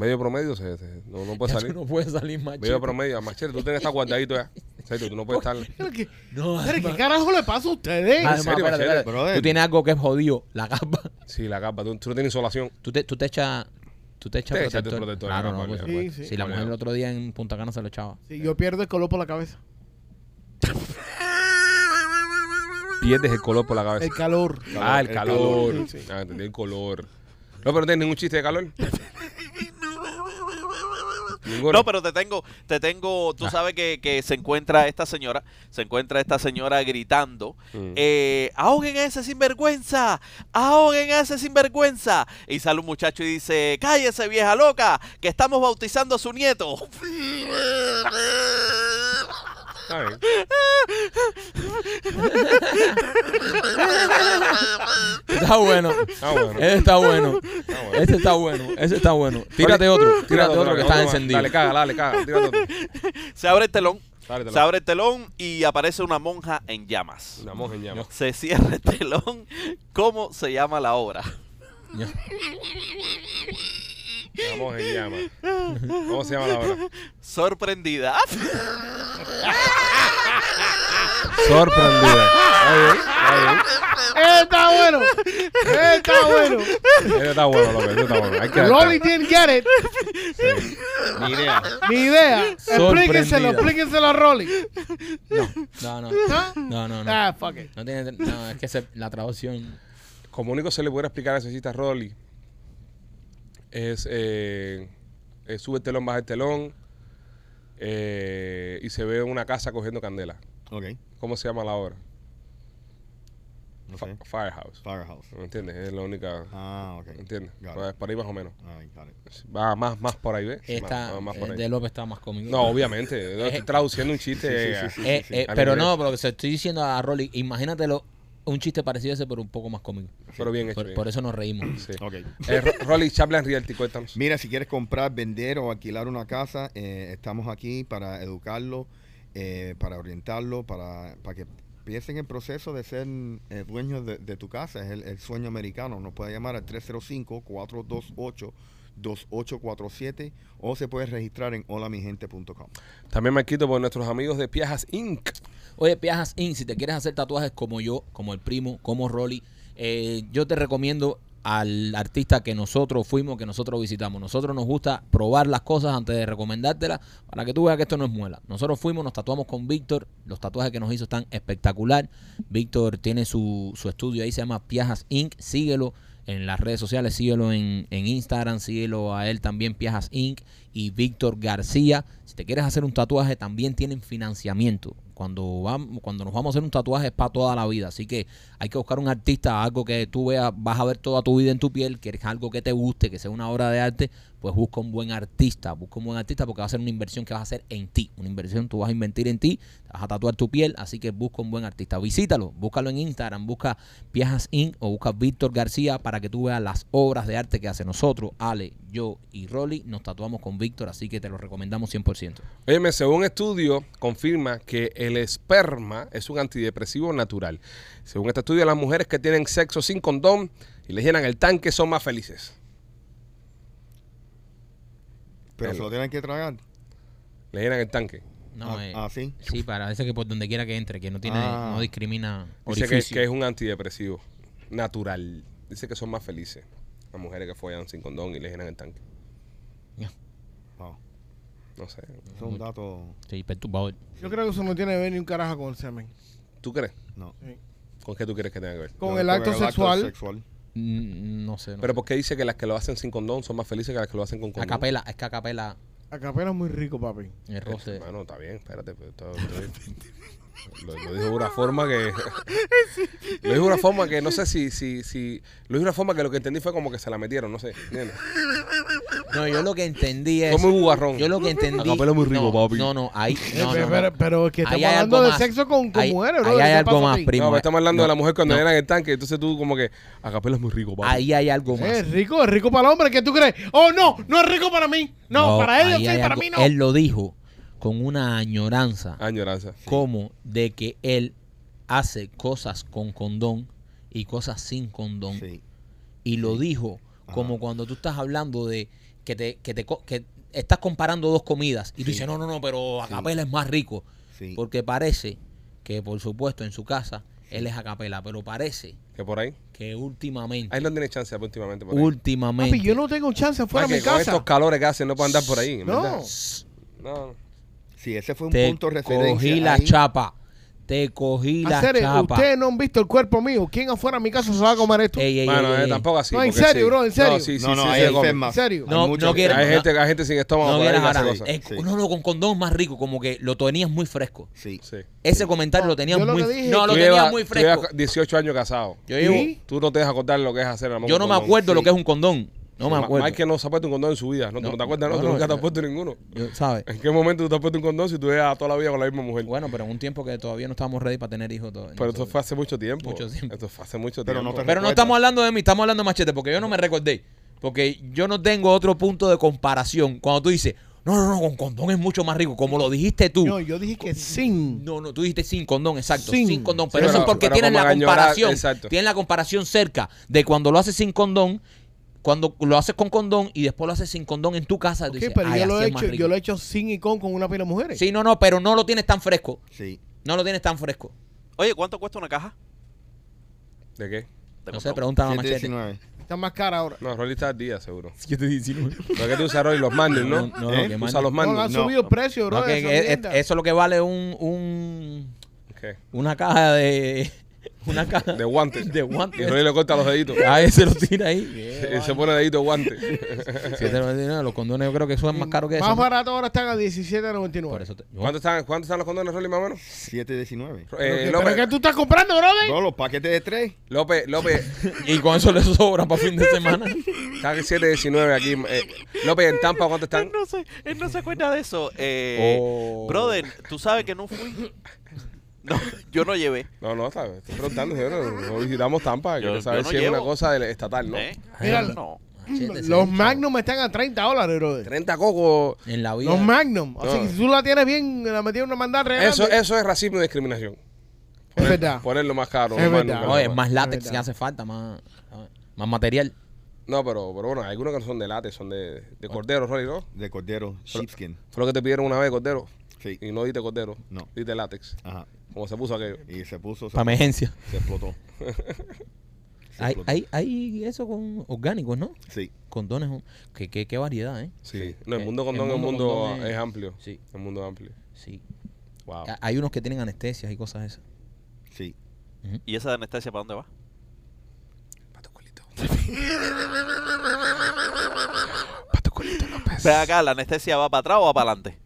[SPEAKER 1] Medio promedio se, se- no, no puede salir.
[SPEAKER 2] no puede salir más
[SPEAKER 1] Medio
[SPEAKER 2] chico.
[SPEAKER 1] promedio, machete, tú tienes que estar guardadito ya. En serio, tú no puedes estar.
[SPEAKER 4] Pero que-
[SPEAKER 2] No,
[SPEAKER 4] pero ¿Qué
[SPEAKER 2] además-
[SPEAKER 4] carajo le pasa a ustedes?
[SPEAKER 2] además,
[SPEAKER 1] serio,
[SPEAKER 2] espérate,
[SPEAKER 1] Machete,
[SPEAKER 2] espérate.
[SPEAKER 3] brother.
[SPEAKER 2] Tú tienes algo que es jodido, la capa.
[SPEAKER 1] Sí, la capa, tú, tú no tienes insolación.
[SPEAKER 2] Tú te, tú te echas tú te echas
[SPEAKER 1] Te echaste
[SPEAKER 2] protector.
[SPEAKER 1] protector,
[SPEAKER 2] Claro,
[SPEAKER 1] no,
[SPEAKER 2] no, por
[SPEAKER 1] Pablo.
[SPEAKER 2] supuesto.
[SPEAKER 4] Sí, sí.
[SPEAKER 2] Si la
[SPEAKER 1] Pablo.
[SPEAKER 2] mujer el otro día en Punta Cana se lo echaba.
[SPEAKER 4] Sí, yo pierdo el color por la cabeza.
[SPEAKER 1] Pierdes el color por la cabeza.
[SPEAKER 4] El calor.
[SPEAKER 1] ah, el
[SPEAKER 3] el
[SPEAKER 1] calor.
[SPEAKER 4] calor. Sí.
[SPEAKER 1] Ah, entendí, el color. No, pero no tienes ningún chiste de calor. Ninguno.
[SPEAKER 5] No, pero te tengo, te tengo,
[SPEAKER 2] Ah.
[SPEAKER 5] tú sabes que, que se encuentra esta señora, se encuentra esta señora gritando,
[SPEAKER 1] Mm.
[SPEAKER 5] eh, ahoguen a ese sinvergüenza, ahoguen a ese sinvergüenza. Y sale un muchacho y dice, cállese vieja loca, que estamos bautizando a su nieto.
[SPEAKER 1] Está bien.
[SPEAKER 2] Está bueno.
[SPEAKER 1] Ah, bueno.
[SPEAKER 2] Ese está
[SPEAKER 1] Ah,
[SPEAKER 2] bueno.
[SPEAKER 1] bueno.
[SPEAKER 2] Ese está bueno. Ese está bueno. Tírate otro. Tírate otro que está
[SPEAKER 1] otro más.
[SPEAKER 2] encendido.
[SPEAKER 1] Dale, caga, dale, caga. Tírate otro.
[SPEAKER 5] Se abre el telón.
[SPEAKER 1] Dale, te
[SPEAKER 5] Se abre el telón y aparece una monja en llamas.
[SPEAKER 1] Una monja en llamas.
[SPEAKER 5] Se cierra el telón. ¿Cómo se llama la obra?
[SPEAKER 1] Una monja en llamas. ¿Cómo se llama la obra?
[SPEAKER 5] Sorprendida.
[SPEAKER 1] Sorprendida.
[SPEAKER 4] Está bueno. Está bueno.
[SPEAKER 1] Eso está bueno, López. Eso está bueno. Hay que
[SPEAKER 4] Loli didn't get it.
[SPEAKER 1] Sí. Ni idea.
[SPEAKER 4] Ni idea. Explíquenselo,
[SPEAKER 2] Sorprendida.
[SPEAKER 4] explíquenselo a Rolly.
[SPEAKER 2] No, no.
[SPEAKER 4] ¿Ah?
[SPEAKER 2] No, no, no.
[SPEAKER 4] Ah, fuck it.
[SPEAKER 2] No tiene. No, es que se- la traducción.
[SPEAKER 1] Como único se le puede explicar a Cecita Rolly es eh, eh, sube el telón, baja el telón eh, y se ve una casa cogiendo candela.
[SPEAKER 3] Ok,
[SPEAKER 1] ¿Cómo se llama la obra?
[SPEAKER 3] no
[SPEAKER 1] Fi-
[SPEAKER 3] sé.
[SPEAKER 1] Firehouse.
[SPEAKER 3] Firehouse.
[SPEAKER 1] ¿Me entiendes? Es la única.
[SPEAKER 3] Ah, ok.
[SPEAKER 1] ¿Entiendes?
[SPEAKER 3] Got
[SPEAKER 1] Pues
[SPEAKER 3] it.
[SPEAKER 1] por ahí más o menos.
[SPEAKER 3] All right, got it.
[SPEAKER 1] Va más, más por ahí, ¿ves?
[SPEAKER 2] Esta,
[SPEAKER 1] Más- más por
[SPEAKER 2] eh,
[SPEAKER 1] ahí.
[SPEAKER 2] de López está más cómico.
[SPEAKER 1] No, obviamente. no, Estoy traduciendo un chiste.
[SPEAKER 3] Sí,
[SPEAKER 1] eh,
[SPEAKER 3] sí, sí, sí,
[SPEAKER 2] Eh,
[SPEAKER 3] sí,
[SPEAKER 2] eh,
[SPEAKER 1] Al
[SPEAKER 2] pero
[SPEAKER 1] inglés.
[SPEAKER 2] no, pero se estoy diciendo a Rolly, imagínatelo un chiste parecido a ese, pero un poco más cómico.
[SPEAKER 1] Pero bien hecho.
[SPEAKER 2] Por,
[SPEAKER 1] bien
[SPEAKER 2] por eso nos reímos.
[SPEAKER 1] hecho. Sí.
[SPEAKER 3] Ok.
[SPEAKER 1] Eh, Ro- Rolly Chaplin Realty, cuéntanos.
[SPEAKER 3] Mira, si quieres comprar, vender o alquilar una casa, eh, estamos aquí para educarlo, eh, para orientarlo, para, para que piensen el proceso de ser eh, dueños de, de tu casa. Es el, el sueño americano. Nos puede llamar al 305-428-2847 o se puede registrar en holamigente.com.
[SPEAKER 1] También me quito por nuestros amigos de Piajas Inc.
[SPEAKER 2] Oye, Piajas Inc., si te quieres hacer tatuajes como yo, como el primo, como Rolly, eh, yo te recomiendo al artista que nosotros fuimos, que nosotros visitamos. Nosotros nos gusta probar las cosas antes de recomendártelas para que tú veas que esto no es muela. Nosotros fuimos, nos tatuamos con Víctor, los tatuajes que nos hizo están espectacular. Víctor tiene su, su estudio ahí, se llama Piajas Inc., síguelo en las redes sociales, síguelo en, en Instagram, síguelo a él también, Piajas Inc. y Víctor García. Si te quieres hacer un tatuaje, también tienen financiamiento. Cuando, vamos, cuando nos vamos a hacer un tatuaje es para toda la vida, así que hay que buscar un artista, algo que tú veas, vas a ver toda tu vida en tu piel, que es algo que te guste, que sea una obra de arte, pues busca un buen artista, busca un buen artista porque va a ser una inversión que vas a hacer en ti, una inversión tú vas a invertir en ti, vas a tatuar tu piel, así que busca un buen artista, visítalo, búscalo en Instagram, busca Piajas Inc. o busca Víctor García para que tú veas las obras de arte que hace nosotros, Ale, yo y Rolly, nos tatuamos con Víctor, así que te lo recomendamos 100%.
[SPEAKER 1] Óyeme, según un estudio confirma que el esperma es un antidepresivo natural. Según este estudio, las mujeres que tienen sexo sin condón y les llenan el tanque son más felices.
[SPEAKER 3] Pero
[SPEAKER 1] Hello.
[SPEAKER 3] se lo tienen que tragar.
[SPEAKER 1] Le llenan el tanque.
[SPEAKER 2] No,
[SPEAKER 3] ah,
[SPEAKER 2] eh,
[SPEAKER 3] ah, sí.
[SPEAKER 2] Sí, parece que por donde quiera que entre, que no tiene,
[SPEAKER 3] Ah.
[SPEAKER 2] no discrimina
[SPEAKER 1] Dice que,
[SPEAKER 2] orificio.
[SPEAKER 1] que es un antidepresivo natural. Dice que son más felices las mujeres que follan sin condón y les llenan el tanque.
[SPEAKER 3] Wow.
[SPEAKER 1] No sé.
[SPEAKER 3] Ah, Eso es un dato.
[SPEAKER 2] Sí, perturbador.
[SPEAKER 4] Yo creo que eso no tiene que ver ni un carajo con el semen.
[SPEAKER 1] ¿Tú crees?
[SPEAKER 3] No.
[SPEAKER 1] ¿Con qué tú crees que tenga que ver?
[SPEAKER 4] Con
[SPEAKER 3] No,
[SPEAKER 4] el acto sexual.
[SPEAKER 3] sexual.
[SPEAKER 2] Mm, No sé. No
[SPEAKER 1] Pero
[SPEAKER 2] sé.
[SPEAKER 1] ¿por qué dice que las que lo hacen sin condón son más felices que las que lo hacen con condón?
[SPEAKER 2] Acapela, es que acapela
[SPEAKER 4] Acapela es muy rico, papi.
[SPEAKER 2] el roce.
[SPEAKER 1] Bueno, Este, está bien, espérate. pues, pero todo- todo- lo, lo dijo de una forma que. lo dijo de una forma que no sé si, si, si. Lo dijo de una forma que lo que entendí fue como que se la metieron, no sé. ¿entiendes?
[SPEAKER 2] No, yo lo que entendí es.
[SPEAKER 1] Fue muy bugarrón.
[SPEAKER 2] Yo lo que entendí.
[SPEAKER 1] Acapela es muy rico,
[SPEAKER 2] no,
[SPEAKER 1] papi.
[SPEAKER 2] No, no, ahí.
[SPEAKER 4] Eh,
[SPEAKER 2] No,
[SPEAKER 4] pero,
[SPEAKER 2] no, no.
[SPEAKER 4] pero- pero es que
[SPEAKER 2] Ahí
[SPEAKER 4] estamos
[SPEAKER 2] hay
[SPEAKER 4] hablando
[SPEAKER 2] algo
[SPEAKER 4] de
[SPEAKER 2] más.
[SPEAKER 4] sexo con, con
[SPEAKER 2] Ahí-
[SPEAKER 4] mujeres, bro.
[SPEAKER 2] ahí
[SPEAKER 4] ¿Qué
[SPEAKER 2] hay
[SPEAKER 4] te
[SPEAKER 2] algo
[SPEAKER 4] pasa a
[SPEAKER 2] más,
[SPEAKER 4] ti?
[SPEAKER 2] primo.
[SPEAKER 1] No, pero estamos hablando
[SPEAKER 2] no.
[SPEAKER 1] de la mujer cuando
[SPEAKER 2] No.
[SPEAKER 1] llenan el tanque, entonces tú como que. Acapela es muy rico, papi.
[SPEAKER 2] Ahí hay algo más.
[SPEAKER 4] Es rico, es rico para el hombre. ¿Qué tú crees? Oh, no, no es rico para mí. No, para ellos
[SPEAKER 2] ahí
[SPEAKER 4] sí,
[SPEAKER 2] hay
[SPEAKER 4] para
[SPEAKER 2] algo-
[SPEAKER 4] mí no.
[SPEAKER 2] Él lo dijo con una añoranza.
[SPEAKER 1] Ah, Añoranza.
[SPEAKER 2] Como de que él hace cosas con condón y cosas sin condón.
[SPEAKER 3] Sí.
[SPEAKER 2] y lo dijo como cuando tú estás hablando de que te, que te co- que estás comparando dos comidas y tú
[SPEAKER 3] Sí.
[SPEAKER 2] dices, no, no, no, pero acapela es más rico.
[SPEAKER 3] Sí.
[SPEAKER 2] Porque parece que, por supuesto, en su casa él es acapela, pero parece
[SPEAKER 1] Que por ahí.
[SPEAKER 2] que últimamente,
[SPEAKER 1] Ahí no tiene chance pues, últimamente. Por ahí.
[SPEAKER 2] últimamente,
[SPEAKER 4] Papi, yo no tengo chance
[SPEAKER 1] Ah,
[SPEAKER 4] fuera de
[SPEAKER 1] que
[SPEAKER 4] mi
[SPEAKER 1] con
[SPEAKER 4] casa.
[SPEAKER 1] estos calores que hacen no pueden andar por ahí. en
[SPEAKER 4] No.
[SPEAKER 1] verdad. No.
[SPEAKER 3] Sí, ese fue un
[SPEAKER 2] te
[SPEAKER 3] punto de referencia.
[SPEAKER 2] cogí la
[SPEAKER 3] ahí.
[SPEAKER 2] chapa, te cogí la
[SPEAKER 4] Hacer,
[SPEAKER 2] chapa.
[SPEAKER 4] ustedes Ah, no han visto el cuerpo mío. ¿Quién afuera de mi casa se va a comer esto?
[SPEAKER 2] Ey, ey,
[SPEAKER 1] Bueno,
[SPEAKER 2] ey, ey,
[SPEAKER 1] eh,
[SPEAKER 2] ey.
[SPEAKER 1] tampoco así.
[SPEAKER 4] No, en
[SPEAKER 1] porque
[SPEAKER 4] serio,
[SPEAKER 1] sí.
[SPEAKER 4] bro, en serio.
[SPEAKER 1] No, sí, sí,
[SPEAKER 3] no,
[SPEAKER 1] sí,
[SPEAKER 3] no,
[SPEAKER 1] se
[SPEAKER 3] ahí
[SPEAKER 1] come.
[SPEAKER 3] enferma.
[SPEAKER 4] ¿En serio?
[SPEAKER 2] No,
[SPEAKER 3] muchos
[SPEAKER 2] no
[SPEAKER 3] que-
[SPEAKER 2] quiero.
[SPEAKER 1] Hay,
[SPEAKER 2] no.
[SPEAKER 1] gente, hay gente sin estómago.
[SPEAKER 2] No,
[SPEAKER 1] por ahí
[SPEAKER 2] vieras
[SPEAKER 1] que hace
[SPEAKER 2] ahora,
[SPEAKER 1] cosas.
[SPEAKER 2] eh,
[SPEAKER 3] Sí.
[SPEAKER 2] no, no, con condón más rico, como que lo tenías muy fresco.
[SPEAKER 3] Sí.
[SPEAKER 1] Sí.
[SPEAKER 2] Ese comentario lo tenías
[SPEAKER 4] yo lo
[SPEAKER 2] muy,
[SPEAKER 4] que dije-
[SPEAKER 2] no,
[SPEAKER 1] Tú
[SPEAKER 2] lo tenías
[SPEAKER 1] llevas-
[SPEAKER 2] muy
[SPEAKER 1] tú llevas
[SPEAKER 2] fresco.
[SPEAKER 1] 18 años casado.
[SPEAKER 2] Yo llevo-
[SPEAKER 4] ¿Sí?
[SPEAKER 1] Tú no te dejas contar lo que es hacer el amor
[SPEAKER 2] Yo
[SPEAKER 1] con
[SPEAKER 2] no me
[SPEAKER 1] condón.
[SPEAKER 2] acuerdo lo
[SPEAKER 3] sí.
[SPEAKER 2] que es un condón. No me acuerdo.
[SPEAKER 1] Mike no se ha puesto un condón en su vida. No,
[SPEAKER 2] No,
[SPEAKER 1] ¿Tú no te acuerdas, no,
[SPEAKER 2] no,
[SPEAKER 1] tú
[SPEAKER 2] no,
[SPEAKER 1] nunca te
[SPEAKER 2] yo-
[SPEAKER 1] has puesto ninguno.
[SPEAKER 2] Yo- ¿Sabes?
[SPEAKER 1] ¿En qué momento tú te has puesto un condón si tú eras toda la vida con la misma mujer?
[SPEAKER 2] Bueno, pero en un tiempo que todavía no estábamos ready para tener hijos. todo-
[SPEAKER 1] pero esto fue hace mucho tiempo.
[SPEAKER 2] Mucho tiempo.
[SPEAKER 1] Esto fue hace mucho
[SPEAKER 3] Pero
[SPEAKER 1] tiempo.
[SPEAKER 3] no te
[SPEAKER 2] Pero no
[SPEAKER 3] Recuerda.
[SPEAKER 2] estamos hablando de mí, estamos hablando de Machete, porque yo no me recordé. Porque yo no tengo otro punto de comparación. Cuando tú dices, no, no, no, con condón es mucho más rico, como lo dijiste tú.
[SPEAKER 4] No, yo dije que sin.
[SPEAKER 2] No, no, tú dijiste sin condón, exacto. Sin,
[SPEAKER 4] Sin.
[SPEAKER 2] condón.
[SPEAKER 1] Sí,
[SPEAKER 2] Pero eso
[SPEAKER 1] pero-
[SPEAKER 2] es porque
[SPEAKER 1] pero
[SPEAKER 2] tienes
[SPEAKER 1] como
[SPEAKER 2] la
[SPEAKER 1] añorar,
[SPEAKER 2] comparación.
[SPEAKER 1] exacto.
[SPEAKER 2] Tienes la comparación cerca de cuando lo haces sin condón, cuando lo haces con condón y después lo haces sin condón en tu casa. tú
[SPEAKER 4] Ok,
[SPEAKER 2] dices,
[SPEAKER 4] pero
[SPEAKER 2] "Ay,
[SPEAKER 4] yo lo,
[SPEAKER 2] así
[SPEAKER 4] he
[SPEAKER 2] es más
[SPEAKER 4] hecho, yo
[SPEAKER 2] rico".
[SPEAKER 4] lo he hecho sin y con con una pila de mujeres.
[SPEAKER 2] Sí, no, no, pero no lo tienes tan fresco.
[SPEAKER 3] Sí.
[SPEAKER 2] No lo tienes tan fresco.
[SPEAKER 5] Oye, ¿cuánto cuesta una caja?
[SPEAKER 1] ¿De qué?
[SPEAKER 5] Te
[SPEAKER 2] No
[SPEAKER 5] compró-
[SPEAKER 2] sé, pregúntame a Machete.
[SPEAKER 3] 719.
[SPEAKER 4] Está más cara ahora.
[SPEAKER 1] No, Rolly está al día, seguro.
[SPEAKER 2] 719.
[SPEAKER 1] Pero es que tú usas Rolly los Magnum,
[SPEAKER 2] No,
[SPEAKER 1] ¿no?
[SPEAKER 2] no, no,
[SPEAKER 3] ¿Eh?
[SPEAKER 2] que
[SPEAKER 1] Tú
[SPEAKER 2] mande.
[SPEAKER 1] usas los
[SPEAKER 4] No,
[SPEAKER 1] Magnum.
[SPEAKER 4] ha
[SPEAKER 3] no.
[SPEAKER 4] subido el precio, bro.
[SPEAKER 2] No, que-
[SPEAKER 4] de esa
[SPEAKER 2] que- es-
[SPEAKER 4] mierda.
[SPEAKER 2] e- eso es lo que vale un, un
[SPEAKER 1] ¿Qué?
[SPEAKER 2] una caja de una caja
[SPEAKER 1] De guantes.
[SPEAKER 2] de
[SPEAKER 1] Y
[SPEAKER 2] guantes.
[SPEAKER 1] Rolly le corta los deditos.
[SPEAKER 2] A ese lo tira ahí.
[SPEAKER 1] Y se pone dedito de guante.
[SPEAKER 2] Si te lo- no, los condones yo creo que son más caros que eso.
[SPEAKER 4] Más
[SPEAKER 2] ¿no?
[SPEAKER 4] barato ahora están a 17.99.
[SPEAKER 2] Por eso te-
[SPEAKER 1] ¿Cuánto están, ¿Cuánto están los condones, Rolly, más o menos?
[SPEAKER 3] 719.
[SPEAKER 4] ¿Pero,
[SPEAKER 1] Eh,
[SPEAKER 4] qué- pero qué
[SPEAKER 1] López,
[SPEAKER 4] tú estás comprando, brother?
[SPEAKER 3] No, los paquetes de tres.
[SPEAKER 1] López, López,
[SPEAKER 2] Y con eso les sobra para fin de semana.
[SPEAKER 1] Están en 719 aquí. eh, López, en Tampa, ¿cuánto están?
[SPEAKER 5] Él no se, él no se acuerda de eso. Eh,
[SPEAKER 1] Oh.
[SPEAKER 5] Brother, tú sabes que no fui. No, yo no llevé.
[SPEAKER 1] No, no, está, estoy preguntando. señor, No visitamos Tampa.
[SPEAKER 5] Yo-
[SPEAKER 1] Quiero
[SPEAKER 5] yo
[SPEAKER 1] saber
[SPEAKER 5] no
[SPEAKER 1] si es
[SPEAKER 5] llevo.
[SPEAKER 1] una cosa del estatal, ¿no?
[SPEAKER 5] ¿eh?
[SPEAKER 4] Mira,
[SPEAKER 5] No.
[SPEAKER 1] Ah,
[SPEAKER 4] Los Magnum están a 30 dólares, brother.
[SPEAKER 1] 30 cocos.
[SPEAKER 2] En la vida.
[SPEAKER 4] Los Magnum.
[SPEAKER 1] No.
[SPEAKER 4] Así que si tú la tienes bien, la metí en una mandada real.
[SPEAKER 1] Eso, eso es racismo y discriminación.
[SPEAKER 4] es verdad.
[SPEAKER 1] Ponerlo más caro.
[SPEAKER 4] Es
[SPEAKER 1] más
[SPEAKER 4] verdad.
[SPEAKER 1] nunca lo
[SPEAKER 2] No, es
[SPEAKER 1] demás.
[SPEAKER 2] más látex
[SPEAKER 4] verdad.
[SPEAKER 2] que hace falta, más, más material.
[SPEAKER 1] No, pero, pero bueno, hay algunos que no son de late, son de, de cordero, Rolly, ¿no?
[SPEAKER 3] De cordero. Sheepskin.
[SPEAKER 1] Fue lo que te pidieron una vez, cordero.
[SPEAKER 3] Sí.
[SPEAKER 1] Y no diste cordero.
[SPEAKER 3] No.
[SPEAKER 1] Diste látex.
[SPEAKER 3] Ajá.
[SPEAKER 1] Como se puso aquello.
[SPEAKER 3] Y se puso. Se,
[SPEAKER 2] Para emergencia.
[SPEAKER 3] se explotó. Se
[SPEAKER 2] Hay,
[SPEAKER 3] explotó.
[SPEAKER 2] hay, hay eso con orgánicos, ¿no?
[SPEAKER 3] Sí.
[SPEAKER 2] Condones. Qué, qué, qué variedad, ¿eh?
[SPEAKER 1] Sí.
[SPEAKER 3] Sí.
[SPEAKER 1] No, el
[SPEAKER 2] Eh,
[SPEAKER 1] mundo
[SPEAKER 2] el
[SPEAKER 1] condón es un
[SPEAKER 2] mundo
[SPEAKER 1] mundo
[SPEAKER 2] condón es-
[SPEAKER 1] es amplio.
[SPEAKER 2] Sí.
[SPEAKER 1] El mundo es amplio.
[SPEAKER 2] Sí.
[SPEAKER 1] Wow.
[SPEAKER 2] Ha- Hay unos que tienen anestesias y cosas esas.
[SPEAKER 3] Sí.
[SPEAKER 5] ¿Y esa de anestesia para dónde va?
[SPEAKER 1] Pa' tu culito. Pa' tu culito, López.
[SPEAKER 5] Ve acá, ¿la anestesia va para atrás o va para adelante?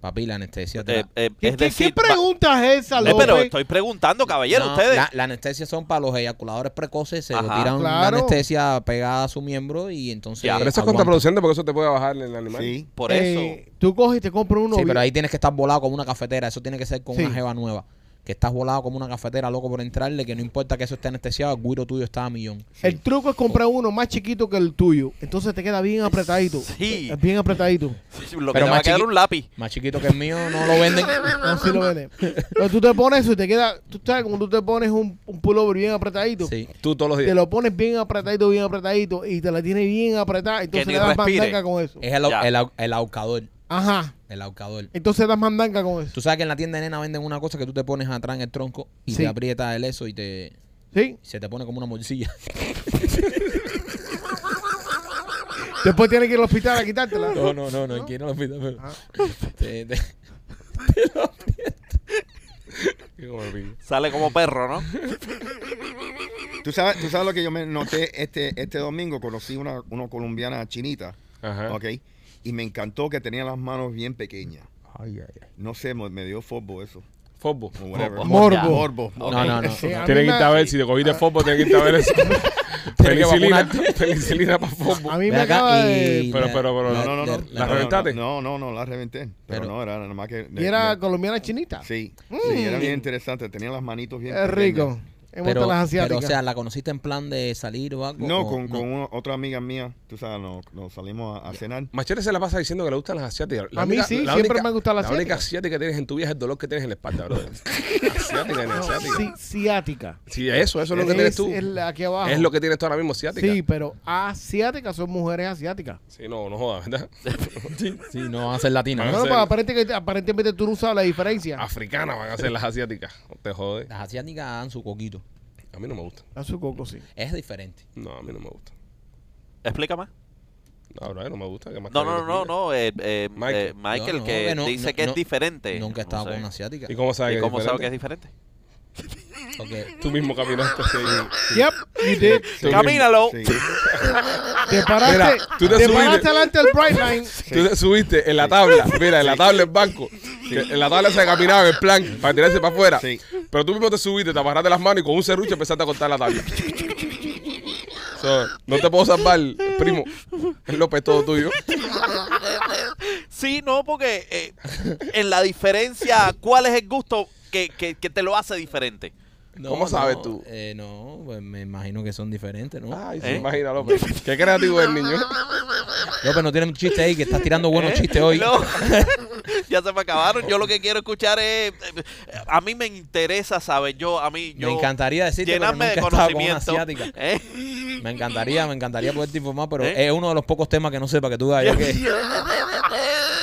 [SPEAKER 2] Papi, la anestesia te
[SPEAKER 5] Eh,
[SPEAKER 2] la-
[SPEAKER 5] eh,
[SPEAKER 4] ¿Qué,
[SPEAKER 5] es
[SPEAKER 4] qué-
[SPEAKER 5] decir,
[SPEAKER 4] qué
[SPEAKER 5] va-
[SPEAKER 4] pregunta es esa,
[SPEAKER 5] Eh,
[SPEAKER 4] López?
[SPEAKER 5] pero estoy preguntando, caballero,
[SPEAKER 2] No,
[SPEAKER 5] ustedes.
[SPEAKER 2] La, la anestesia son para los eyaculadores precoces, se
[SPEAKER 5] Ajá.
[SPEAKER 2] tiran una
[SPEAKER 4] Claro.
[SPEAKER 2] anestesia pegada a su miembro y entonces.
[SPEAKER 5] Ya,
[SPEAKER 1] Pero eso es
[SPEAKER 2] aguanta.
[SPEAKER 1] contraproducente porque eso te puede bajar en el animal.
[SPEAKER 3] Sí.
[SPEAKER 5] Por
[SPEAKER 4] Eh, tú coges y te compras uno.
[SPEAKER 2] Sí,
[SPEAKER 4] bien.
[SPEAKER 2] pero ahí tienes que estar volado como una cafetera. Eso tiene que ser con
[SPEAKER 4] Sí.
[SPEAKER 2] una jeva nueva. Que estás volado como una cafetera, loco por entrarle, que no importa que eso esté anestesiado, el guiro tuyo está a millón.
[SPEAKER 4] El truco es comprar uno más chiquito que el tuyo. Entonces te queda bien apretadito.
[SPEAKER 5] Sí.
[SPEAKER 4] Es Bien apretadito.
[SPEAKER 5] eso, lo
[SPEAKER 2] pero
[SPEAKER 5] que te va a
[SPEAKER 2] más
[SPEAKER 5] quedar
[SPEAKER 2] chiqui-
[SPEAKER 5] un lápiz.
[SPEAKER 2] Más chiquito que el mío, no lo venden.
[SPEAKER 4] Así lo venden. Pero tú te pones eso y te queda. Tú sabes, como tú te pones un, un pullover bien apretadito.
[SPEAKER 2] Sí.
[SPEAKER 1] Tú todos los
[SPEAKER 4] Te
[SPEAKER 1] días.
[SPEAKER 4] lo pones bien apretadito, bien apretadito. Y te la tienes bien apretada. Entonces
[SPEAKER 5] ni
[SPEAKER 4] le das
[SPEAKER 5] respire.
[SPEAKER 4] mandanca con eso.
[SPEAKER 2] Es el,
[SPEAKER 5] Ya.
[SPEAKER 2] el, au- el aucador.
[SPEAKER 4] Ajá.
[SPEAKER 2] El aucador.
[SPEAKER 4] Entonces das mandanca con eso.
[SPEAKER 2] Tú sabes que en la tienda de nena venden una cosa que tú te pones atrás en el tronco y
[SPEAKER 4] Sí.
[SPEAKER 2] te aprietas el eso y te
[SPEAKER 4] ¿Sí?
[SPEAKER 2] se te pone como una morcilla.
[SPEAKER 4] Después tienes que ir al hospital a quitártela.
[SPEAKER 2] No, no, no, no, aquí no lo pido. Pero...
[SPEAKER 4] Ah.
[SPEAKER 2] Te- te-
[SPEAKER 1] Qué como el pico.
[SPEAKER 5] Sale como perro, ¿no?
[SPEAKER 3] ¿Tú sabes, tú sabes lo que yo me noté este, este domingo. Conocí una, una colombiana chinita.
[SPEAKER 1] Ajá.
[SPEAKER 3] Ok. Y me encantó que tenía las manos bien pequeñas. No sé, me, me dio fobbo eso.
[SPEAKER 1] Fosbo.
[SPEAKER 3] o whatever.
[SPEAKER 4] Morbo.
[SPEAKER 3] Morbo.
[SPEAKER 2] No, no, no.
[SPEAKER 4] Eh, Sí, a
[SPEAKER 1] Tienes que
[SPEAKER 4] mí me-
[SPEAKER 1] irte a ver, si te cogiste fosbo, tienes que irte a ver eso. penicilina,
[SPEAKER 2] vacunarte.
[SPEAKER 1] penicilina para fosbo.
[SPEAKER 4] A mí
[SPEAKER 2] Ven
[SPEAKER 4] me
[SPEAKER 2] acá
[SPEAKER 4] acaba
[SPEAKER 2] y
[SPEAKER 4] de.
[SPEAKER 1] Pero,
[SPEAKER 2] la-
[SPEAKER 1] pero, pero,
[SPEAKER 3] No, no, no.
[SPEAKER 2] la-
[SPEAKER 3] no.
[SPEAKER 2] la-
[SPEAKER 1] ¿La
[SPEAKER 3] No, no,
[SPEAKER 1] reventaste?
[SPEAKER 3] No, no, no, la reventé. Pero,
[SPEAKER 2] Pero-
[SPEAKER 3] no, era nada más que.
[SPEAKER 4] Y era
[SPEAKER 3] me-
[SPEAKER 4] colombiana chinita.
[SPEAKER 3] Sí, sí, era bien interesante. Tenía las manitos bien.
[SPEAKER 4] Ah. Mm. Es rico.
[SPEAKER 3] pequeñas.
[SPEAKER 4] Hemos
[SPEAKER 2] pero,
[SPEAKER 4] visto las
[SPEAKER 2] pero,
[SPEAKER 4] asiáticas.
[SPEAKER 2] o sea, ¿la conociste en plan de salir o algo?
[SPEAKER 3] No,
[SPEAKER 2] o-
[SPEAKER 3] con, con una- otra amiga mía, tú sabes, nos, nos salimos a, a cenar.
[SPEAKER 1] Machete se la pasa diciendo que le gustan las asiáticas. La
[SPEAKER 4] A mí sí, siempre me ha gustado la
[SPEAKER 1] La única
[SPEAKER 4] asiática.
[SPEAKER 1] asiática que tienes en tu vida es el dolor que tienes en la espalda, brother. asiática, ni
[SPEAKER 4] No,
[SPEAKER 1] asiática.
[SPEAKER 4] sí, ciática.
[SPEAKER 1] Sí, eso, eso es lo que
[SPEAKER 4] Es-
[SPEAKER 1] tienes tú.
[SPEAKER 4] es la aquí abajo.
[SPEAKER 1] Es lo que tienes tú ahora mismo, asiática. Ah,
[SPEAKER 4] Sí, pero asiáticas son mujeres asiáticas.
[SPEAKER 1] Sí, no, no jodas, ¿verdad?
[SPEAKER 2] Sí, sí, no van a ser latina.
[SPEAKER 1] Van a
[SPEAKER 4] No,
[SPEAKER 1] ser-
[SPEAKER 2] ¿no?
[SPEAKER 4] no, pero aparente que- pues, aparentemente tú no sabes la
[SPEAKER 1] Ah.
[SPEAKER 4] diferencia.
[SPEAKER 1] Africanas van a ser las asiáticas. No te jodes.
[SPEAKER 2] Las asiáticas dan su coquito.
[SPEAKER 1] A mí no me gusta.
[SPEAKER 4] A su coco, sí.
[SPEAKER 2] Es diferente.
[SPEAKER 1] No, a mí no me gusta.
[SPEAKER 5] Explica más.
[SPEAKER 1] No, brother, no me gusta. ¿Qué más
[SPEAKER 5] No,
[SPEAKER 1] quieres
[SPEAKER 5] no,
[SPEAKER 1] que
[SPEAKER 5] no,
[SPEAKER 1] te
[SPEAKER 5] no. eh, eh,
[SPEAKER 1] Michael.
[SPEAKER 5] eh, Michael
[SPEAKER 2] No, no,
[SPEAKER 5] que
[SPEAKER 2] que no,
[SPEAKER 5] dice
[SPEAKER 2] no,
[SPEAKER 5] que
[SPEAKER 2] no.
[SPEAKER 5] es diferente.
[SPEAKER 2] Nunca he
[SPEAKER 5] No
[SPEAKER 2] estado
[SPEAKER 5] sé.
[SPEAKER 2] con una
[SPEAKER 1] diga?
[SPEAKER 2] asiática.
[SPEAKER 1] ¿Y cómo sabes
[SPEAKER 5] ¿Y
[SPEAKER 1] que
[SPEAKER 5] cómo
[SPEAKER 1] es
[SPEAKER 5] sabe que es
[SPEAKER 1] diferente?
[SPEAKER 5] diferente?
[SPEAKER 2] Porque
[SPEAKER 1] Tú mismo caminaste así.
[SPEAKER 4] Yep, you did.
[SPEAKER 1] Tú
[SPEAKER 5] Camínalo.
[SPEAKER 3] Sí.
[SPEAKER 4] Te paraste,
[SPEAKER 1] Mira, tú te
[SPEAKER 4] te
[SPEAKER 1] subiste.
[SPEAKER 4] paraste delante del Bright Line.
[SPEAKER 1] Tú te subiste en la tabla, mira, en la tabla del banco. que En la tabla se caminaba en el plan para tirarse para afuera.
[SPEAKER 3] Sí.
[SPEAKER 1] Pero tú mismo te subiste, te amarraste las manos y con un serrucho empezaste a cortar la tabla. So, no te puedo salvar, Primo, López, todo tuyo.
[SPEAKER 5] Sí, no, porque eh, en la diferencia, ¿cuál es el gusto que, que- que te lo hace diferente?
[SPEAKER 1] ¿Cómo sabes tú?
[SPEAKER 2] eh, no, pues me imagino que son diferentes, ¿no?
[SPEAKER 1] Ay,
[SPEAKER 5] ¿Eh?
[SPEAKER 1] se imagina, López. Qué creativo es el niño. ¿eh?
[SPEAKER 2] López, no tiene un chiste ahí, que estás tirando buenos
[SPEAKER 5] ¿Eh?
[SPEAKER 2] chistes hoy.
[SPEAKER 5] No. ya se me acabaron. Yo lo que quiero escuchar es. eh, A mí me interesa, ¿sabes? Yo, a mí. Yo,
[SPEAKER 2] me encantaría decirte, pero
[SPEAKER 5] Llenarme
[SPEAKER 2] nunca he
[SPEAKER 5] de
[SPEAKER 2] estado con una
[SPEAKER 5] conocimiento.
[SPEAKER 2] asiática.
[SPEAKER 5] ¿Eh?
[SPEAKER 2] Me encantaría, me encantaría poderte informar, pero
[SPEAKER 5] ¿Eh?
[SPEAKER 2] es uno de los pocos temas que no sé para que tú veas. Yo que,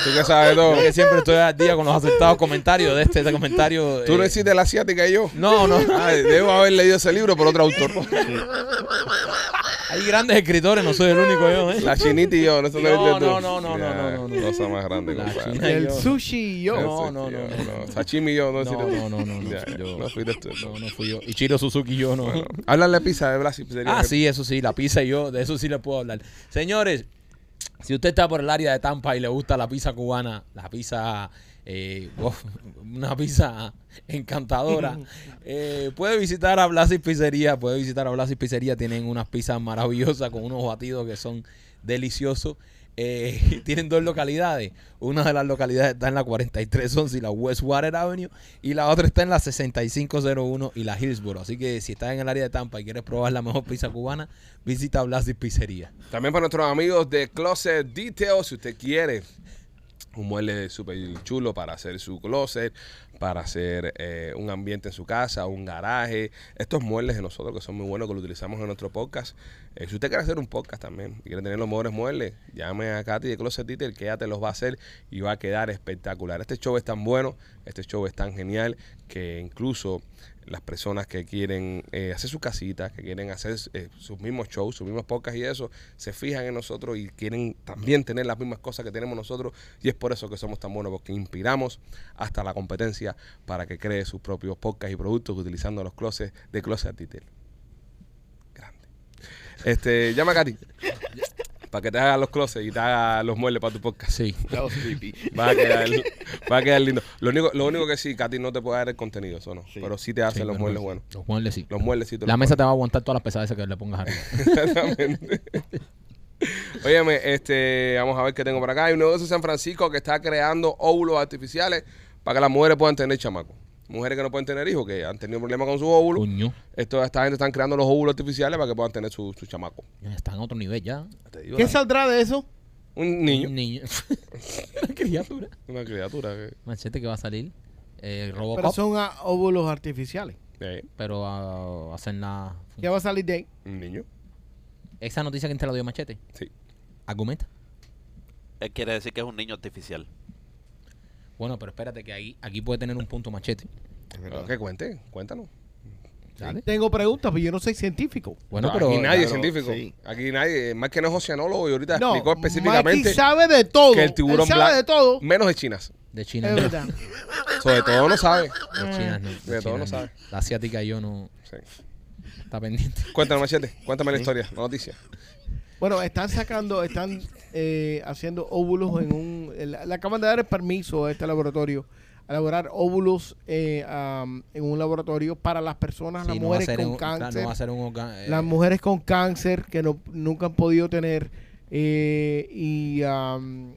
[SPEAKER 1] Tú que sabes todo.
[SPEAKER 2] yo que siempre estoy al día con los aceptados comentarios de este, este comentario.
[SPEAKER 1] Tú no
[SPEAKER 2] eh,
[SPEAKER 1] hiciste la asiática y yo.
[SPEAKER 2] No, no.
[SPEAKER 1] Ay, debo haber leído ese libro por otro autor.
[SPEAKER 2] Hay grandes escritores, no soy el único yo, ¿eh?
[SPEAKER 1] La chinita y yo, no,
[SPEAKER 2] No, no, no, no, no, no, no, no.
[SPEAKER 1] Cosa más grande,
[SPEAKER 2] La
[SPEAKER 1] compadre.
[SPEAKER 2] china.
[SPEAKER 4] El
[SPEAKER 2] yo-
[SPEAKER 4] sushi y yo.
[SPEAKER 2] No,
[SPEAKER 1] Eso,
[SPEAKER 2] no,
[SPEAKER 1] tío,
[SPEAKER 2] no, no.
[SPEAKER 1] Sashimi y yo, no,
[SPEAKER 2] No,
[SPEAKER 1] hiciste tú.
[SPEAKER 2] no, no, no, no,
[SPEAKER 1] Ya,
[SPEAKER 2] yo-
[SPEAKER 1] no fuiste tú. no.
[SPEAKER 2] No, no fui yo. Y Chiro Suzuki yo no.
[SPEAKER 1] Bueno, háblale pizza de Brasil. sería
[SPEAKER 2] Ah,
[SPEAKER 1] que-
[SPEAKER 2] sí, eso sí, la pizza y yo, de eso sí le puedo hablar. Señores, si usted está por el área de Tampa y le gusta la pizza cubana, la pizza, eh, uf, una pizza encantadora, eh, puede visitar a Blasis Pizzería, puede visitar a Blasis Pizzería, tienen unas pizzas maravillosas con unos batidos que son deliciosos. Eh, tienen dos localidades. Una de las localidades está en la 4311 y la Westwater Avenue. Y la otra está en la 6501 y la Hillsboro. Así que si estás en el área de Tampa y quieres probar la mejor pizza cubana, visita Blasis Pizzería.
[SPEAKER 1] También para nuestros amigos de Closet Details, si usted quiere un mueble súper chulo para hacer su closet, para hacer eh, un ambiente en su casa, un garaje. Estos muebles de nosotros que son muy buenos, que los utilizamos en nuestro podcast. Eh, si usted quiere hacer un podcast también y quiere tener los mejores muebles, llame a Katy de Closet Detail, que ella te los va a hacer y va a quedar espectacular. Este show es tan bueno, este show es tan genial, que incluso las personas que quieren eh, hacer sus casitas, que quieren hacer eh, sus mismos shows, sus mismos podcasts y eso, se fijan en nosotros y quieren también tener las mismas cosas que tenemos nosotros. Y es por eso que somos tan buenos, porque inspiramos hasta la competencia para que cree sus propios podcasts y productos utilizando los closets de Closet Detail. Grande. Este, llama a Katy para que te haga los closets y te haga los muebles para tu podcast.
[SPEAKER 2] Sí.
[SPEAKER 3] That was creepy.
[SPEAKER 1] Va a quedar, va a quedar lindo. Lo único, lo único que sí, Katy no te puede dar el contenido, eso no.
[SPEAKER 3] Sí.
[SPEAKER 1] Pero sí te hace
[SPEAKER 2] Sí,
[SPEAKER 1] los
[SPEAKER 2] pero
[SPEAKER 1] muebles
[SPEAKER 2] no,
[SPEAKER 1] buenos.
[SPEAKER 2] Los muebles sí.
[SPEAKER 1] Los muebles sí te
[SPEAKER 2] La
[SPEAKER 1] los
[SPEAKER 2] mesa te va a aguantar todas las pesadezas que le pongas arriba.
[SPEAKER 1] Exactamente. Óyeme, este, vamos a ver qué tengo por acá. Hay un negocio en San Francisco que está creando óvulos artificiales para que las mujeres puedan tener chamacos. Mujeres que no pueden tener hijos, que han tenido problemas con sus óvulos.
[SPEAKER 2] Coño.
[SPEAKER 1] Esto, esta gente están creando los óvulos artificiales para que puedan tener su, su chamaco.
[SPEAKER 2] Ya Está en otro nivel ya.
[SPEAKER 1] Te digo,
[SPEAKER 4] ¿Qué
[SPEAKER 1] la-
[SPEAKER 4] saldrá de eso?
[SPEAKER 1] Un niño.
[SPEAKER 2] Un niño. Una criatura.
[SPEAKER 1] Una criatura. eh, Que,
[SPEAKER 2] Machete que va a salir. Eh,
[SPEAKER 4] Pero
[SPEAKER 2] Robocop. Pero,
[SPEAKER 4] son ah, óvulos artificiales.
[SPEAKER 1] eh,
[SPEAKER 2] ah, hacen la...
[SPEAKER 4] ¿Qué va a salir de ahí?
[SPEAKER 1] un niño.
[SPEAKER 2] Esa noticia que te la dio Machete.
[SPEAKER 1] Sí.
[SPEAKER 2] Argumenta.
[SPEAKER 5] Eh, Quiere decir que es un niño artificial.
[SPEAKER 2] Bueno, pero espérate que ahí, aquí puede tener un punto Machete.
[SPEAKER 3] Es verdad.
[SPEAKER 1] Que cuente, cuéntanos.
[SPEAKER 2] ¿Sale?
[SPEAKER 4] Tengo preguntas, pero yo no soy científico.
[SPEAKER 2] Bueno,
[SPEAKER 1] No,
[SPEAKER 2] pero...
[SPEAKER 1] aquí nadie es
[SPEAKER 3] claro,
[SPEAKER 1] científico.
[SPEAKER 3] sí.
[SPEAKER 1] Aquí nadie, eh, más que no es oceanólogo y ahorita
[SPEAKER 4] No,
[SPEAKER 1] explicó específicamente
[SPEAKER 4] Mikey sabe de todo.
[SPEAKER 1] que el tiburón
[SPEAKER 4] Él sabe
[SPEAKER 1] blanco-
[SPEAKER 4] de todo.
[SPEAKER 1] menos de chinas.
[SPEAKER 2] De China.
[SPEAKER 4] Es
[SPEAKER 2] no.
[SPEAKER 4] verdad.
[SPEAKER 1] Sobre todo no sabe.
[SPEAKER 2] De China no.
[SPEAKER 1] De todo
[SPEAKER 2] China
[SPEAKER 1] no sabe.
[SPEAKER 2] La asiática yo no...
[SPEAKER 1] Sí.
[SPEAKER 2] Está pendiente.
[SPEAKER 1] Cuéntame, Machete, cuéntame la historia, la noticia.
[SPEAKER 4] Bueno, están sacando, están eh, haciendo óvulos en un... eh, Le le acaban de dar el permiso a este laboratorio a elaborar óvulos eh, am, en un laboratorio para las personas,
[SPEAKER 2] Sí,
[SPEAKER 4] las
[SPEAKER 2] no va a
[SPEAKER 4] mujeres
[SPEAKER 2] ser
[SPEAKER 4] con
[SPEAKER 2] un- claro,
[SPEAKER 4] cáncer.
[SPEAKER 2] No va a ser un orga- eh,
[SPEAKER 4] las mujeres con cáncer que no, nunca han podido tener eh, y, am,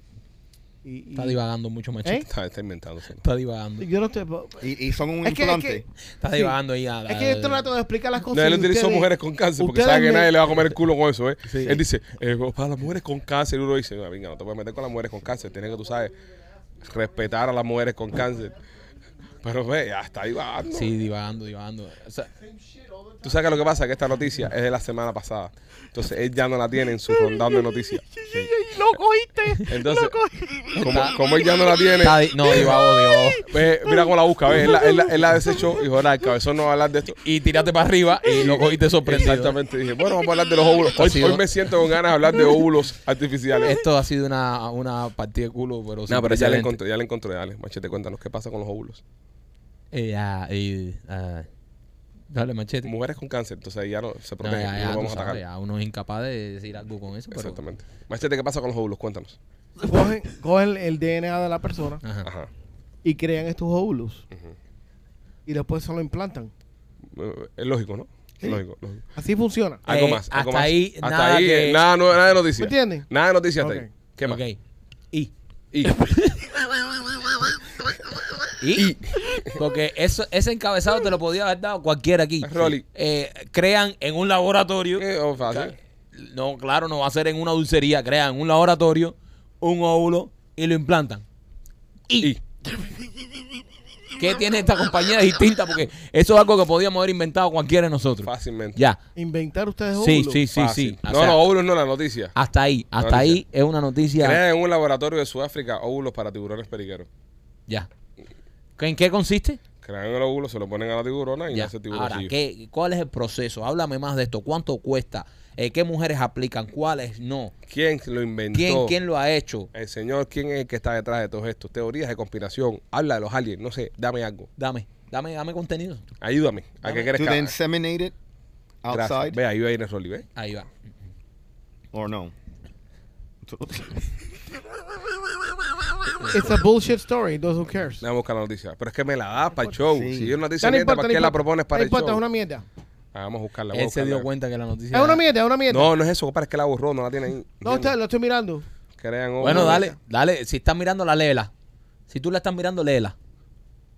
[SPEAKER 4] y- y-
[SPEAKER 2] Está divagando mucho Machete.
[SPEAKER 4] ¿Eh?
[SPEAKER 1] Está, está inventándose. ¿no?
[SPEAKER 2] Está divagando.
[SPEAKER 4] yo no estoy
[SPEAKER 3] Y, y son un
[SPEAKER 4] Es que- es
[SPEAKER 3] implante.
[SPEAKER 4] que-
[SPEAKER 2] Está
[SPEAKER 4] Sí.
[SPEAKER 2] divagando ahí a...
[SPEAKER 4] es que yo trato de explicar las cosas
[SPEAKER 1] No, él
[SPEAKER 4] y
[SPEAKER 1] utilizó
[SPEAKER 4] ustedes-
[SPEAKER 1] mujeres con cáncer porque
[SPEAKER 4] ustedes
[SPEAKER 1] sabe que
[SPEAKER 4] me-
[SPEAKER 1] nadie le va a comer el culo con eso, ¿eh?
[SPEAKER 2] Sí.
[SPEAKER 1] Él dice, eh, para las mujeres con cáncer, y uno dice, "No, venga, no te puedes meter con las mujeres con cáncer, tienes que, tú sabes, respetar a las mujeres con cáncer. Pero ve, ya está divagando.
[SPEAKER 2] Sí, divagando, divagando. O sea,
[SPEAKER 1] Tú sabes que lo que pasa es que esta noticia es de la semana pasada. Entonces él ya no la tiene en su rondón de noticias.
[SPEAKER 4] ¡Lo cogiste!
[SPEAKER 1] Entonces, como, como él ya no la tiene,
[SPEAKER 2] está di- no, divagó, divagó.
[SPEAKER 1] ve, mira cómo la busca, ¿ves? Él la, él la- él la desechó y dijo, "Ahora el cabezón no va a hablar de esto.
[SPEAKER 2] y tírate para arriba y lo cogiste sorprendido.
[SPEAKER 1] Exactamente, dije, bueno, vamos a hablar de los óvulos. Hoy,
[SPEAKER 2] sido-
[SPEAKER 1] hoy me siento con ganas de hablar de óvulos artificiales.
[SPEAKER 2] Esto ha sido una, una partida de culo, pero
[SPEAKER 1] No, pero ya le
[SPEAKER 2] encontré.
[SPEAKER 1] encontré, ya le encontré, dale. Machete, cuéntanos qué pasa con los óvulos.
[SPEAKER 2] Eh, ah, dale, machete. No,
[SPEAKER 1] Mujeres con cáncer, entonces ahí ya no se protegen, no,
[SPEAKER 2] ya, ya,
[SPEAKER 1] lo
[SPEAKER 2] tú
[SPEAKER 1] vamos a
[SPEAKER 2] sabes,
[SPEAKER 1] atacar.
[SPEAKER 2] ya uno es incapaz de decir algo con eso, pero...
[SPEAKER 1] Exactamente. Machete, ¿qué pasa con los óvulos? Cuéntanos.
[SPEAKER 4] cogen, cogen el DNA de la persona
[SPEAKER 2] Ajá.
[SPEAKER 1] Ajá.
[SPEAKER 4] y crean estos óvulos.
[SPEAKER 1] Ujú.
[SPEAKER 4] Y después se lo implantan.
[SPEAKER 1] Eh, Es lógico, ¿no? Lógico, lógico.
[SPEAKER 4] Así funciona.
[SPEAKER 1] Algo
[SPEAKER 2] Eh,
[SPEAKER 1] más. algo
[SPEAKER 2] hasta
[SPEAKER 1] más.
[SPEAKER 2] ahí
[SPEAKER 1] Hasta
[SPEAKER 2] nada
[SPEAKER 1] ahí,
[SPEAKER 2] que-
[SPEAKER 1] eh, nada, nue- nada de noticias.
[SPEAKER 4] ¿Me entiendes?
[SPEAKER 1] Nada de noticias hasta
[SPEAKER 4] Ok.
[SPEAKER 1] ahí. ¿Qué más?
[SPEAKER 2] Ok. Y.
[SPEAKER 1] Y,
[SPEAKER 2] Y. Porque eso, ese encabezado te lo podía haber dado cualquiera aquí.
[SPEAKER 1] Rolly.
[SPEAKER 2] Eh, crean en un laboratorio.
[SPEAKER 1] eh, oh, fácil.
[SPEAKER 2] No, claro, no va a ser en una dulcería. Crean un laboratorio, un óvulo y lo implantan. Y.
[SPEAKER 1] Y.
[SPEAKER 2] ¿Qué tiene esta compañía distinta? Porque eso es algo que podíamos haber inventado cualquiera de nosotros.
[SPEAKER 1] Fácilmente.
[SPEAKER 2] Ya.
[SPEAKER 4] Inventar ustedes
[SPEAKER 2] Sí,
[SPEAKER 4] óvulos.
[SPEAKER 2] sí, sí,
[SPEAKER 1] Fácil.
[SPEAKER 2] sí. O
[SPEAKER 1] No,
[SPEAKER 2] sea, Ah,
[SPEAKER 1] no, óvulos no, la noticia.
[SPEAKER 2] Hasta ahí, hasta ahí es una noticia.
[SPEAKER 1] Crean en un laboratorio de Sudáfrica óvulos para tiburones periqueros.
[SPEAKER 2] Ya. ¿En qué consiste?
[SPEAKER 1] Crean el óvulo, se lo ponen a la tiburona y
[SPEAKER 2] Ya.
[SPEAKER 1] nace el
[SPEAKER 2] Ahora,
[SPEAKER 1] tiburoncillo.
[SPEAKER 2] ¿qué, ¿cuál es el proceso? Háblame más de esto. ¿Cuánto cuesta? Eh, ¿Qué mujeres aplican? ¿Cuáles no?
[SPEAKER 1] ¿Quién lo inventó?
[SPEAKER 2] ¿Quién, ¿Quién lo ha hecho?
[SPEAKER 1] El señor, ¿quién es el que está detrás de todo esto? Teorías de conspiración. Habla de los aliens, no sé, dame algo.
[SPEAKER 2] Dame, dame, dame contenido.
[SPEAKER 1] Ayúdame. ¿A qué
[SPEAKER 3] Do
[SPEAKER 1] crees
[SPEAKER 3] they
[SPEAKER 1] que
[SPEAKER 3] inseminate it outside
[SPEAKER 1] Gracias. Ve, ahí va a ir el Rolly, ¿ves?
[SPEAKER 2] Ahí va.
[SPEAKER 3] or no?
[SPEAKER 4] It's a bullshit story. Entonces, who cares?
[SPEAKER 1] Vamos a buscar la noticia. Pero es que me la das para el show.
[SPEAKER 3] Sí.
[SPEAKER 1] Si yo no
[SPEAKER 4] Ya
[SPEAKER 1] noticia
[SPEAKER 4] no
[SPEAKER 1] mierda,
[SPEAKER 4] importa,
[SPEAKER 1] ¿para
[SPEAKER 4] no
[SPEAKER 1] qué la
[SPEAKER 4] importa.
[SPEAKER 1] propones para
[SPEAKER 4] No
[SPEAKER 1] el
[SPEAKER 4] importa, es
[SPEAKER 1] show?
[SPEAKER 4] una mierda.
[SPEAKER 1] Ah, vamos a buscarla. voy a
[SPEAKER 2] Él se dio
[SPEAKER 1] buscarla.
[SPEAKER 2] cuenta que la noticia.
[SPEAKER 4] Es una mierda, es una mierda. No,
[SPEAKER 1] No, no es eso, compadre, es que la borró, no la tiene ahí.
[SPEAKER 4] está- lo estoy mirando.
[SPEAKER 1] Crean óvulos.
[SPEAKER 2] Bueno, dale, dale. Si estás mirando, la léela. Si tú la estás mirando, léela.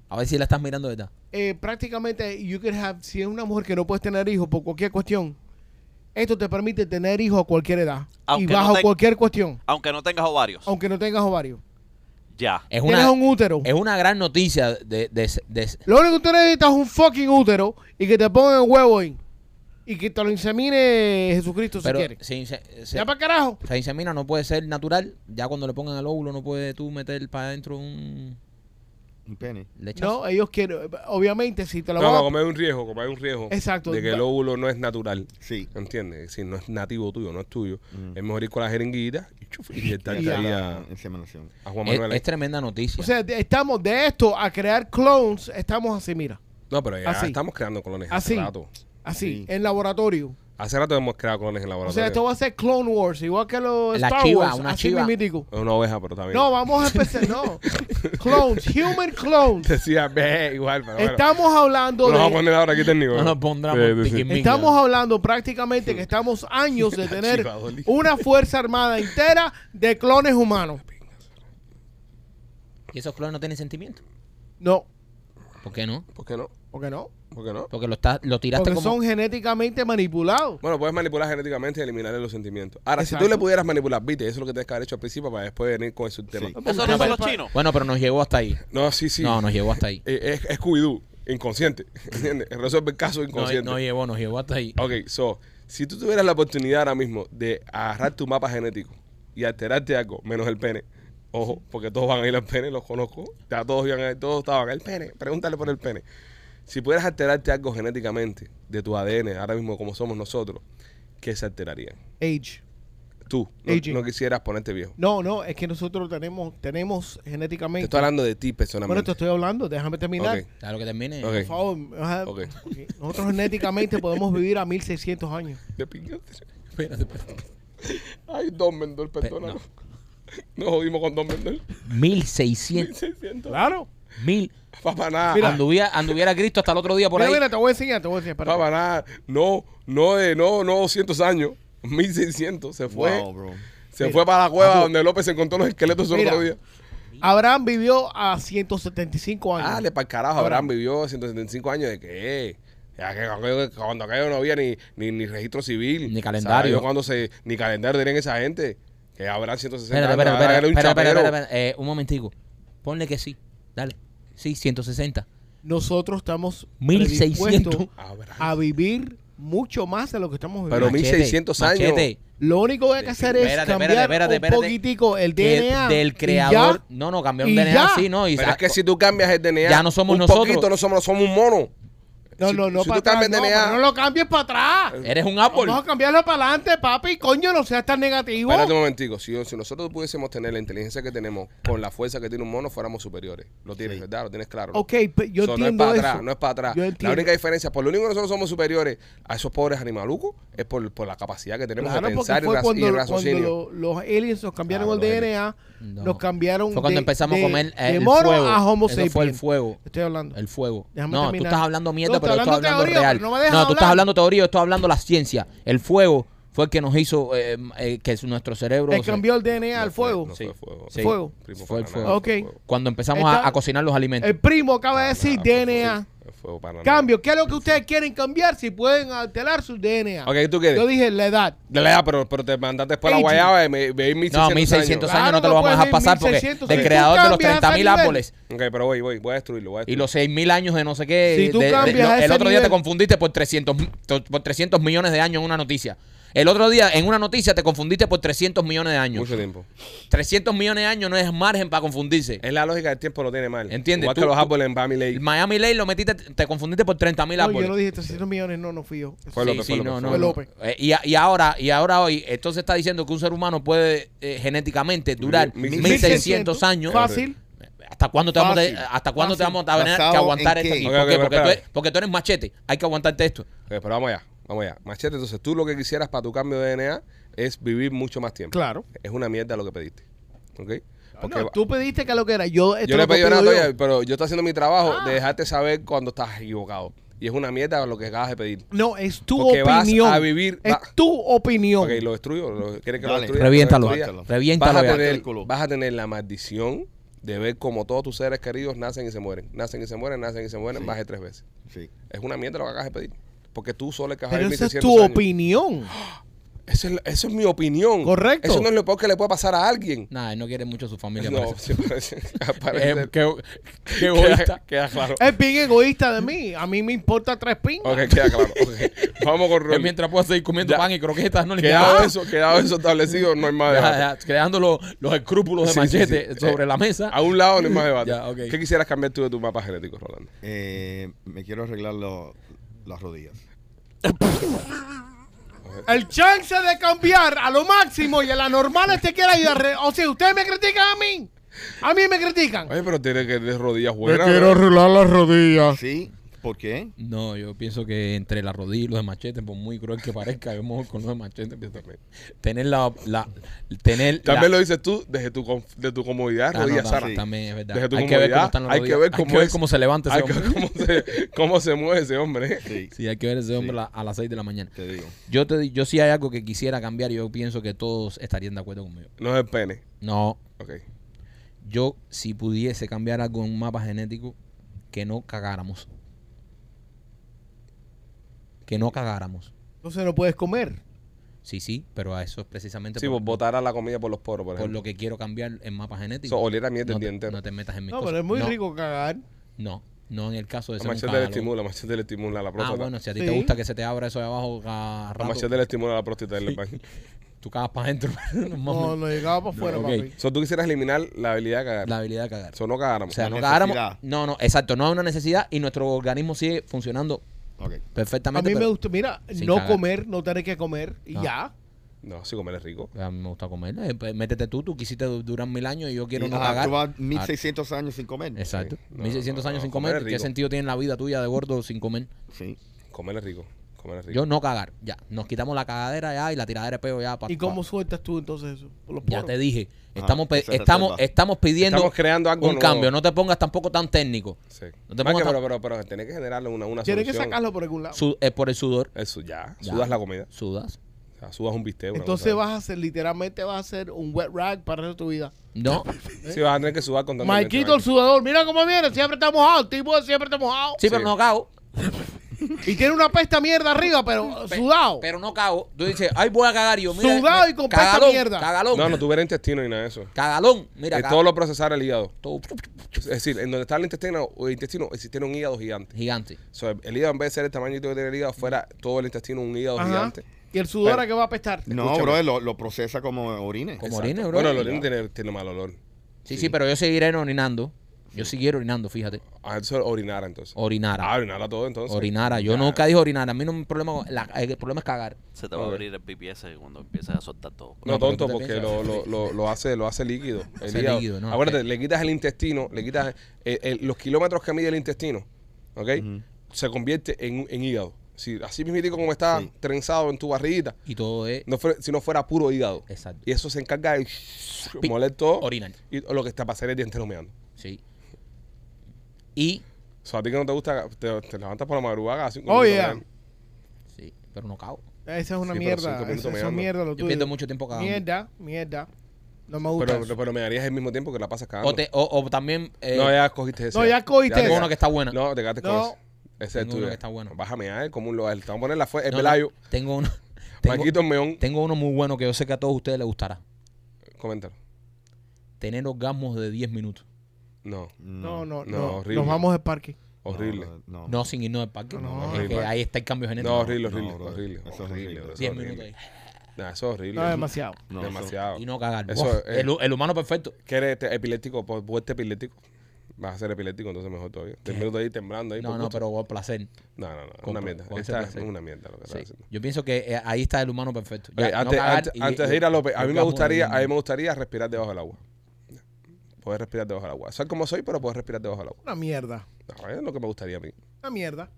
[SPEAKER 2] A ver si la estás mirando de verdad.
[SPEAKER 4] Eh, prácticamente, you could have, si es una mujer que no puedes tener hijos por cualquier cuestión, esto te permite tener hijos a cualquier edad.
[SPEAKER 5] Aunque
[SPEAKER 4] y
[SPEAKER 5] no
[SPEAKER 4] bajo
[SPEAKER 5] te-
[SPEAKER 4] cualquier cuestión,
[SPEAKER 5] Aunque no tengas ovarios.
[SPEAKER 4] aunque no tengas ovarios.
[SPEAKER 5] Ya.
[SPEAKER 2] Es
[SPEAKER 4] Tienes
[SPEAKER 2] una,
[SPEAKER 4] un útero.
[SPEAKER 2] es una gran noticia de, de- de-
[SPEAKER 4] Lo único que tú necesitas es un fucking útero y que te pongan el huevo ahí. Y que te lo insemine Jesucristo
[SPEAKER 2] pero
[SPEAKER 4] si quiere.
[SPEAKER 2] sin- se- se-
[SPEAKER 4] ya para carajo.
[SPEAKER 2] se insemina, no puede ser natural. Ya cuando le pongan el óvulo, no puede tú meter para adentro un
[SPEAKER 3] Un pene.
[SPEAKER 2] lechazo.
[SPEAKER 4] No, ellos quieren. Obviamente, si te lo
[SPEAKER 1] No,
[SPEAKER 4] van a-
[SPEAKER 1] no, como hay un riesgo, como hay un riesgo
[SPEAKER 4] Exacto.
[SPEAKER 1] de que el óvulo no es natural.
[SPEAKER 3] Sí.
[SPEAKER 1] ¿Entiendes? Si no es nativo tuyo, no es tuyo.
[SPEAKER 3] Mm.
[SPEAKER 1] Es mejor ir con la jeringuita y ah. chuf, inyectarte
[SPEAKER 4] Ya.
[SPEAKER 1] ahí a,
[SPEAKER 3] La inseminación.
[SPEAKER 1] a Juan
[SPEAKER 2] es,
[SPEAKER 1] Manuel.
[SPEAKER 2] es tremenda noticia.
[SPEAKER 4] O sea, de- estamos de esto a crear clones, estamos así, mira.
[SPEAKER 1] no, pero ya
[SPEAKER 4] así.
[SPEAKER 1] estamos creando colonias
[SPEAKER 4] Así.
[SPEAKER 1] hace rato.
[SPEAKER 4] Así,
[SPEAKER 3] Sí.
[SPEAKER 4] en laboratorio.
[SPEAKER 1] Hace rato hemos creado colonias en
[SPEAKER 4] O
[SPEAKER 1] laboratorio.
[SPEAKER 4] sea, esto va a ser Clone Wars, igual que los
[SPEAKER 2] La
[SPEAKER 4] Star
[SPEAKER 2] chiva,
[SPEAKER 4] Wars.
[SPEAKER 2] una
[SPEAKER 4] así
[SPEAKER 2] chiva.
[SPEAKER 4] mimítico.
[SPEAKER 1] Es una oveja, pero también.
[SPEAKER 4] No, vamos a empezar, no. Clones, human clones.
[SPEAKER 1] Decía, ve, igual, pero bueno.
[SPEAKER 4] Estamos hablando
[SPEAKER 1] No nos vamos a
[SPEAKER 4] de...
[SPEAKER 1] poner ahora aquí técnico.
[SPEAKER 2] No
[SPEAKER 1] ¿no?
[SPEAKER 2] nos pondramos
[SPEAKER 1] Sí, sí, sí.
[SPEAKER 2] tiquimiquis.
[SPEAKER 4] Estamos hablando prácticamente que estamos años de tener
[SPEAKER 1] chiva, Dolly.
[SPEAKER 4] una fuerza armada entera de clones humanos.
[SPEAKER 2] Y esos clones no tienen sentimiento.
[SPEAKER 4] No,
[SPEAKER 2] ¿Por qué no?
[SPEAKER 1] ¿Por qué no?
[SPEAKER 4] ¿por qué no?
[SPEAKER 1] ¿Por qué no?
[SPEAKER 2] Porque lo, está, lo tiraste
[SPEAKER 4] Porque
[SPEAKER 2] como.
[SPEAKER 4] son genéticamente manipulados.
[SPEAKER 1] Bueno, puedes manipular genéticamente y eliminarle los sentimientos. Ahora, si tú
[SPEAKER 4] Exacto.
[SPEAKER 1] le pudieras manipular, viste, eso es lo que tienes que haber hecho al principio para después venir con ese tema.
[SPEAKER 3] Sí.
[SPEAKER 5] Eso
[SPEAKER 4] Usted
[SPEAKER 5] no son
[SPEAKER 4] se
[SPEAKER 5] los
[SPEAKER 4] pa-
[SPEAKER 5] chinos.
[SPEAKER 2] Bueno, pero nos llegó hasta ahí.
[SPEAKER 1] No, sí, sí.
[SPEAKER 2] No, nos llegó hasta ahí.
[SPEAKER 1] Eh, es es Scooby-Doo, inconsciente. ¿Entiendes? Resuelve el caso
[SPEAKER 2] No,
[SPEAKER 1] inconsciente.
[SPEAKER 2] no llegó, nos llegó hasta ahí.
[SPEAKER 1] Ok, so, si tú tuvieras la oportunidad ahora mismo de agarrar tu mapa genético y alterarte algo, menos el pene. Ojo, porque todos van a ir al pene, los conozco. Ya todos iban a todos estaban el pene. Pregúntale por el pene. Si pudieras alterarte algo genéticamente de tu ADN, ahora mismo como somos nosotros, ¿qué se alteraría?
[SPEAKER 4] Age.
[SPEAKER 1] Tú, no,
[SPEAKER 4] Aging.
[SPEAKER 1] no quisieras ponerte viejo.
[SPEAKER 4] No, no, es que nosotros tenemos, tenemos
[SPEAKER 1] Te
[SPEAKER 4] genéticamente.
[SPEAKER 1] estoy hablando de ti
[SPEAKER 4] Bueno, te
[SPEAKER 1] personalmente.
[SPEAKER 4] estoy hablando, déjame terminar.
[SPEAKER 1] Ok,
[SPEAKER 2] Claro que termine.
[SPEAKER 1] ok.
[SPEAKER 4] Por favor, me vas a-
[SPEAKER 1] Ok.
[SPEAKER 4] ok. nosotros genéticamente podemos vivir a 1600 años.
[SPEAKER 1] Te picaste.
[SPEAKER 2] Espérate, espérate.
[SPEAKER 1] Ay, Don Mendel, perdona.
[SPEAKER 2] no.
[SPEAKER 1] Nos jodimos con Don Mendel.
[SPEAKER 2] 1600.
[SPEAKER 1] Se siento.
[SPEAKER 4] Claro.
[SPEAKER 2] Mil.
[SPEAKER 1] Papá, nada.
[SPEAKER 4] Mira.
[SPEAKER 2] Anduviera, anduviera Cristo hasta el otro día por
[SPEAKER 4] mira,
[SPEAKER 2] ahí.
[SPEAKER 4] mira, te voy a enseñar, te voy a enseñar. espérate.
[SPEAKER 1] Papá, nada. No, no, de, no, no 200 años. 1600. Se fue.
[SPEAKER 3] Wow, bro.
[SPEAKER 1] se
[SPEAKER 4] Mira.
[SPEAKER 1] fue para la
[SPEAKER 2] Ah,
[SPEAKER 1] cueva donde López encontró los esqueletos el
[SPEAKER 4] Mira.
[SPEAKER 1] otro día.
[SPEAKER 4] Abraham vivió a 175 años.
[SPEAKER 1] Dale, para el carajo. Abraham vivió 175 años de qué. Ya que cuando- cuando aquello no había ni, ni, ni registro civil.
[SPEAKER 2] Ni calendario.
[SPEAKER 1] ¿Sabes yo cuando se, ni calendario tenían esa gente. Que Abraham 160
[SPEAKER 2] Espérate, espérate,
[SPEAKER 1] años,
[SPEAKER 2] espérate,
[SPEAKER 1] era un
[SPEAKER 2] espérate, espérate,
[SPEAKER 1] chapero.
[SPEAKER 2] espérate, espérate. Eh, un momentico. Ponle que sí. Dale. Sí, 160.
[SPEAKER 4] Nosotros estamos
[SPEAKER 2] 1600.
[SPEAKER 4] predispuestos
[SPEAKER 1] Abraham.
[SPEAKER 4] a vivir mucho más de lo que estamos viviendo.
[SPEAKER 1] Pero
[SPEAKER 2] Machete,
[SPEAKER 1] 1600 años.
[SPEAKER 2] machete.
[SPEAKER 4] lo único que hay que hacer es
[SPEAKER 2] Espérate, espérate,
[SPEAKER 4] cambiar
[SPEAKER 2] espérate, espérate.
[SPEAKER 4] un poquitico el
[SPEAKER 2] Que
[SPEAKER 4] DNA
[SPEAKER 2] del
[SPEAKER 4] y
[SPEAKER 2] creador.
[SPEAKER 4] ya.
[SPEAKER 2] No, no, cambió un
[SPEAKER 4] Y
[SPEAKER 2] DNA
[SPEAKER 4] ya.
[SPEAKER 2] así, ¿no? Y
[SPEAKER 1] Pero
[SPEAKER 2] sa-
[SPEAKER 1] es que si tú cambias el DNA,
[SPEAKER 2] Ya no somos
[SPEAKER 1] un
[SPEAKER 2] nosotros.
[SPEAKER 1] poquito, no somos, somos un mono.
[SPEAKER 4] No,
[SPEAKER 1] Si-
[SPEAKER 4] no, no,
[SPEAKER 1] si
[SPEAKER 4] para
[SPEAKER 1] tú cambias
[SPEAKER 4] atrás, no,
[SPEAKER 1] DNA.
[SPEAKER 4] pero no lo cambies para atrás.
[SPEAKER 1] Eh,
[SPEAKER 2] Eres un Apple.
[SPEAKER 4] Vamos a cambiarlo para adelante, papi. Coño, no seas tan negativo.
[SPEAKER 1] Espérate un momentico, si, si nosotros pudiésemos tener la inteligencia que tenemos con la fuerza que tiene un mono, fuéramos superiores. Lo tienes,
[SPEAKER 3] Sí.
[SPEAKER 1] ¿verdad? Lo tienes claro. ¿no?
[SPEAKER 4] Ok, pe- yo
[SPEAKER 1] So,
[SPEAKER 4] entiendo
[SPEAKER 1] no es para
[SPEAKER 4] eso.
[SPEAKER 1] atrás, no es para atrás.
[SPEAKER 4] Yo
[SPEAKER 1] La
[SPEAKER 4] entiendo.
[SPEAKER 1] única diferencia, por lo único que nosotros somos superiores a esos pobres animalucos, es por, por la capacidad que tenemos
[SPEAKER 4] Claro,
[SPEAKER 1] de
[SPEAKER 4] porque
[SPEAKER 1] pensar y,
[SPEAKER 4] fue
[SPEAKER 1] raz-
[SPEAKER 4] cuando,
[SPEAKER 1] y
[SPEAKER 4] cuando
[SPEAKER 1] raciocinio.
[SPEAKER 4] lo- los aliens nos cambiaron
[SPEAKER 2] Claro, los
[SPEAKER 4] el DNA,
[SPEAKER 2] No.
[SPEAKER 4] nos cambiaron
[SPEAKER 2] Fue cuando
[SPEAKER 4] de-
[SPEAKER 2] empezamos
[SPEAKER 4] de-
[SPEAKER 2] a comer eh, el,
[SPEAKER 4] de
[SPEAKER 2] el
[SPEAKER 4] mono
[SPEAKER 2] fuego.
[SPEAKER 4] a homo
[SPEAKER 2] Eso fue el
[SPEAKER 4] sapiens.
[SPEAKER 2] fuego.
[SPEAKER 4] Estoy hablando.
[SPEAKER 2] El fuego.
[SPEAKER 4] Déjame
[SPEAKER 2] no,
[SPEAKER 4] terminar.
[SPEAKER 2] tú estás hablando mierda,
[SPEAKER 4] No,
[SPEAKER 2] pero
[SPEAKER 4] estoy
[SPEAKER 2] yo estoy
[SPEAKER 4] hablando
[SPEAKER 2] hablando
[SPEAKER 4] teoría,
[SPEAKER 2] real.
[SPEAKER 4] pero no me dejas
[SPEAKER 2] tú estás
[SPEAKER 4] hablar.
[SPEAKER 2] hablando teoría, yo estoy hablando la ciencia. El fuego fue el que nos hizo eh, eh, que su- nuestro cerebro.
[SPEAKER 4] Le
[SPEAKER 2] se-
[SPEAKER 4] cambió el DNA al
[SPEAKER 1] No fue-
[SPEAKER 4] fuego.
[SPEAKER 1] no
[SPEAKER 2] Sí.
[SPEAKER 1] fue fuego.
[SPEAKER 2] Sí.
[SPEAKER 4] Fuego.
[SPEAKER 1] Primo,
[SPEAKER 2] Fue el
[SPEAKER 1] para
[SPEAKER 2] fuego.
[SPEAKER 1] nada,
[SPEAKER 4] Ok.
[SPEAKER 1] fue fuego.
[SPEAKER 2] Cuando empezamos
[SPEAKER 4] Está- Eh,
[SPEAKER 2] a, a cocinar los alimentos.
[SPEAKER 4] El primo acaba
[SPEAKER 1] Para
[SPEAKER 4] de decir
[SPEAKER 1] nada, Ah, fue
[SPEAKER 4] DNA.
[SPEAKER 1] fuego. Fuego para nada.
[SPEAKER 4] Cambio, ¿qué es lo que ustedes quieren cambiar si pueden alterar su DNA?
[SPEAKER 1] Ok, ¿tú quieres?
[SPEAKER 4] Yo dije la edad.
[SPEAKER 1] De la edad, pero, pero te mandaste después la
[SPEAKER 4] Aging.
[SPEAKER 1] guayaba y me, me, 1600
[SPEAKER 2] no, 1600 años
[SPEAKER 4] Claro,
[SPEAKER 2] no te
[SPEAKER 4] no
[SPEAKER 2] lo vamos a dejar
[SPEAKER 4] puedes
[SPEAKER 2] pasar porque
[SPEAKER 4] 1600,
[SPEAKER 2] del
[SPEAKER 4] si tú
[SPEAKER 2] creador de los
[SPEAKER 4] cambias a
[SPEAKER 2] 30.000
[SPEAKER 4] nivel.
[SPEAKER 2] árboles
[SPEAKER 1] Ok, pero voy, voy, voy a destruirlo. Voy a
[SPEAKER 2] y
[SPEAKER 1] destruirlo.
[SPEAKER 2] los 6.000 años de no sé qué.
[SPEAKER 4] Si tú
[SPEAKER 2] de- de-
[SPEAKER 4] cambias
[SPEAKER 2] lo-
[SPEAKER 4] a
[SPEAKER 2] el
[SPEAKER 4] ese
[SPEAKER 2] otro día te
[SPEAKER 4] nivel.
[SPEAKER 2] confundiste por 300, mi- to- por 300 millones de años en una noticia. El otro día en una noticia te confundiste por 300 millones de años.
[SPEAKER 1] Mucho tiempo.
[SPEAKER 2] 300 millones de años no es margen para confundirse.
[SPEAKER 1] Es la lógica del tiempo lo tiene mal.
[SPEAKER 2] Entiende,
[SPEAKER 1] Igual
[SPEAKER 2] tú-
[SPEAKER 1] que los
[SPEAKER 2] tú-
[SPEAKER 1] árboles en Bami Lake.
[SPEAKER 2] El Miami Ley lo metiste, te confundiste por 30.000
[SPEAKER 4] No,
[SPEAKER 2] árboles.
[SPEAKER 4] yo no dije 300 millones, no, no fui yo.
[SPEAKER 1] Fue
[SPEAKER 2] Sí,
[SPEAKER 1] López,
[SPEAKER 2] sí,
[SPEAKER 1] fue
[SPEAKER 2] no,
[SPEAKER 1] López,
[SPEAKER 2] no,
[SPEAKER 4] fue
[SPEAKER 2] no.
[SPEAKER 4] López.
[SPEAKER 2] Eh, y, a- y ahora, y ahora hoy, entonces está diciendo que un ser humano puede eh, genéticamente durar
[SPEAKER 1] Mil-
[SPEAKER 2] 1600 años.
[SPEAKER 4] Fácil.
[SPEAKER 2] ¿Hasta cuándo te vamos, a-
[SPEAKER 3] Fácil.
[SPEAKER 2] hasta cuándo te
[SPEAKER 4] Fácil.
[SPEAKER 2] vamos a tener
[SPEAKER 3] Basado
[SPEAKER 2] que aguantar
[SPEAKER 3] en
[SPEAKER 2] esto
[SPEAKER 3] qué.
[SPEAKER 2] aquí?
[SPEAKER 1] Ok,
[SPEAKER 2] ¿Por
[SPEAKER 1] ok,
[SPEAKER 2] qué? Porque, tú
[SPEAKER 1] espera.
[SPEAKER 2] eres, porque tú eres machete, hay que aguantarte esto.
[SPEAKER 1] Ok, pero vamos allá, vamos allá. Machete, entonces tú lo que quisieras para tu cambio de DNA es vivir mucho más tiempo.
[SPEAKER 4] Claro.
[SPEAKER 1] Es una mierda lo que pediste. ¿Ok? Porque
[SPEAKER 4] No, tú pediste que lo que era. Yo, esto
[SPEAKER 1] yo le
[SPEAKER 4] es lo que
[SPEAKER 1] pedí una
[SPEAKER 4] pido yo. Ah.
[SPEAKER 1] toalla, pero yo estoy haciendo mi trabajo de dejarte saber cuando estás equivocado. Y es una mierda lo que acabas de pedir.
[SPEAKER 4] No, es tu
[SPEAKER 1] Porque vas
[SPEAKER 4] opinión.
[SPEAKER 1] a vivir-
[SPEAKER 4] es
[SPEAKER 1] va-
[SPEAKER 4] tu opinión.
[SPEAKER 1] Ok, lo destruyo. ¿Lo- ¿Quieres que lo
[SPEAKER 3] Dale.
[SPEAKER 1] destruya?
[SPEAKER 2] Reviéntalo.
[SPEAKER 1] Lo destruya.
[SPEAKER 2] Reviéntalo
[SPEAKER 1] Vas a,
[SPEAKER 2] ya.
[SPEAKER 1] tener,
[SPEAKER 3] El culo.
[SPEAKER 1] vas a tener la maldición de ver como todos tus seres queridos nacen y se mueren. Nacen y se mueren, nacen y se mueren más de tres veces.
[SPEAKER 3] Sí.
[SPEAKER 1] Es una mierda lo que acabas de pedir. Porque tú solo es que vas a
[SPEAKER 4] pero
[SPEAKER 1] vivir
[SPEAKER 4] esa es
[SPEAKER 1] 1600
[SPEAKER 4] tu
[SPEAKER 1] años.
[SPEAKER 4] opinión.
[SPEAKER 1] Eso es, la- eso es mi opinión.
[SPEAKER 4] Correcto.
[SPEAKER 1] Eso no es lo peor que le puede pasar a alguien.
[SPEAKER 2] Nada, él no quiere mucho a su familia.
[SPEAKER 1] No,
[SPEAKER 2] parece.
[SPEAKER 1] sí, parece-
[SPEAKER 2] Eh,
[SPEAKER 1] parece-
[SPEAKER 2] qué,
[SPEAKER 1] queda,
[SPEAKER 2] qué egoísta.
[SPEAKER 1] queda claro.
[SPEAKER 4] Es bien egoísta de mí. A mí me importa tres pin.
[SPEAKER 1] Ok, queda claro. ok. Vamos con
[SPEAKER 2] Que
[SPEAKER 1] Rolly.
[SPEAKER 2] mientras pueda seguir comiendo
[SPEAKER 1] Ya.
[SPEAKER 2] pan y croquetas, no le
[SPEAKER 1] Quedado
[SPEAKER 2] queda-
[SPEAKER 1] eso, quedado eso establecido, no hay más
[SPEAKER 2] Ya,
[SPEAKER 1] debate.
[SPEAKER 2] ya, creando los, los escrúpulos de
[SPEAKER 1] Sí, sí,
[SPEAKER 2] machete
[SPEAKER 1] sí.
[SPEAKER 2] sobre
[SPEAKER 1] Eh,
[SPEAKER 2] la mesa.
[SPEAKER 1] A un lado no hay más debate.
[SPEAKER 2] Ya, ok.
[SPEAKER 1] ¿Qué quisieras cambiar tú de tu mapa genético, Rolando?
[SPEAKER 3] Eh, me quiero arreglar lo- las rodillas.
[SPEAKER 4] El chance de cambiar a lo máximo y a la normal es te quiera ayudar. O sea, ustedes me critican a mí. A mí me critican.
[SPEAKER 1] Oye, pero tiene que de rodillas
[SPEAKER 6] Me
[SPEAKER 1] buenas.
[SPEAKER 6] quiero
[SPEAKER 1] ¿verdad?
[SPEAKER 6] arreglar las rodillas.
[SPEAKER 3] Sí, ¿por qué?
[SPEAKER 2] No, yo pienso que entre la rodilla y los de machete, por muy cruel que parezca, yo me voy con los de machete. pienso que Tener la. la tener
[SPEAKER 1] También
[SPEAKER 2] la,
[SPEAKER 1] lo dices tú desde tu, conf- de tu comodidad,
[SPEAKER 2] Ah, no,
[SPEAKER 1] rodillas
[SPEAKER 2] tam-
[SPEAKER 1] sanas.
[SPEAKER 2] también es verdad.
[SPEAKER 1] Desde tu
[SPEAKER 2] Hay que ver
[SPEAKER 1] comodidad,
[SPEAKER 2] cómo están las
[SPEAKER 1] hay
[SPEAKER 2] rodillas.
[SPEAKER 1] que ver
[SPEAKER 2] Hay
[SPEAKER 1] cómo
[SPEAKER 2] que ver
[SPEAKER 1] es-
[SPEAKER 2] cómo se levanta ese
[SPEAKER 1] Hay que
[SPEAKER 2] hombre.
[SPEAKER 1] ver cómo se, cómo se mueve ese hombre.
[SPEAKER 3] Sí,
[SPEAKER 2] Sí, hay que ver ese hombre
[SPEAKER 3] Sí.
[SPEAKER 2] a, a las 6 de la mañana.
[SPEAKER 3] te digo.
[SPEAKER 2] Yo te di- yo sí hay algo que quisiera cambiar y yo pienso que todos estarían de acuerdo conmigo.
[SPEAKER 1] No es el pene.
[SPEAKER 2] No,
[SPEAKER 1] Ok.
[SPEAKER 2] yo si pudiese cambiar algo en un mapa genético, que no cagáramos. Que no cagáramos.
[SPEAKER 4] Entonces no puedes comer.
[SPEAKER 2] Sí, sí, pero a eso es precisamente
[SPEAKER 1] Sí,
[SPEAKER 2] por,
[SPEAKER 1] vos botarás la comida por los poros, por
[SPEAKER 2] por
[SPEAKER 1] ejemplo.
[SPEAKER 2] lo que quiero cambiar en mapa genético.
[SPEAKER 1] Eso, oliera mierda
[SPEAKER 2] no,
[SPEAKER 1] el
[SPEAKER 2] te,
[SPEAKER 1] día entero.
[SPEAKER 2] no te metas en mis
[SPEAKER 4] No,
[SPEAKER 2] cosas.
[SPEAKER 4] pero es muy rico cagar.
[SPEAKER 2] No, no en el caso de
[SPEAKER 1] La
[SPEAKER 2] ser un
[SPEAKER 1] machete le
[SPEAKER 2] cagálogo.
[SPEAKER 1] estimula, la machete le estimula la
[SPEAKER 2] Ah,
[SPEAKER 1] próstata.
[SPEAKER 2] bueno, si a ti te
[SPEAKER 4] Sí.
[SPEAKER 2] gusta que se te abra eso de abajo a
[SPEAKER 1] la
[SPEAKER 2] rato,
[SPEAKER 1] machete le estimula la próstata del pan.
[SPEAKER 2] tú cagas para adentro. no
[SPEAKER 4] No,
[SPEAKER 2] mames.
[SPEAKER 4] no llegaba para afuera,
[SPEAKER 2] ok.
[SPEAKER 4] papi.
[SPEAKER 1] So, tú quisieras eliminar la habilidad de cagar.
[SPEAKER 2] La habilidad de cagar.
[SPEAKER 1] Eso no
[SPEAKER 2] O
[SPEAKER 1] cagáramos.
[SPEAKER 2] sea, no
[SPEAKER 3] La
[SPEAKER 2] cagáramos.
[SPEAKER 3] necesidad.
[SPEAKER 2] No, no, exacto, no hay una necesidad y nuestro organismo sigue funcionando
[SPEAKER 3] Ok.
[SPEAKER 4] A
[SPEAKER 2] perfectamente.
[SPEAKER 4] mí me
[SPEAKER 2] pero-
[SPEAKER 4] gusta, mira,
[SPEAKER 2] Sin
[SPEAKER 4] no
[SPEAKER 2] cagar.
[SPEAKER 4] comer, no tener que comer y
[SPEAKER 2] Ah.
[SPEAKER 4] ya.
[SPEAKER 1] No, si comer es rico.
[SPEAKER 2] A mí me gusta comer. eh, pues, métete tú, tú quisiste du- durar mil años y yo quiero
[SPEAKER 3] Y,
[SPEAKER 2] no
[SPEAKER 3] ajá,
[SPEAKER 2] cagar.
[SPEAKER 3] tú vas
[SPEAKER 2] Ah,
[SPEAKER 3] 1600 años sin comer.
[SPEAKER 2] Exacto.
[SPEAKER 1] Sí. No,
[SPEAKER 2] 1600
[SPEAKER 1] no,
[SPEAKER 2] años
[SPEAKER 1] no,
[SPEAKER 2] sin
[SPEAKER 1] comer
[SPEAKER 2] comer.
[SPEAKER 1] es
[SPEAKER 2] ¿Qué
[SPEAKER 1] rico.
[SPEAKER 2] sentido tiene la vida tuya de gordo sin comer?
[SPEAKER 3] Sí.
[SPEAKER 1] Comer es rico. Comer es rico.
[SPEAKER 2] Yo no cagar. Ya. Nos quitamos la cagadera ya y la tiradera de peo ya. pa-
[SPEAKER 4] ¿Y cómo
[SPEAKER 2] pa-
[SPEAKER 4] sueltas tú entonces eso? Por los
[SPEAKER 2] Ya
[SPEAKER 4] poros.
[SPEAKER 2] te dije. Estamos,
[SPEAKER 3] Ah,
[SPEAKER 2] pe-
[SPEAKER 3] esa es la
[SPEAKER 2] estamos,
[SPEAKER 3] selva.
[SPEAKER 2] estamos pidiendo
[SPEAKER 1] Estamos creando algo
[SPEAKER 2] un
[SPEAKER 1] nuevo.
[SPEAKER 2] cambio. No te pongas tampoco tan técnico.
[SPEAKER 1] Sí.
[SPEAKER 2] No te
[SPEAKER 1] Más
[SPEAKER 2] pongas
[SPEAKER 1] que-
[SPEAKER 2] tan-
[SPEAKER 1] pero, pero, pero tenés que generarle una, una
[SPEAKER 4] Tienes que
[SPEAKER 1] solución.
[SPEAKER 4] sacarlo por algún lado.
[SPEAKER 2] Su- eh, por el sudor.
[SPEAKER 1] Eso, ya.
[SPEAKER 2] Ya.
[SPEAKER 1] Sudas la comida.
[SPEAKER 2] ¿Sudas?
[SPEAKER 1] O sea, sudas un bistec. una
[SPEAKER 4] Entonces
[SPEAKER 1] cosa
[SPEAKER 4] vas a hacer, literalmente vas a hacer un wet rag para el resto de tu vida.
[SPEAKER 2] No.
[SPEAKER 1] así. Sí, vas a tener que sudar con
[SPEAKER 4] Maikito el sudador, mira cómo viene, siempre está mojado, el tipo siempre está mojado.
[SPEAKER 2] Sí, pero
[SPEAKER 1] Sí.
[SPEAKER 2] no cago.
[SPEAKER 4] Y tiene una pesta mierda arriba, pero eh, sudado.
[SPEAKER 2] Pero no cago. Tú dices, ay, voy a cagar. Y yo, mira,
[SPEAKER 4] Sudado
[SPEAKER 2] no,
[SPEAKER 4] y con pesta
[SPEAKER 2] cagalón,
[SPEAKER 4] mierda.
[SPEAKER 2] Cagalón.
[SPEAKER 1] No, no tuviera intestino y nada de eso.
[SPEAKER 2] Cagalón. Mira,
[SPEAKER 1] Es
[SPEAKER 2] caga-
[SPEAKER 1] todo lo procesar el hígado.
[SPEAKER 2] todo
[SPEAKER 1] Es decir, en donde está el intestino, el intestino existieron hígados gigantes.
[SPEAKER 2] gigante.
[SPEAKER 1] O sea, el hígado, en vez de ser el tamañito que tiene el hígado, fuera todo el intestino un hígado
[SPEAKER 4] Ajá.
[SPEAKER 1] gigante.
[SPEAKER 4] Y el sudor
[SPEAKER 1] Pero-
[SPEAKER 4] a que va a apestar.
[SPEAKER 3] No,
[SPEAKER 1] Escúchame.
[SPEAKER 3] bro, lo, lo procesa como orines.
[SPEAKER 2] Como
[SPEAKER 1] Exacto.
[SPEAKER 2] orines, bro.
[SPEAKER 1] Bueno, el orine tiene, tiene mal olor.
[SPEAKER 2] Sí, sí, pero yo seguiré orinando. Yo seguiré orinando, fíjate.
[SPEAKER 1] Ah, eso orinar entonces. Ah,
[SPEAKER 2] Orinara.
[SPEAKER 1] orinar a todo entonces.
[SPEAKER 2] Orinara. Yo
[SPEAKER 1] Ya.
[SPEAKER 2] nunca dije orinar. Oh, A mí no me problema. con- la- el problema es cagar.
[SPEAKER 5] Se te va a
[SPEAKER 1] Ok.
[SPEAKER 5] abrir el PPS cuando empieces a soltar todo.
[SPEAKER 1] No,
[SPEAKER 2] No,
[SPEAKER 1] tonto,
[SPEAKER 2] porque
[SPEAKER 1] porque
[SPEAKER 2] tú te
[SPEAKER 1] lo, lo, lo, lo hace, lo hace líquido. El
[SPEAKER 2] Hace
[SPEAKER 1] hígado.
[SPEAKER 2] líquido, ¿no?
[SPEAKER 1] Acuérdate,
[SPEAKER 2] Ok.
[SPEAKER 1] le quitas el intestino, le quitas eh, el- los kilómetros que mide el intestino, ¿ok? Se convierte en, en hígado. Si, así mismo como está
[SPEAKER 3] Sí.
[SPEAKER 1] trenzado en tu barriguita,
[SPEAKER 2] Y todo es
[SPEAKER 1] no fuera- si no fuera puro hígado.
[SPEAKER 2] Exacto.
[SPEAKER 1] Y eso se encarga de moler todo
[SPEAKER 2] orinar.
[SPEAKER 1] y lo que está pasando es el día entero meando.
[SPEAKER 2] Sí. Y.
[SPEAKER 1] O sea, a ti que no te gusta, te, te levantas por la madrugada. así,
[SPEAKER 4] Oh, yeah.
[SPEAKER 1] meando.
[SPEAKER 2] Sí, pero no cago.
[SPEAKER 4] Esa es una
[SPEAKER 1] Sí, pero
[SPEAKER 4] mierda.
[SPEAKER 1] cinco
[SPEAKER 4] Esa
[SPEAKER 1] minutos
[SPEAKER 4] eso es
[SPEAKER 1] meando.
[SPEAKER 4] mierda lo
[SPEAKER 2] Yo
[SPEAKER 4] tuyo.
[SPEAKER 2] pierdo mucho tiempo cagando.
[SPEAKER 4] Mierda, mierda. No me gusta. eso.
[SPEAKER 1] Pero, pero me darías el mismo tiempo que la pasas cagando.
[SPEAKER 2] O, te- o- o también. eh,
[SPEAKER 1] no, ya cogiste ese.
[SPEAKER 4] No, ya cogiste
[SPEAKER 1] te quedaste-
[SPEAKER 4] ese.
[SPEAKER 2] Tengo una que está buena.
[SPEAKER 1] No, te quedaste
[SPEAKER 4] No.
[SPEAKER 1] con ese. Ese es
[SPEAKER 2] Tengo
[SPEAKER 1] tuyo.
[SPEAKER 2] una que está buena.
[SPEAKER 1] Bájame a él, como un lugar. Te vamos a poner la fue, el
[SPEAKER 2] no, no,
[SPEAKER 1] pelayo.
[SPEAKER 2] tengo uno. Tengo,
[SPEAKER 1] Marquito Meón.
[SPEAKER 2] tengo uno muy bueno que yo sé que a todos ustedes les gustará.
[SPEAKER 1] Coméntalo.
[SPEAKER 2] Tener orgasmos de 10 minutos.
[SPEAKER 1] No,
[SPEAKER 4] No, no,
[SPEAKER 1] No,
[SPEAKER 4] no.
[SPEAKER 1] horrible.
[SPEAKER 4] Nos vamos del parque.
[SPEAKER 1] horrible.
[SPEAKER 3] No, no,
[SPEAKER 2] No, sin irnos del parque.
[SPEAKER 4] No,
[SPEAKER 2] Es
[SPEAKER 1] horrible.
[SPEAKER 2] que ahí está el cambio genético.
[SPEAKER 1] No, horrible,
[SPEAKER 3] No,
[SPEAKER 1] horrible,
[SPEAKER 3] brother.
[SPEAKER 1] horrible.
[SPEAKER 3] Eso es
[SPEAKER 1] horrible,
[SPEAKER 3] horrible.
[SPEAKER 1] bro, eso es
[SPEAKER 2] 10
[SPEAKER 1] horrible.
[SPEAKER 2] minutos ahí.
[SPEAKER 1] Nah, eso es horrible.
[SPEAKER 4] No, demasiado.
[SPEAKER 3] no, eso-
[SPEAKER 1] demasiado.
[SPEAKER 2] Y no cagar.
[SPEAKER 1] Eso
[SPEAKER 2] Buah,
[SPEAKER 1] es-
[SPEAKER 2] el, el humano perfecto.
[SPEAKER 1] ¿Qué eres te- epiléptico? Por vuelta epiléptico. Vas a ser epiléptico, entonces mejor todavía. Te minutos ahí temblando ahí.
[SPEAKER 2] No,
[SPEAKER 1] por
[SPEAKER 2] no,
[SPEAKER 1] gusto.
[SPEAKER 2] pero por placer.
[SPEAKER 1] No, no, no. es
[SPEAKER 2] Compro-
[SPEAKER 1] una mierda.
[SPEAKER 2] con ese
[SPEAKER 1] Esta es
[SPEAKER 2] placer.
[SPEAKER 1] una mierda lo que estás
[SPEAKER 2] Sí.
[SPEAKER 1] haciendo.
[SPEAKER 2] Yo pienso que eh, ahí está el humano perfecto. Ya,
[SPEAKER 1] Oye,
[SPEAKER 2] no
[SPEAKER 1] antes,
[SPEAKER 2] cagar
[SPEAKER 1] antes-
[SPEAKER 2] y-
[SPEAKER 1] antes
[SPEAKER 2] y-
[SPEAKER 1] de ir a López, a mí me
[SPEAKER 2] orgasmo de
[SPEAKER 1] gustaría,
[SPEAKER 2] 10
[SPEAKER 1] a mí me
[SPEAKER 2] minutos.
[SPEAKER 1] gustaría respirar debajo del agua. Poder respirar debajo del agua. Soy como soy, pero poder respirar debajo del agua.
[SPEAKER 4] Una mierda.
[SPEAKER 1] No, es lo que me gustaría a mí.
[SPEAKER 4] Una mierda.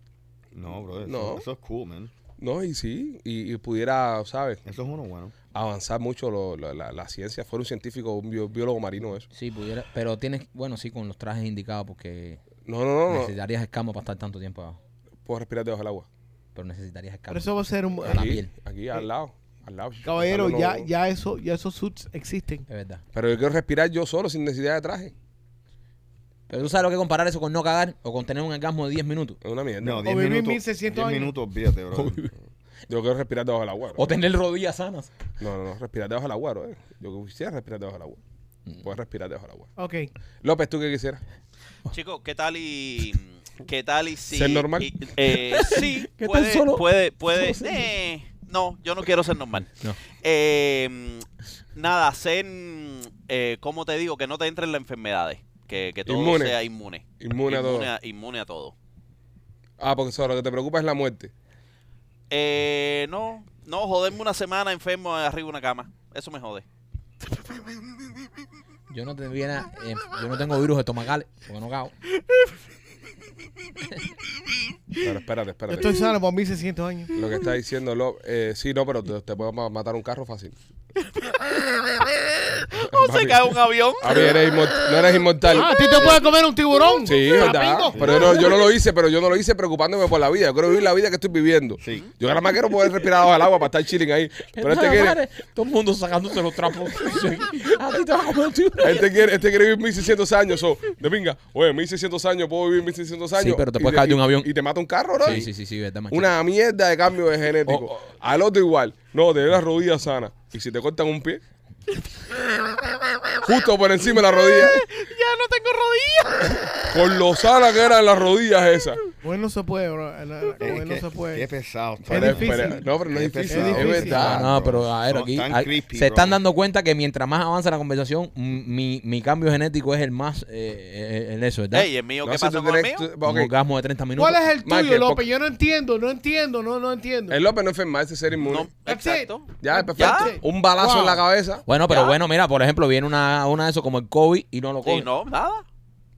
[SPEAKER 3] no, brother, eso-
[SPEAKER 1] No.
[SPEAKER 3] Eso es cool, man.
[SPEAKER 1] No, y sí, y, y pudiera, ¿sabes?
[SPEAKER 3] Eso es uno bueno.
[SPEAKER 1] Avanzar mucho lo- lo- la, la ciencia. Fuera un científico, un bio- biólogo marino, eso.
[SPEAKER 2] Sí, pudiera. Pero tienes. Bueno, sí, con los trajes indicados porque
[SPEAKER 1] No, no, no. no.
[SPEAKER 2] necesitarías escama para estar tanto tiempo abajo.
[SPEAKER 1] Puedo respirar debajo del agua.
[SPEAKER 2] Pero necesitarías escama.
[SPEAKER 4] Pero eso va a ser un.
[SPEAKER 2] A la
[SPEAKER 1] Aquí,
[SPEAKER 2] piel.
[SPEAKER 1] Aquí, al lado. Al lado.
[SPEAKER 4] Caballero,
[SPEAKER 1] Buscando
[SPEAKER 4] ya,
[SPEAKER 1] lo-
[SPEAKER 4] ya eso, ya esos suits existen.
[SPEAKER 2] Es verdad.
[SPEAKER 1] Pero yo quiero respirar yo solo sin necesidad de traje.
[SPEAKER 2] Pero tú sabes lo que es comparar eso con no cagar o con tener un orgasmo de 10 minutos.
[SPEAKER 1] Es una mierda.
[SPEAKER 3] No,
[SPEAKER 4] O
[SPEAKER 3] 10
[SPEAKER 4] vivir
[SPEAKER 3] minutos.
[SPEAKER 4] 1600
[SPEAKER 3] 10
[SPEAKER 4] años.
[SPEAKER 3] minutos, olvídate, brother.
[SPEAKER 1] Yo quiero respirar debajo del agua.
[SPEAKER 2] O
[SPEAKER 1] bro.
[SPEAKER 2] tener rodillas sanas.
[SPEAKER 1] No, no, no. Respirar debajo del agua, bro. eh. Yo quisiera respirar debajo del agua.
[SPEAKER 2] Mm.
[SPEAKER 1] Puedes respirar debajo del agua.
[SPEAKER 4] Ok.
[SPEAKER 1] López, ¿tú qué quisieras?
[SPEAKER 5] Chicos, ¿qué tal y mm, qué tal y si
[SPEAKER 1] ¿Ser normal?
[SPEAKER 5] y- eh, sí,
[SPEAKER 2] ¿Qué tal
[SPEAKER 5] puede,
[SPEAKER 2] solo-
[SPEAKER 5] puede, puede.
[SPEAKER 2] solo ser
[SPEAKER 5] eh, no, yo no quiero ser normal.
[SPEAKER 2] No.
[SPEAKER 5] Eh, nada, ser, eh, ¿cómo te digo? Que no te entren las enfermedades, que, que todo
[SPEAKER 1] Inmune.
[SPEAKER 5] sea inmune,
[SPEAKER 1] Inmune a todo.
[SPEAKER 5] inmune a todo.
[SPEAKER 1] Ah, porque solo lo que te preocupa es la muerte.
[SPEAKER 5] Eh, no, no joderme una semana enfermo arriba de una cama, eso me jode.
[SPEAKER 2] Yo no tendría nada, eh, yo no tengo virus estomacales porque no cago.
[SPEAKER 1] Pero espérate,
[SPEAKER 4] Yo
[SPEAKER 1] espérate.
[SPEAKER 4] estoy sano por 1600 años.
[SPEAKER 1] Lo que está diciendo López. eh, sí, no, pero te, te puedo ma- matar un carro fácil.
[SPEAKER 5] O se cae un avión.
[SPEAKER 1] A ver, Ah, eres inmor- no eres inmortal.
[SPEAKER 4] Ah, a ti te puede comer un tiburón.
[SPEAKER 1] Sí, es verdad. Pero yo no, yo no lo hice, pero yo no lo hice preocupándome por la vida. Yo quiero vivir la vida que estoy viviendo.
[SPEAKER 3] Sí.
[SPEAKER 1] Yo nada más quiero poder respirar bajo el agua para estar chilling ahí. Pero este quiere,
[SPEAKER 2] Todo el mundo sacándose los trapos. A ti te va a comer un
[SPEAKER 1] este quiere, este quiere vivir 1600 años. So, de pinga, oye, 1600 años, puedo vivir 1600 años.
[SPEAKER 2] pero te
[SPEAKER 1] y
[SPEAKER 2] puedes caer de un
[SPEAKER 1] y-
[SPEAKER 2] avión.
[SPEAKER 1] Y te mata un carro, ¿no?
[SPEAKER 2] Sí, sí, sí, sí, verdad, macho.
[SPEAKER 1] Una mierda de cambio de genético.
[SPEAKER 2] Oh, oh.
[SPEAKER 1] Al otro igual. No, tener la rodilla sana. Y si te cortan un pie. Justo por encima de la rodilla.
[SPEAKER 5] Ya no tengo rodillas.
[SPEAKER 1] Con lo sana que eran las rodillas esas.
[SPEAKER 4] Bueno, no se puede, bro. La- la-
[SPEAKER 3] Eh,
[SPEAKER 4] Bueno, no
[SPEAKER 3] qué-
[SPEAKER 4] se
[SPEAKER 3] Qué
[SPEAKER 4] puede.
[SPEAKER 3] pesado.
[SPEAKER 1] Pero-
[SPEAKER 3] brother.
[SPEAKER 4] difícil.
[SPEAKER 1] pero- no, pero no es
[SPEAKER 3] Qué
[SPEAKER 1] difícil.
[SPEAKER 4] pesado.
[SPEAKER 1] Es
[SPEAKER 4] Es difícil.
[SPEAKER 1] verdad.
[SPEAKER 2] Ah, no,
[SPEAKER 3] bro.
[SPEAKER 2] pero a ver,
[SPEAKER 3] Son
[SPEAKER 2] aquí
[SPEAKER 3] tan
[SPEAKER 2] hay-
[SPEAKER 3] creepy,
[SPEAKER 2] se están
[SPEAKER 3] bro.
[SPEAKER 2] dando cuenta que mientras más avanza la conversación, m- mi, mi cambio genético es el más, eh, eh, el eso, ¿verdad?
[SPEAKER 5] Ey, el mío,
[SPEAKER 1] No,
[SPEAKER 5] ¿qué
[SPEAKER 1] si
[SPEAKER 5] pasó
[SPEAKER 1] tú
[SPEAKER 5] con el
[SPEAKER 1] tenés-
[SPEAKER 5] mío?
[SPEAKER 1] tú-
[SPEAKER 2] Un
[SPEAKER 1] ok.
[SPEAKER 2] orgasmo de 30 minutos.
[SPEAKER 4] ¿Cuál es el
[SPEAKER 1] Michael,
[SPEAKER 4] tuyo, López?
[SPEAKER 1] porque-
[SPEAKER 4] Yo no entiendo, no entiendo, no, no entiendo.
[SPEAKER 1] El López no enfermarse, ser inmune.
[SPEAKER 5] No,
[SPEAKER 4] That's it.
[SPEAKER 5] exacto.
[SPEAKER 1] Ya, perfecto.
[SPEAKER 4] Ya.
[SPEAKER 1] Un balazo
[SPEAKER 4] Wow.
[SPEAKER 1] en la cabeza.
[SPEAKER 2] Bueno, pero
[SPEAKER 5] Ya.
[SPEAKER 2] bueno, mira, por ejemplo, viene una, una de eso como el COVID y no lo
[SPEAKER 5] Sí,
[SPEAKER 2] coge.
[SPEAKER 5] no, nada.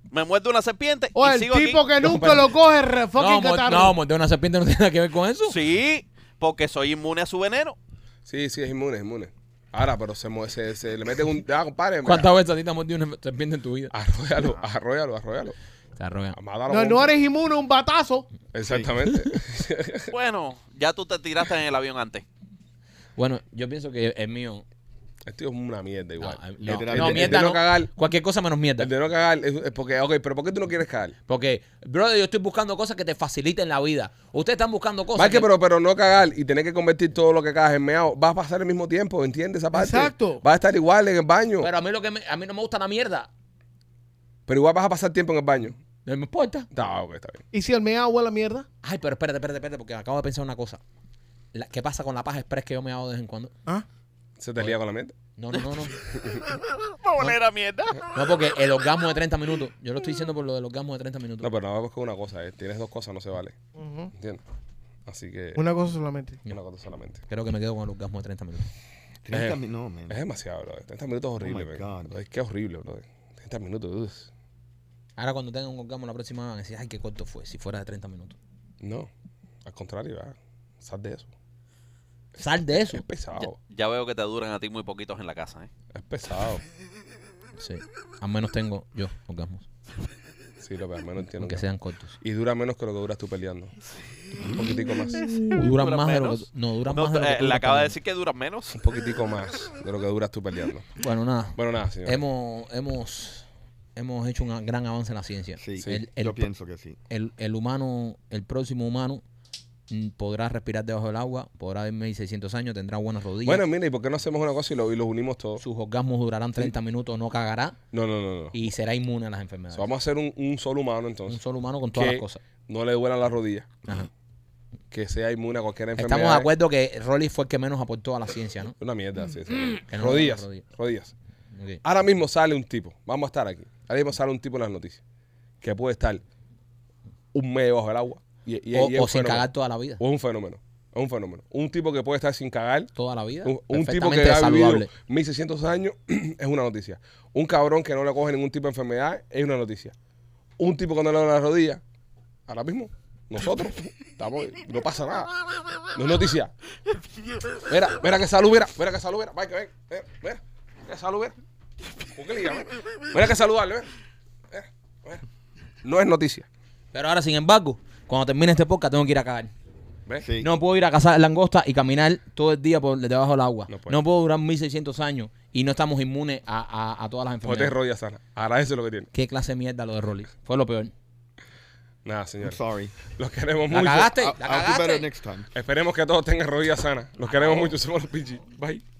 [SPEAKER 5] Me muerde una serpiente
[SPEAKER 4] O
[SPEAKER 5] y
[SPEAKER 4] el
[SPEAKER 5] sigo
[SPEAKER 4] tipo
[SPEAKER 5] aquí.
[SPEAKER 4] que nunca lo coge, re
[SPEAKER 2] No,
[SPEAKER 4] fucking
[SPEAKER 2] mor-
[SPEAKER 4] catarro.
[SPEAKER 2] no, morder una serpiente no tiene nada que ver con eso.
[SPEAKER 5] Sí, porque soy inmune a su veneno.
[SPEAKER 1] Sí, sí, es inmune, es inmune. Ahora, pero se, mue- se, se le mete un. Ya, compadre.
[SPEAKER 2] ¿Cuántas veces a ti te has mordido una serpiente en tu vida?
[SPEAKER 1] Arróyalo, arróyalo, arróyalo.
[SPEAKER 2] Te arrogan.
[SPEAKER 1] Mátalo
[SPEAKER 4] no,
[SPEAKER 1] con-
[SPEAKER 4] no eres inmune a un batazo.
[SPEAKER 1] Exactamente.
[SPEAKER 5] Bueno, ya tú te tiraste en el avión antes.
[SPEAKER 2] Bueno, yo pienso que el mío.
[SPEAKER 1] Esto Este es una mierda igual.
[SPEAKER 2] Ah,
[SPEAKER 1] El de- el
[SPEAKER 2] no, no,
[SPEAKER 1] de- el de
[SPEAKER 2] mierda.
[SPEAKER 1] no
[SPEAKER 2] no.
[SPEAKER 1] cagar.
[SPEAKER 2] Cualquier cosa menos mierda.
[SPEAKER 1] El de no cagar es, es porque, ok, pero ¿por qué tú no quieres cagar?
[SPEAKER 2] Porque, brother, yo estoy buscando cosas que te faciliten la vida. Ustedes están buscando cosas.
[SPEAKER 1] Mike,
[SPEAKER 2] que-
[SPEAKER 1] pero, pero no cagar y tener que convertir todo lo que cagas en meado, vas a pasar el mismo tiempo, ¿entiendes? Esa parte.
[SPEAKER 4] Exacto.
[SPEAKER 1] Vas a estar igual en el baño,
[SPEAKER 2] pero a mí lo que me- a mí no me gusta la mierda.
[SPEAKER 1] pero igual vas a pasar tiempo en el baño.
[SPEAKER 2] No me importa.
[SPEAKER 1] Está, ok, está bien.
[SPEAKER 4] ¿Y si el meao huele a mierda?
[SPEAKER 2] Ay, pero espérate, espérate, espérate, porque acabo de pensar una cosa. La- ¿Qué pasa con la paja express que yo me hago de vez en cuando?
[SPEAKER 4] ¿Ah?
[SPEAKER 1] Se te lía con la mente.
[SPEAKER 2] No, no, no, no.
[SPEAKER 5] Va a oler a mierda.
[SPEAKER 2] No, porque el orgasmo de 30 minutos. Yo lo estoy diciendo por lo del orgasmo de 30 minutos.
[SPEAKER 1] No, pero no vamos con una cosa, eh. tienes dos cosas, no se vale.
[SPEAKER 4] Ujú.
[SPEAKER 1] ¿Entiendes? Así que
[SPEAKER 4] Una cosa solamente.
[SPEAKER 1] una cosa solamente.
[SPEAKER 2] Creo que me quedo con el orgasmo de 30 minutos.
[SPEAKER 3] 30 min- no, man.
[SPEAKER 1] Es demasiado, bro. 30 minutos es
[SPEAKER 3] my
[SPEAKER 1] horrible, man.
[SPEAKER 3] God.
[SPEAKER 1] Es que es horrible, bro. 30 minutos, uf.
[SPEAKER 2] Ahora cuando tenga un orgasmo la próxima van a decir, ay, qué corto fue, si fuera de 30 minutos.
[SPEAKER 1] No. Al contrario, ah, sal de eso.
[SPEAKER 2] Sal de eso.
[SPEAKER 1] Es
[SPEAKER 5] Ya,
[SPEAKER 1] pesado.
[SPEAKER 5] ya veo que te duran a ti muy poquitos en la casa, ¿eh?
[SPEAKER 1] Es pesado.
[SPEAKER 2] Sí. Al menos tengo yo orgasmos.
[SPEAKER 1] Sí, lo que al menos entiendo.
[SPEAKER 2] Aunque sean cortos.
[SPEAKER 1] Y dura menos que lo que duras tú peleando. Un poquitico más. Un
[SPEAKER 2] Duran
[SPEAKER 5] ¿Duran
[SPEAKER 2] más de lo que.
[SPEAKER 5] menos?
[SPEAKER 2] No, duran
[SPEAKER 5] No,
[SPEAKER 2] más de lo que.
[SPEAKER 5] eh,
[SPEAKER 2] tú
[SPEAKER 5] le
[SPEAKER 2] duras
[SPEAKER 5] acaba de
[SPEAKER 2] también.
[SPEAKER 5] decir que duran menos.
[SPEAKER 1] poquitico más de lo que duras tú peleando.
[SPEAKER 2] Bueno, nada.
[SPEAKER 1] Bueno, nada, señor.
[SPEAKER 2] Hemos, hemos, hemos hecho un gran avance en la ciencia.
[SPEAKER 3] Sí,
[SPEAKER 1] Sí.
[SPEAKER 2] El- el-
[SPEAKER 3] yo pienso que sí.
[SPEAKER 2] el, el humano, el próximo humano, mm, podrá respirar debajo del agua, podrá vivir 1600 años, tendrá buenas rodillas.
[SPEAKER 1] Bueno, mira, ¿y por qué no hacemos una cosa y, lo- y los unimos todos?
[SPEAKER 2] sus orgasmos durarán 30 minutos, no cagará
[SPEAKER 1] No, no, no, no.
[SPEAKER 2] y será inmune a las
[SPEAKER 1] O
[SPEAKER 2] enfermedades.
[SPEAKER 1] sea, vamos a hacer un, un solo humano
[SPEAKER 2] un
[SPEAKER 1] entonces.
[SPEAKER 2] solo humano con todas
[SPEAKER 1] que
[SPEAKER 2] las cosas.
[SPEAKER 1] No le duelan las rodillas.
[SPEAKER 2] Ajá.
[SPEAKER 1] Que sea inmune a cualquier enfermedad.
[SPEAKER 2] Estamos de acuerdo que Rolly fue el que menos aportó a la ciencia, ¿no?
[SPEAKER 1] Una mierda, sí, sí.
[SPEAKER 2] Que no
[SPEAKER 1] rodillas,
[SPEAKER 2] le duelan las
[SPEAKER 1] rodillas.
[SPEAKER 2] Ok.
[SPEAKER 1] Ahora mismo sale un tipo. Vamos a estar aquí. Ahora mismo sale un tipo en las noticias. Que puede estar un mes bajo el agua. Y, y- y
[SPEAKER 2] O,
[SPEAKER 1] es
[SPEAKER 2] o
[SPEAKER 1] un
[SPEAKER 2] sin
[SPEAKER 1] fenómeno.
[SPEAKER 2] cagar toda la vida.
[SPEAKER 1] O es un fenómeno. Es un fenómeno. Un tipo que puede estar sin cagar.
[SPEAKER 2] Toda la vida.
[SPEAKER 1] Un, un tipo que
[SPEAKER 2] perfectamente
[SPEAKER 1] ha vivido
[SPEAKER 2] saludable.
[SPEAKER 1] 1600 años es una noticia. Un cabrón que no le coge ningún tipo de enfermedad es una noticia. Un tipo que no le da la rodilla, ahora mismo, nosotros, estamos, no pasa nada. No es noticia. Mira, mira que salud, mira, mira que salud, mira, Mike, ven, mira, mira, que salud, mira. ¿Por qué le llaman? Mira que saludable, mira, mira, mira. No es noticia.
[SPEAKER 2] Pero ahora, sin embargo, cuando termine este podcast, tengo que ir a cagar.
[SPEAKER 1] ¿Ves?
[SPEAKER 3] Sí.
[SPEAKER 2] No puedo ir a cazar langosta y caminar todo el día por debajo del agua.
[SPEAKER 1] No
[SPEAKER 2] No,
[SPEAKER 1] puede.
[SPEAKER 2] puedo durar 1600 años y no estamos inmunes a, a- a todas las
[SPEAKER 1] Ponte
[SPEAKER 2] enfermedades.
[SPEAKER 1] rodillas sana. Agradece lo que tiene.
[SPEAKER 2] ¿Qué clase de mierda lo de Rolly? Fue lo peor.
[SPEAKER 1] Nada,
[SPEAKER 3] I'm
[SPEAKER 1] señores.
[SPEAKER 3] sorry.
[SPEAKER 1] Los queremos
[SPEAKER 2] ¿La
[SPEAKER 1] mucho.
[SPEAKER 2] cagaste?
[SPEAKER 3] I'll,
[SPEAKER 2] ¿La
[SPEAKER 3] I'll do better
[SPEAKER 2] cagaste?
[SPEAKER 3] next time.
[SPEAKER 1] Esperemos que todos tengan rodillas sanas. Los queremos mucho, somos los pinches. Bye.